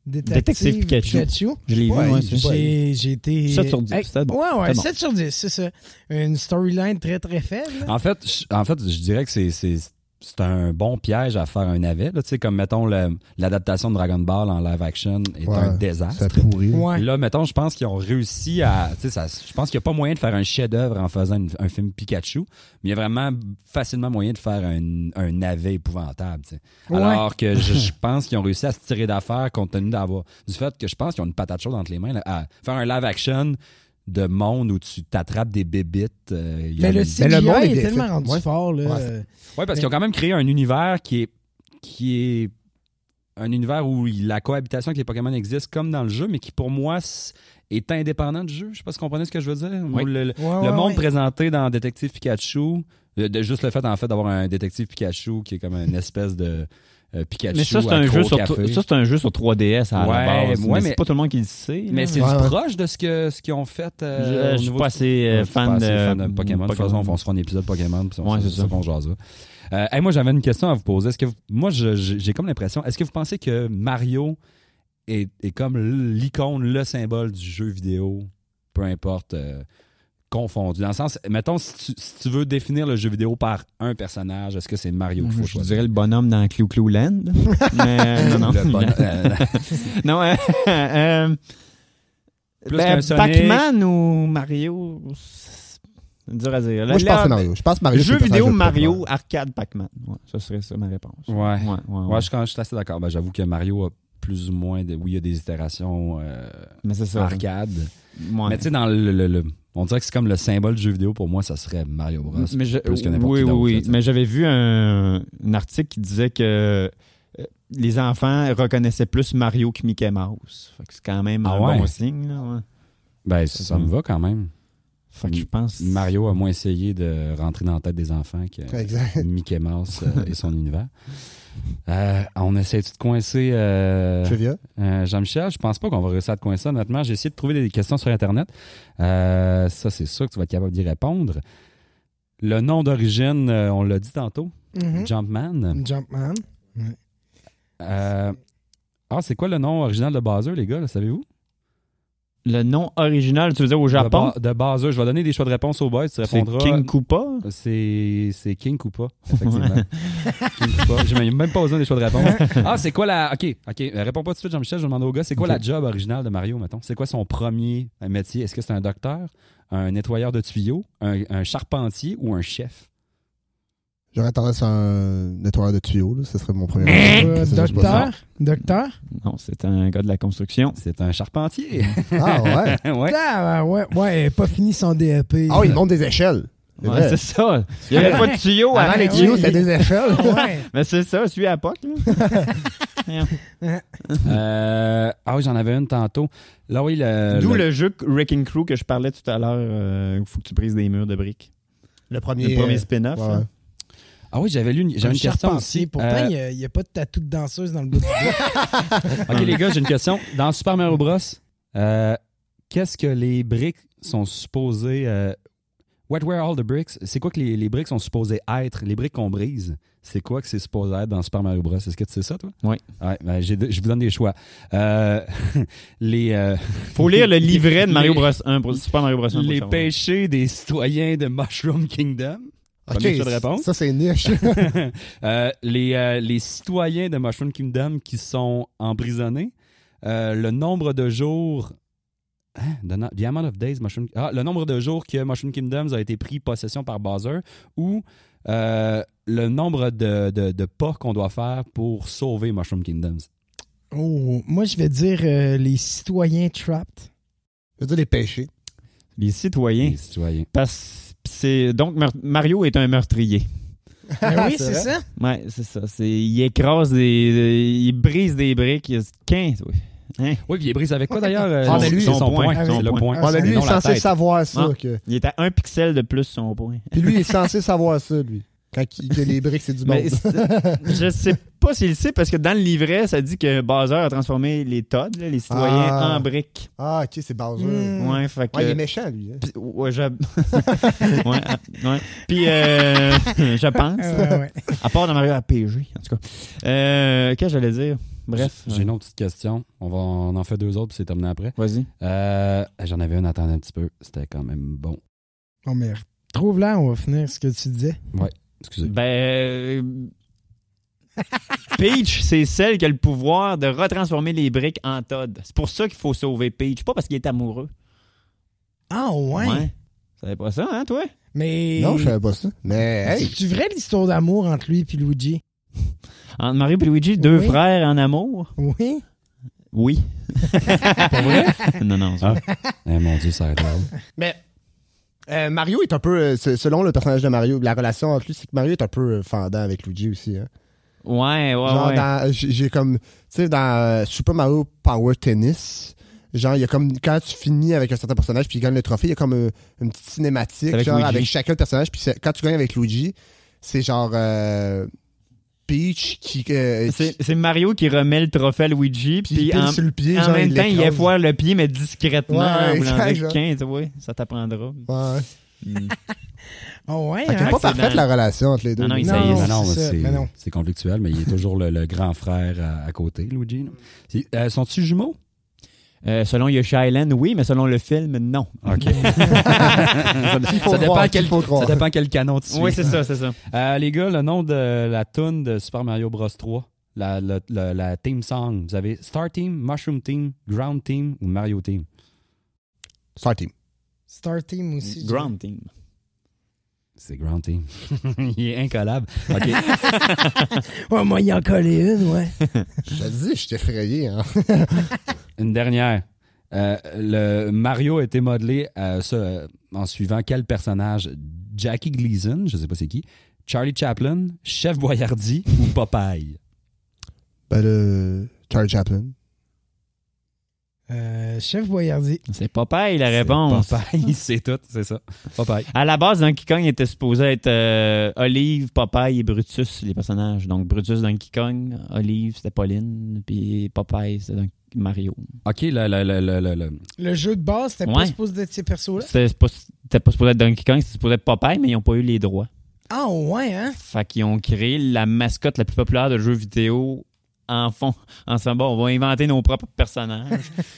[SPEAKER 3] Détective
[SPEAKER 2] Détective
[SPEAKER 3] Pikachu.
[SPEAKER 2] Pikachu.
[SPEAKER 3] Je l'ai
[SPEAKER 4] Ouais,
[SPEAKER 3] vu, ouais,
[SPEAKER 4] il-
[SPEAKER 3] c'est-
[SPEAKER 2] J'ai j'ai été.
[SPEAKER 3] 7 sur 10,
[SPEAKER 2] Hey,
[SPEAKER 3] c'était bon,
[SPEAKER 2] Ouais, ouais,
[SPEAKER 3] c'était bon.
[SPEAKER 2] 7 sur 10, c'est ça. Une storyline très, très faible.
[SPEAKER 1] En fait, je, en fait, je dirais que c'est, c'est, c'est un bon piège à faire un navet. là. Tu sais, comme, mettons, le- l'adaptation de Dragon Ball en live action est
[SPEAKER 4] Ouais.
[SPEAKER 1] un
[SPEAKER 4] Ça
[SPEAKER 1] désastre.
[SPEAKER 4] pourrit.
[SPEAKER 2] Ouais.
[SPEAKER 1] Là, mettons, je pense qu'ils ont réussi à. tu sais, ça- Je pense qu'il n'y a pas moyen de faire un chef-d'œuvre en faisant une- un film Pikachu, mais il y a vraiment facilement moyen de faire un, un navet épouvantable. tu sais.
[SPEAKER 2] Ouais.
[SPEAKER 1] Alors que je, je pense qu'ils ont réussi à se tirer d'affaire compte tenu d'avoir. Du fait que je pense qu'ils ont une patate chaude entre les mains. là, à faire un live action de monde où tu t'attrapes des bébites. euh, il y en
[SPEAKER 2] Mais
[SPEAKER 1] a
[SPEAKER 2] le
[SPEAKER 1] une-
[SPEAKER 2] CGI
[SPEAKER 4] le monde est
[SPEAKER 2] est,
[SPEAKER 4] bien
[SPEAKER 2] tellement
[SPEAKER 4] fait.
[SPEAKER 2] rendu
[SPEAKER 4] Ouais.
[SPEAKER 2] fort, là.
[SPEAKER 4] Ouais.
[SPEAKER 2] Euh,
[SPEAKER 1] Oui, parce
[SPEAKER 2] Mais-
[SPEAKER 1] qu'ils ont quand même créé un univers qui est. qui est un univers où il- la cohabitation avec les Pokémon existe comme dans le jeu, mais qui pour moi s- est indépendant du jeu. Je sais pas si vous comprenez ce que je veux dire.
[SPEAKER 3] Oui.
[SPEAKER 1] Le, le-
[SPEAKER 2] ouais,
[SPEAKER 1] le
[SPEAKER 2] Ah ouais,
[SPEAKER 1] monde
[SPEAKER 2] ouais.
[SPEAKER 1] présenté dans Détective Pikachu, euh, de, juste le fait en fait d'avoir un détective Pikachu qui est comme une espèce de euh, Pikachu.
[SPEAKER 3] Mais ça, c'est un,
[SPEAKER 1] accro
[SPEAKER 3] jeu
[SPEAKER 1] au
[SPEAKER 3] sur,
[SPEAKER 1] café.
[SPEAKER 3] ça, c'est un jeu sur 3DS à
[SPEAKER 1] Ouais,
[SPEAKER 3] la base.
[SPEAKER 1] ouais,
[SPEAKER 3] mais
[SPEAKER 1] mais-
[SPEAKER 3] c'est pas tout le monde qui le sait. là.
[SPEAKER 1] Mais c'est
[SPEAKER 4] Ouais, ouais.
[SPEAKER 1] proche de ce que ce qu'ils ont fait. euh,
[SPEAKER 3] Je-
[SPEAKER 1] au
[SPEAKER 3] je suis
[SPEAKER 1] niveau
[SPEAKER 3] pas
[SPEAKER 1] du-
[SPEAKER 3] assez
[SPEAKER 1] Ouais,
[SPEAKER 3] euh,
[SPEAKER 1] je suis pas
[SPEAKER 3] fan
[SPEAKER 1] assez
[SPEAKER 3] de euh,
[SPEAKER 1] de Pokémon. De toute façon, on se fera un épisode Pokémon. Puis on
[SPEAKER 3] Ouais,
[SPEAKER 1] se-
[SPEAKER 3] c'est ça.
[SPEAKER 1] c'est qu'on jasera. Euh, hey, moi, j'avais une question à vous poser. Est-ce que vous- moi, je- je- j'ai comme l'impression. Est-ce que vous pensez que Mario est, est comme l'icône, le symbole du jeu vidéo, peu importe, euh, confondu Dans le sens, mettons, si tu, si tu veux définir le jeu vidéo par un personnage, est-ce que c'est Mario qu'il faut
[SPEAKER 3] Je
[SPEAKER 1] choisir
[SPEAKER 3] dirais le bonhomme dans Clou Clou Land. mais non, non.
[SPEAKER 1] Le bon- euh,
[SPEAKER 3] non, euh, euh,
[SPEAKER 1] Plus
[SPEAKER 3] ben,
[SPEAKER 1] qu'un Sonic.
[SPEAKER 3] Pac-Man ou Mario C'est dur à dire.
[SPEAKER 4] Moi, je
[SPEAKER 3] La-
[SPEAKER 4] pense que Mario. Je pense que Mario. c'est
[SPEAKER 3] Jeu
[SPEAKER 4] le personnage
[SPEAKER 3] vidéo
[SPEAKER 4] le plus
[SPEAKER 3] Mario,
[SPEAKER 4] populaire.
[SPEAKER 3] arcade Pac-Man. Ouais, ce serait ça ma réponse.
[SPEAKER 1] ouais.
[SPEAKER 3] Ouais, ouais,
[SPEAKER 1] Ouais,
[SPEAKER 3] ouais.
[SPEAKER 1] je, suis- je suis assez d'accord. Ben, J'avoue que Mario a plus ou moins. De, oui, il y a des itérations euh,
[SPEAKER 3] Mais c'est ça.
[SPEAKER 1] arcade.
[SPEAKER 3] Ouais.
[SPEAKER 1] Mais tu sais, dans le, le- le- on dirait que c'est comme le symbole du jeu vidéo pour moi, ça serait Mario Bros.
[SPEAKER 3] Mais je-
[SPEAKER 1] plus que n'importe
[SPEAKER 3] oui,
[SPEAKER 1] qui
[SPEAKER 3] oui,
[SPEAKER 1] d'autre, là,
[SPEAKER 3] oui.
[SPEAKER 1] tu sais.
[SPEAKER 3] Mais j'avais vu un, un article qui disait que euh, les enfants reconnaissaient plus Mario que Mickey Mouse. Fait que c'est quand même
[SPEAKER 1] Ah
[SPEAKER 3] un bon
[SPEAKER 1] ouais?
[SPEAKER 3] signe. là, ouais.
[SPEAKER 1] Ben, ça, ça me va quand même.
[SPEAKER 3] Fait que je pense.
[SPEAKER 1] Mario a moins essayé de rentrer dans la tête des enfants que
[SPEAKER 4] Exact.
[SPEAKER 1] Mickey Mouse euh, et son univers. Euh, on essaie de coincer euh,
[SPEAKER 4] Trivia.
[SPEAKER 1] euh, Jean-Michel? Je pense pas qu'on va réussir à te coincer, honnêtement. J'ai essayé de trouver des questions sur Internet. Euh, ça, c'est sûr que tu vas être capable d'y répondre. Le nom d'origine, euh, on l'a dit tantôt,
[SPEAKER 2] Mhm.
[SPEAKER 1] Jumpman.
[SPEAKER 2] Jumpman.
[SPEAKER 1] Euh, Ah, c'est quoi le nom original de Bowser, les gars, le savez-vous?
[SPEAKER 3] Le nom original, tu veux dire au Japon
[SPEAKER 1] De, Ba- de Bowser. Je vais donner des choix de réponse aux boys, tu
[SPEAKER 3] C'est
[SPEAKER 1] répondras.
[SPEAKER 3] King Koopa
[SPEAKER 1] C'est c'est King Koopa, effectivement. King Koopa. J'ai même même pas besoin des choix de réponse. Ah, c'est quoi la. Ok, ok. euh, Réponds pas tout de suite, Jean-Michel. Je demande au gars, c'est quoi
[SPEAKER 3] Ok.
[SPEAKER 1] la job originale de Mario, mettons? C'est quoi son premier euh, métier? Est-ce que c'est un docteur, un nettoyeur de tuyaux, un, un charpentier ou un chef?
[SPEAKER 4] J'aurais tendance à un nettoyeur de tuyaux, là. Ce serait mon premier.
[SPEAKER 2] Euh,
[SPEAKER 4] C'est ça, je pense.
[SPEAKER 2] docteur. Docteur.
[SPEAKER 3] Non, c'est un gars de la construction.
[SPEAKER 1] C'est un charpentier.
[SPEAKER 4] Ah ouais.
[SPEAKER 1] ouais.
[SPEAKER 2] Ah, ouais, ouais, ouais, pas fini son DAP.
[SPEAKER 4] Ah oui, il monte des échelles. C'est
[SPEAKER 3] Ouais,
[SPEAKER 4] vrai.
[SPEAKER 3] c'est ça. Il n'y avait pas de tuyau
[SPEAKER 1] Ah,
[SPEAKER 4] Avant,
[SPEAKER 3] avant
[SPEAKER 4] les
[SPEAKER 2] oui.
[SPEAKER 4] tuyaux, c'était des échelles.
[SPEAKER 2] Ouais.
[SPEAKER 3] Mais c'est ça, suis à POC. là.
[SPEAKER 1] Euh, ah oui, j'en avais une tantôt. Là, oui, le.
[SPEAKER 3] D'où
[SPEAKER 1] Euh, le-
[SPEAKER 3] le jeu Wrecking Crew que je parlais tout à l'heure, euh, où il faut que tu brises des murs de briques.
[SPEAKER 4] Le
[SPEAKER 3] Le
[SPEAKER 4] premier,
[SPEAKER 3] premier spin-off.
[SPEAKER 4] ouais.
[SPEAKER 3] hein.
[SPEAKER 1] Ah oui, j'avais lu une, j'avais
[SPEAKER 2] Un
[SPEAKER 1] une question
[SPEAKER 2] charpentier.
[SPEAKER 1] aussi.
[SPEAKER 2] Pourtant,
[SPEAKER 1] Euh,
[SPEAKER 2] il n'y a, pas de tatou de danseuse dans le bout du doigt.
[SPEAKER 1] Ok, les gars, j'ai une question. Dans Super Mario Bros, euh, qu'est-ce que les briques sont supposées. euh, what were all the bricks? C'est quoi que les, les briques sont supposées être? Les briques qu'on brise, c'est quoi que c'est supposé être dans Super Mario Bros? Est-ce que tu sais ça, toi?
[SPEAKER 3] Oui.
[SPEAKER 1] Ouais, ben, j'ai deux- je vous donne des choix. Euh, les. euh,
[SPEAKER 3] Faut lire le livret de Mario
[SPEAKER 1] Les-
[SPEAKER 3] Bros 1 pour Super Mario Bros 1. pour le
[SPEAKER 1] les
[SPEAKER 3] savoir.
[SPEAKER 1] péchés des citoyens de Mushroom Kingdom.
[SPEAKER 4] Ok,
[SPEAKER 1] Premier choix de réponse.
[SPEAKER 4] Ça, c'est niche.
[SPEAKER 1] Euh, les, euh, les citoyens de Mushroom Kingdom qui sont emprisonnés, euh, le nombre de jours. Hein? The, no- the amount of days Mushroom ah, le nombre de jours que Mushroom Kingdoms a été pris possession par Bowser ou euh, le nombre de, de- de pas qu'on doit faire pour sauver Mushroom Kingdoms.
[SPEAKER 2] Oh, moi, je vais dire euh, les citoyens trapped.
[SPEAKER 4] Je veux dire, les péchés.
[SPEAKER 3] Les citoyens.
[SPEAKER 1] Les citoyens.
[SPEAKER 3] Parce c'est donc Mar- Mario est un meurtrier.
[SPEAKER 2] Ben oui,
[SPEAKER 4] Ah, C'est
[SPEAKER 2] c'est
[SPEAKER 4] vrai.
[SPEAKER 2] ça.
[SPEAKER 3] Ouais, c'est ça. C'est il écrase des, il brise des briques. Il... Quinze, oui.
[SPEAKER 1] Oui, puis il brise avec quoi d'ailleurs euh,
[SPEAKER 4] Ah,
[SPEAKER 1] son-
[SPEAKER 4] mais lui,
[SPEAKER 1] c'est son,
[SPEAKER 3] son
[SPEAKER 1] point.
[SPEAKER 3] point.
[SPEAKER 1] C'est le
[SPEAKER 3] Ah,
[SPEAKER 1] point.
[SPEAKER 4] Ouais, mais lui, il
[SPEAKER 1] Non,
[SPEAKER 4] est
[SPEAKER 1] la
[SPEAKER 4] censé
[SPEAKER 1] tête.
[SPEAKER 4] savoir ça.
[SPEAKER 3] Ah.
[SPEAKER 4] que-
[SPEAKER 3] Il est à un pixel de plus son point.
[SPEAKER 4] Puis lui, il est censé savoir ça, lui. Quand il- que les briques, c'est du
[SPEAKER 3] Mais
[SPEAKER 4] monde.
[SPEAKER 3] c'est- je sais pas s'il le sait parce que dans le livret, ça dit que Bowser a transformé les Todd, là, les citoyens,
[SPEAKER 4] Ah.
[SPEAKER 3] en briques.
[SPEAKER 4] Ah, ok, c'est Bowser.
[SPEAKER 2] Hmm.
[SPEAKER 3] Ouais, fait que.
[SPEAKER 4] Ouais, il est méchant, lui. hein.
[SPEAKER 3] Pis- Ouais, je... ouais, euh, ouais. Puis, euh, je pense.
[SPEAKER 2] Ouais, ouais.
[SPEAKER 3] À part dans Mario RPG, en tout cas. Euh, Qu'est-ce que j'allais dire? Bref.
[SPEAKER 1] J'ai une autre petite question. On, va, on en fait deux autres, puis c'est terminé après.
[SPEAKER 3] Vas-y.
[SPEAKER 1] Euh, J'en avais une, attendez un petit peu. C'était quand même bon.
[SPEAKER 2] Bon, mais retrouve-la, on va finir ce que tu disais.
[SPEAKER 1] Excusez.
[SPEAKER 3] Ben. euh, Peach, c'est celle qui a le pouvoir de retransformer les briques en Todd. C'est pour ça qu'il faut sauver Peach, pas parce qu'il est amoureux.
[SPEAKER 2] Ah, ouais.
[SPEAKER 3] Tu savais pas ça, hein, toi?
[SPEAKER 2] Mais.
[SPEAKER 4] Non, je savais pas ça. Mais, hey,
[SPEAKER 2] C'est-tu vrai l'histoire d'amour entre lui et Luigi?
[SPEAKER 3] Entre Mario et Luigi, deux
[SPEAKER 2] Oui.
[SPEAKER 3] frères en amour?
[SPEAKER 2] Oui.
[SPEAKER 3] Oui. non, non. c'est-
[SPEAKER 1] Ah. Eh, mon Dieu, ça a l'air drôle.
[SPEAKER 4] mais euh, Mario est un peu, euh, se- selon le personnage de Mario, la relation entre lui, c'est que Mario est un peu euh, fendant avec Luigi aussi. hein.
[SPEAKER 3] Ouais, ouais,
[SPEAKER 4] Genre,
[SPEAKER 3] ouais.
[SPEAKER 4] dans- j'ai j'ai comme, tu sais, dans euh, Super Mario Power Tennis, genre, il y a comme, quand tu finis avec un certain personnage puis il gagne le trophée, il y a comme euh, une, petite cinématique,
[SPEAKER 3] C'est avec
[SPEAKER 4] genre,
[SPEAKER 3] Luigi.
[SPEAKER 4] avec chacun le personnage. Puis c'est- quand tu gagnes avec Luigi, c'est genre euh, Peach qui. euh,
[SPEAKER 3] C'est
[SPEAKER 4] qui-
[SPEAKER 3] c'est Mario qui remet le trophée à Luigi,
[SPEAKER 4] qui
[SPEAKER 3] puis
[SPEAKER 4] pile
[SPEAKER 3] en,
[SPEAKER 4] sur le pied,
[SPEAKER 3] en
[SPEAKER 4] genre,
[SPEAKER 3] même temps, il
[SPEAKER 4] l'écrase.
[SPEAKER 3] effoire le pied, mais discrètement,
[SPEAKER 4] Ouais,
[SPEAKER 3] en voulant
[SPEAKER 4] exact,
[SPEAKER 3] dire
[SPEAKER 4] genre.
[SPEAKER 3] 15, ouais, ça t'apprendra.
[SPEAKER 4] Ouais.
[SPEAKER 3] Mm.
[SPEAKER 2] Oh, ouais.
[SPEAKER 4] Fait qu'elle est
[SPEAKER 2] hein?
[SPEAKER 4] pas
[SPEAKER 3] c'est
[SPEAKER 4] parfaite
[SPEAKER 3] dans-
[SPEAKER 4] la relation entre les deux.
[SPEAKER 3] Non, non, il
[SPEAKER 1] Ça y est,
[SPEAKER 2] Non,
[SPEAKER 1] non, non,
[SPEAKER 2] c'est ça,
[SPEAKER 1] c'est-
[SPEAKER 2] mais non.
[SPEAKER 1] c'est conflictuel, mais il est toujours le, le grand frère à, à côté, Luigi. non? C'est- euh, Sont-ils jumeaux?
[SPEAKER 3] Euh, selon Yoshi Island, oui, mais selon le film, non.
[SPEAKER 1] OK.
[SPEAKER 4] Il faut
[SPEAKER 1] ça, dépend
[SPEAKER 4] croire,
[SPEAKER 1] quel,
[SPEAKER 4] il faut croire.
[SPEAKER 1] ça dépend quel canon tu suis.
[SPEAKER 3] Oui, c'est ça, c'est ça.
[SPEAKER 1] Euh, les gars, le nom de la toune de Super Mario Bros. 3, la, la, la- la team song, vous avez Star Team, Mushroom Team, Ground Team ou Mario Team?
[SPEAKER 4] Star Team.
[SPEAKER 2] Star Team aussi.
[SPEAKER 3] Ground Team.
[SPEAKER 1] C'est Ground Team. il est incollable. OK.
[SPEAKER 2] je- Ouais, moi, il y en collait une, ouais.
[SPEAKER 4] Je te dis, je suis effrayé. Hein.
[SPEAKER 1] Une dernière. Euh, le Mario a été modelé euh, ce- euh, en suivant quel personnage Jackie Gleason, je sais pas c'est qui, Charlie Chaplin, Chef Boyardi ou Popeye
[SPEAKER 4] Ben, le Charlie Chaplin.
[SPEAKER 2] Euh, chef Boyardi.
[SPEAKER 3] C'est Popeye, la réponse.
[SPEAKER 1] C'est Popeye, c'est tout, c'est ça. Popeye.
[SPEAKER 3] À la base, Donkey Kong était supposé être euh, Olive, Popeye et Brutus, les personnages. Donc, Brutus, Donkey Kong, Olive, c'était Pauline, puis Popeye, c'était Don- Mario.
[SPEAKER 1] OK, le, le- le- le- le- le-
[SPEAKER 2] Le jeu de base, c'était pas
[SPEAKER 3] Ouais.
[SPEAKER 2] supposé d'être ces persos-là.
[SPEAKER 3] C'était pas, c'était pas supposé être Donkey Kong, c'était supposé être Popeye, mais ils n'ont pas eu les droits.
[SPEAKER 2] Ah, ouais, hein?
[SPEAKER 3] Fait qu'ils ont créé la mascotte la plus populaire de jeux vidéo en fond. En se disant, bon, on va inventer nos propres personnages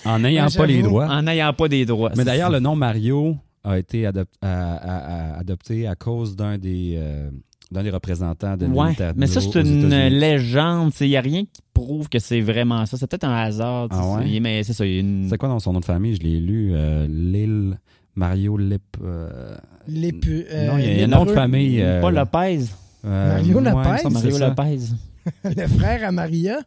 [SPEAKER 1] en n'ayant
[SPEAKER 2] Ouais,
[SPEAKER 1] pas les
[SPEAKER 2] j'avoue.
[SPEAKER 1] droits.
[SPEAKER 3] en n'ayant pas des droits.
[SPEAKER 1] Mais d'ailleurs, le nom Mario a été adop- à- à- à- adopté à cause d'un des, euh, d'un des représentants de
[SPEAKER 3] Ouais,
[SPEAKER 1] Nintendo
[SPEAKER 3] mais ça, c'est
[SPEAKER 1] aux
[SPEAKER 3] une
[SPEAKER 1] États-Unis.
[SPEAKER 3] légende. Il n'y a rien qui prouve que c'est vraiment ça. C'est peut-être un hasard. tu
[SPEAKER 1] Ah
[SPEAKER 3] sais,
[SPEAKER 1] ouais?
[SPEAKER 3] Mais c'est ça. il y a une-
[SPEAKER 1] C'est quoi dans son nom de famille? Je l'ai lu. euh, Lille, Mario Lip... euh,
[SPEAKER 2] Les pu- euh,
[SPEAKER 1] non, il y a- il y a
[SPEAKER 2] les
[SPEAKER 1] un nom de
[SPEAKER 2] preux.
[SPEAKER 1] famille. euh,
[SPEAKER 3] Pas Lopez.
[SPEAKER 1] euh, ouais,
[SPEAKER 2] Mario
[SPEAKER 1] il me
[SPEAKER 2] Lopez?
[SPEAKER 1] semble que
[SPEAKER 3] Mario
[SPEAKER 1] c'est ça.
[SPEAKER 3] Lopez.
[SPEAKER 2] Le frère à Maria.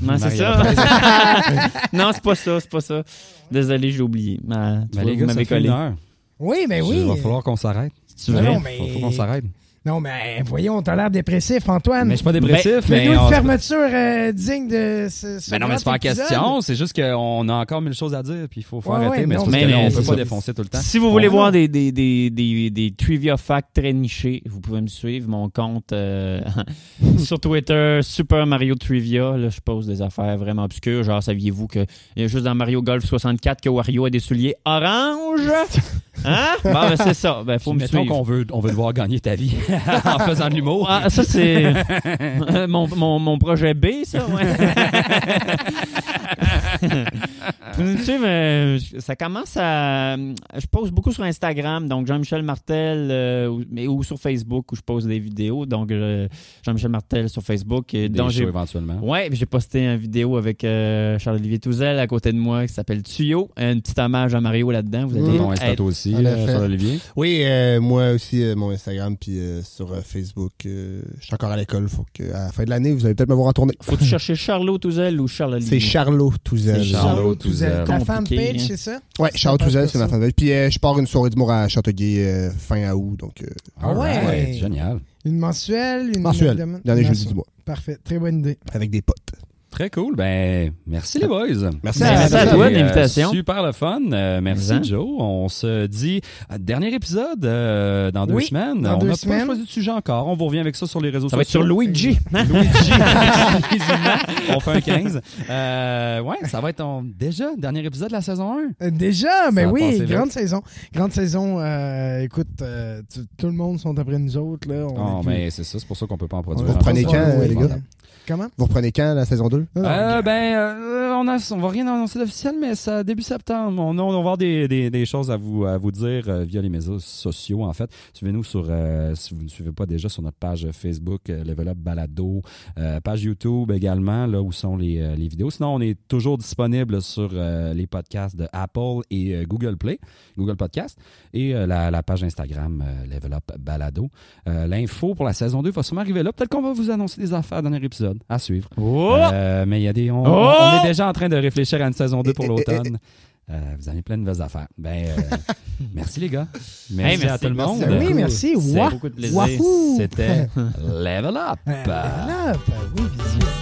[SPEAKER 3] Non, c'est
[SPEAKER 1] Mario
[SPEAKER 3] ça.
[SPEAKER 1] Lopez.
[SPEAKER 3] non, c'est pas ça. C'est pas ça. Désolé, j'ai oublié. Ah, tu
[SPEAKER 1] Ben,
[SPEAKER 3] vois,
[SPEAKER 1] les
[SPEAKER 3] vous
[SPEAKER 1] gars, ça
[SPEAKER 3] m'avez
[SPEAKER 1] fait
[SPEAKER 3] collé.
[SPEAKER 1] une heure.
[SPEAKER 2] Oui, mais Eh oui. Ben,
[SPEAKER 1] Il va falloir qu'on s'arrête.
[SPEAKER 3] Si tu
[SPEAKER 2] Non,
[SPEAKER 3] veux.
[SPEAKER 2] non,
[SPEAKER 1] Il
[SPEAKER 2] mais...
[SPEAKER 1] faut qu'on s'arrête.
[SPEAKER 2] Non, mais voyons, t'as l'air dépressif, Antoine.
[SPEAKER 1] Mais je suis pas dépressif.
[SPEAKER 3] Ben,
[SPEAKER 1] mais
[SPEAKER 2] Fais-nous
[SPEAKER 1] on-
[SPEAKER 2] une fermeture euh, digne de ce, ce
[SPEAKER 1] Ben non,
[SPEAKER 2] grand
[SPEAKER 1] mais c'est pas en
[SPEAKER 2] épisode.
[SPEAKER 1] question. C'est juste qu'on a encore mille choses à dire, puis il faut, faut
[SPEAKER 2] Ouais,
[SPEAKER 1] arrêter.
[SPEAKER 2] ouais,
[SPEAKER 1] mais
[SPEAKER 2] non,
[SPEAKER 1] c'est parce
[SPEAKER 3] mais-
[SPEAKER 1] que là,
[SPEAKER 3] mais
[SPEAKER 1] on
[SPEAKER 3] c'est
[SPEAKER 1] peut
[SPEAKER 3] ça.
[SPEAKER 1] pas défoncer tout le temps.
[SPEAKER 3] Si vous voulez
[SPEAKER 2] Ouais, non.
[SPEAKER 3] voir des, des, des, des, des trivia facts très nichés, vous pouvez me suivre. Mon compte euh, sur Twitter, Super Mario Trivia. Là, je pose des affaires vraiment obscures. Genre, saviez-vous que il y a juste dans Mario Golf 64 que Wario a des souliers orange? Hein? Bon, ben, c'est ça. Ben, faut
[SPEAKER 1] Puis
[SPEAKER 3] me
[SPEAKER 1] mettons
[SPEAKER 3] suivre.
[SPEAKER 1] qu'on veut, on veut devoir gagner ta vie en faisant de l'humour.
[SPEAKER 3] Ah, ça, c'est euh, mon, mon, mon projet B, ça, ouais. Vous nous suivez, euh, ça commence à. euh, Je pose beaucoup sur Instagram, donc Jean-Michel Martel, euh, ou, mais- ou sur Facebook, où je pose des vidéos. Donc, euh, Jean-Michel Martel sur Facebook. Et,
[SPEAKER 1] Des
[SPEAKER 3] dont
[SPEAKER 1] shows
[SPEAKER 3] j'ai-
[SPEAKER 1] éventuellement.
[SPEAKER 3] Ouais, puis j'ai posté une vidéo avec euh, Charles-Olivier Touzel à côté de moi qui s'appelle Tuyau. Un petit hommage à Mario là-dedans. Vous allez
[SPEAKER 1] Ton
[SPEAKER 3] être-
[SPEAKER 1] Insta aussi,
[SPEAKER 4] On l'a
[SPEAKER 1] euh,
[SPEAKER 4] fait.
[SPEAKER 1] Charles-Olivier.
[SPEAKER 4] Oui, euh, moi aussi, euh, mon Instagram, puis euh, sur euh, Facebook. euh, je suis encore à l'école. Faut que, à la fin de l'année, vous allez peut-être me voir en tournée.
[SPEAKER 3] Faut-tu chercher Charlot Touzel ou Charles-Olivier?
[SPEAKER 4] C'est Charlot Touzel.
[SPEAKER 3] Mmh. C'est
[SPEAKER 1] Charlot
[SPEAKER 2] Charlot
[SPEAKER 1] Touzel.
[SPEAKER 2] Touzel. Ta fanpage,
[SPEAKER 3] Compliqué, hein.
[SPEAKER 2] c'est ça?
[SPEAKER 4] Ouais, Charlot
[SPEAKER 2] pas
[SPEAKER 4] Touzel,
[SPEAKER 2] pour
[SPEAKER 4] c'est
[SPEAKER 2] ça.
[SPEAKER 4] ma fanbase. Puis euh, je pars une soirée d'humour à Châteauguay euh, fin août. Donc, euh,
[SPEAKER 2] Ah ouais.
[SPEAKER 1] Génial.
[SPEAKER 2] Une mensuelle? Une
[SPEAKER 4] mensuel.
[SPEAKER 2] une-
[SPEAKER 4] Dernier
[SPEAKER 2] mensuelle.
[SPEAKER 4] jeudi du mois.
[SPEAKER 2] Parfait. Très bonne idée.
[SPEAKER 4] Avec des potes.
[SPEAKER 1] Très cool. Ben, merci les boys.
[SPEAKER 4] Merci
[SPEAKER 3] Ben,
[SPEAKER 4] à-
[SPEAKER 3] merci à toi
[SPEAKER 1] Et,
[SPEAKER 3] de
[SPEAKER 1] euh,
[SPEAKER 3] l'invitation.
[SPEAKER 1] Super le fun. Euh, merci
[SPEAKER 3] Hein?
[SPEAKER 1] Joe. On se dit euh, dernier épisode euh, dans deux
[SPEAKER 2] Oui,
[SPEAKER 1] semaines.
[SPEAKER 2] dans
[SPEAKER 1] on
[SPEAKER 2] deux
[SPEAKER 1] n'a pas
[SPEAKER 2] semaines.
[SPEAKER 1] choisi de sujet encore. On vous revient avec ça sur les réseaux
[SPEAKER 3] Ça va être
[SPEAKER 1] sociaux.
[SPEAKER 3] sur Luigi. hein?
[SPEAKER 1] on fait un 15. Euh, ouais, ça va être ton déjà dernier épisode de la saison 1.
[SPEAKER 2] Euh, Déjà, mais
[SPEAKER 1] a passé
[SPEAKER 2] oui,
[SPEAKER 1] vite.
[SPEAKER 2] grande saison. Grande saison, euh, écoute, euh, tu- tout le monde sont après nous autres. Là, on
[SPEAKER 1] Oh,
[SPEAKER 2] est plus-
[SPEAKER 1] mais c'est ça, c'est pour ça qu'on peut pas en
[SPEAKER 2] on est
[SPEAKER 1] produire.
[SPEAKER 4] Vous
[SPEAKER 2] plus
[SPEAKER 1] en
[SPEAKER 4] reprenez
[SPEAKER 1] temps.
[SPEAKER 2] fort,
[SPEAKER 4] quand,
[SPEAKER 2] oui,
[SPEAKER 4] euh, les gars?
[SPEAKER 2] voilà. hein. Comment?
[SPEAKER 4] Vous reprenez quand la saison 2?
[SPEAKER 2] Non, non,
[SPEAKER 1] Euh, ben, euh, on, a, on va rien annoncer d'officiel, mais ça début septembre. On, on va avoir des, des, des choses à vous, à vous dire euh, via les médias sociaux, en fait. Suivez-nous sur, euh, si vous ne suivez pas déjà, sur notre page Facebook, euh, Level Up Balado, euh, page YouTube également, là où sont les, euh, les vidéos. Sinon, on est toujours disponible sur euh, les podcasts de Apple et euh, Google Play, Google Podcast, et euh, la, la page Instagram, euh, Level Up Balado. Euh, L'info pour la saison 2 va sûrement arriver là. Peut-être qu'on va vous annoncer des affaires dans un épisode. À suivre.
[SPEAKER 3] Oh!
[SPEAKER 1] Euh, mais il y a des. On,
[SPEAKER 3] Oh!
[SPEAKER 1] on est déjà en train de réfléchir à une saison 2 pour
[SPEAKER 4] Eh, eh,
[SPEAKER 1] l'automne. Euh, vous avez plein de nouvelles affaires. Ben, euh, merci les gars. Merci,
[SPEAKER 3] Hey, merci,
[SPEAKER 1] à tout le
[SPEAKER 3] merci
[SPEAKER 1] monde.
[SPEAKER 4] à vous.
[SPEAKER 2] Oui, merci.
[SPEAKER 3] C'est
[SPEAKER 2] Wouah!
[SPEAKER 3] beaucoup de plaisir.
[SPEAKER 2] Wahoo!
[SPEAKER 1] C'était Level Up.
[SPEAKER 2] Euh, Level Up. Euh, oui, bisous.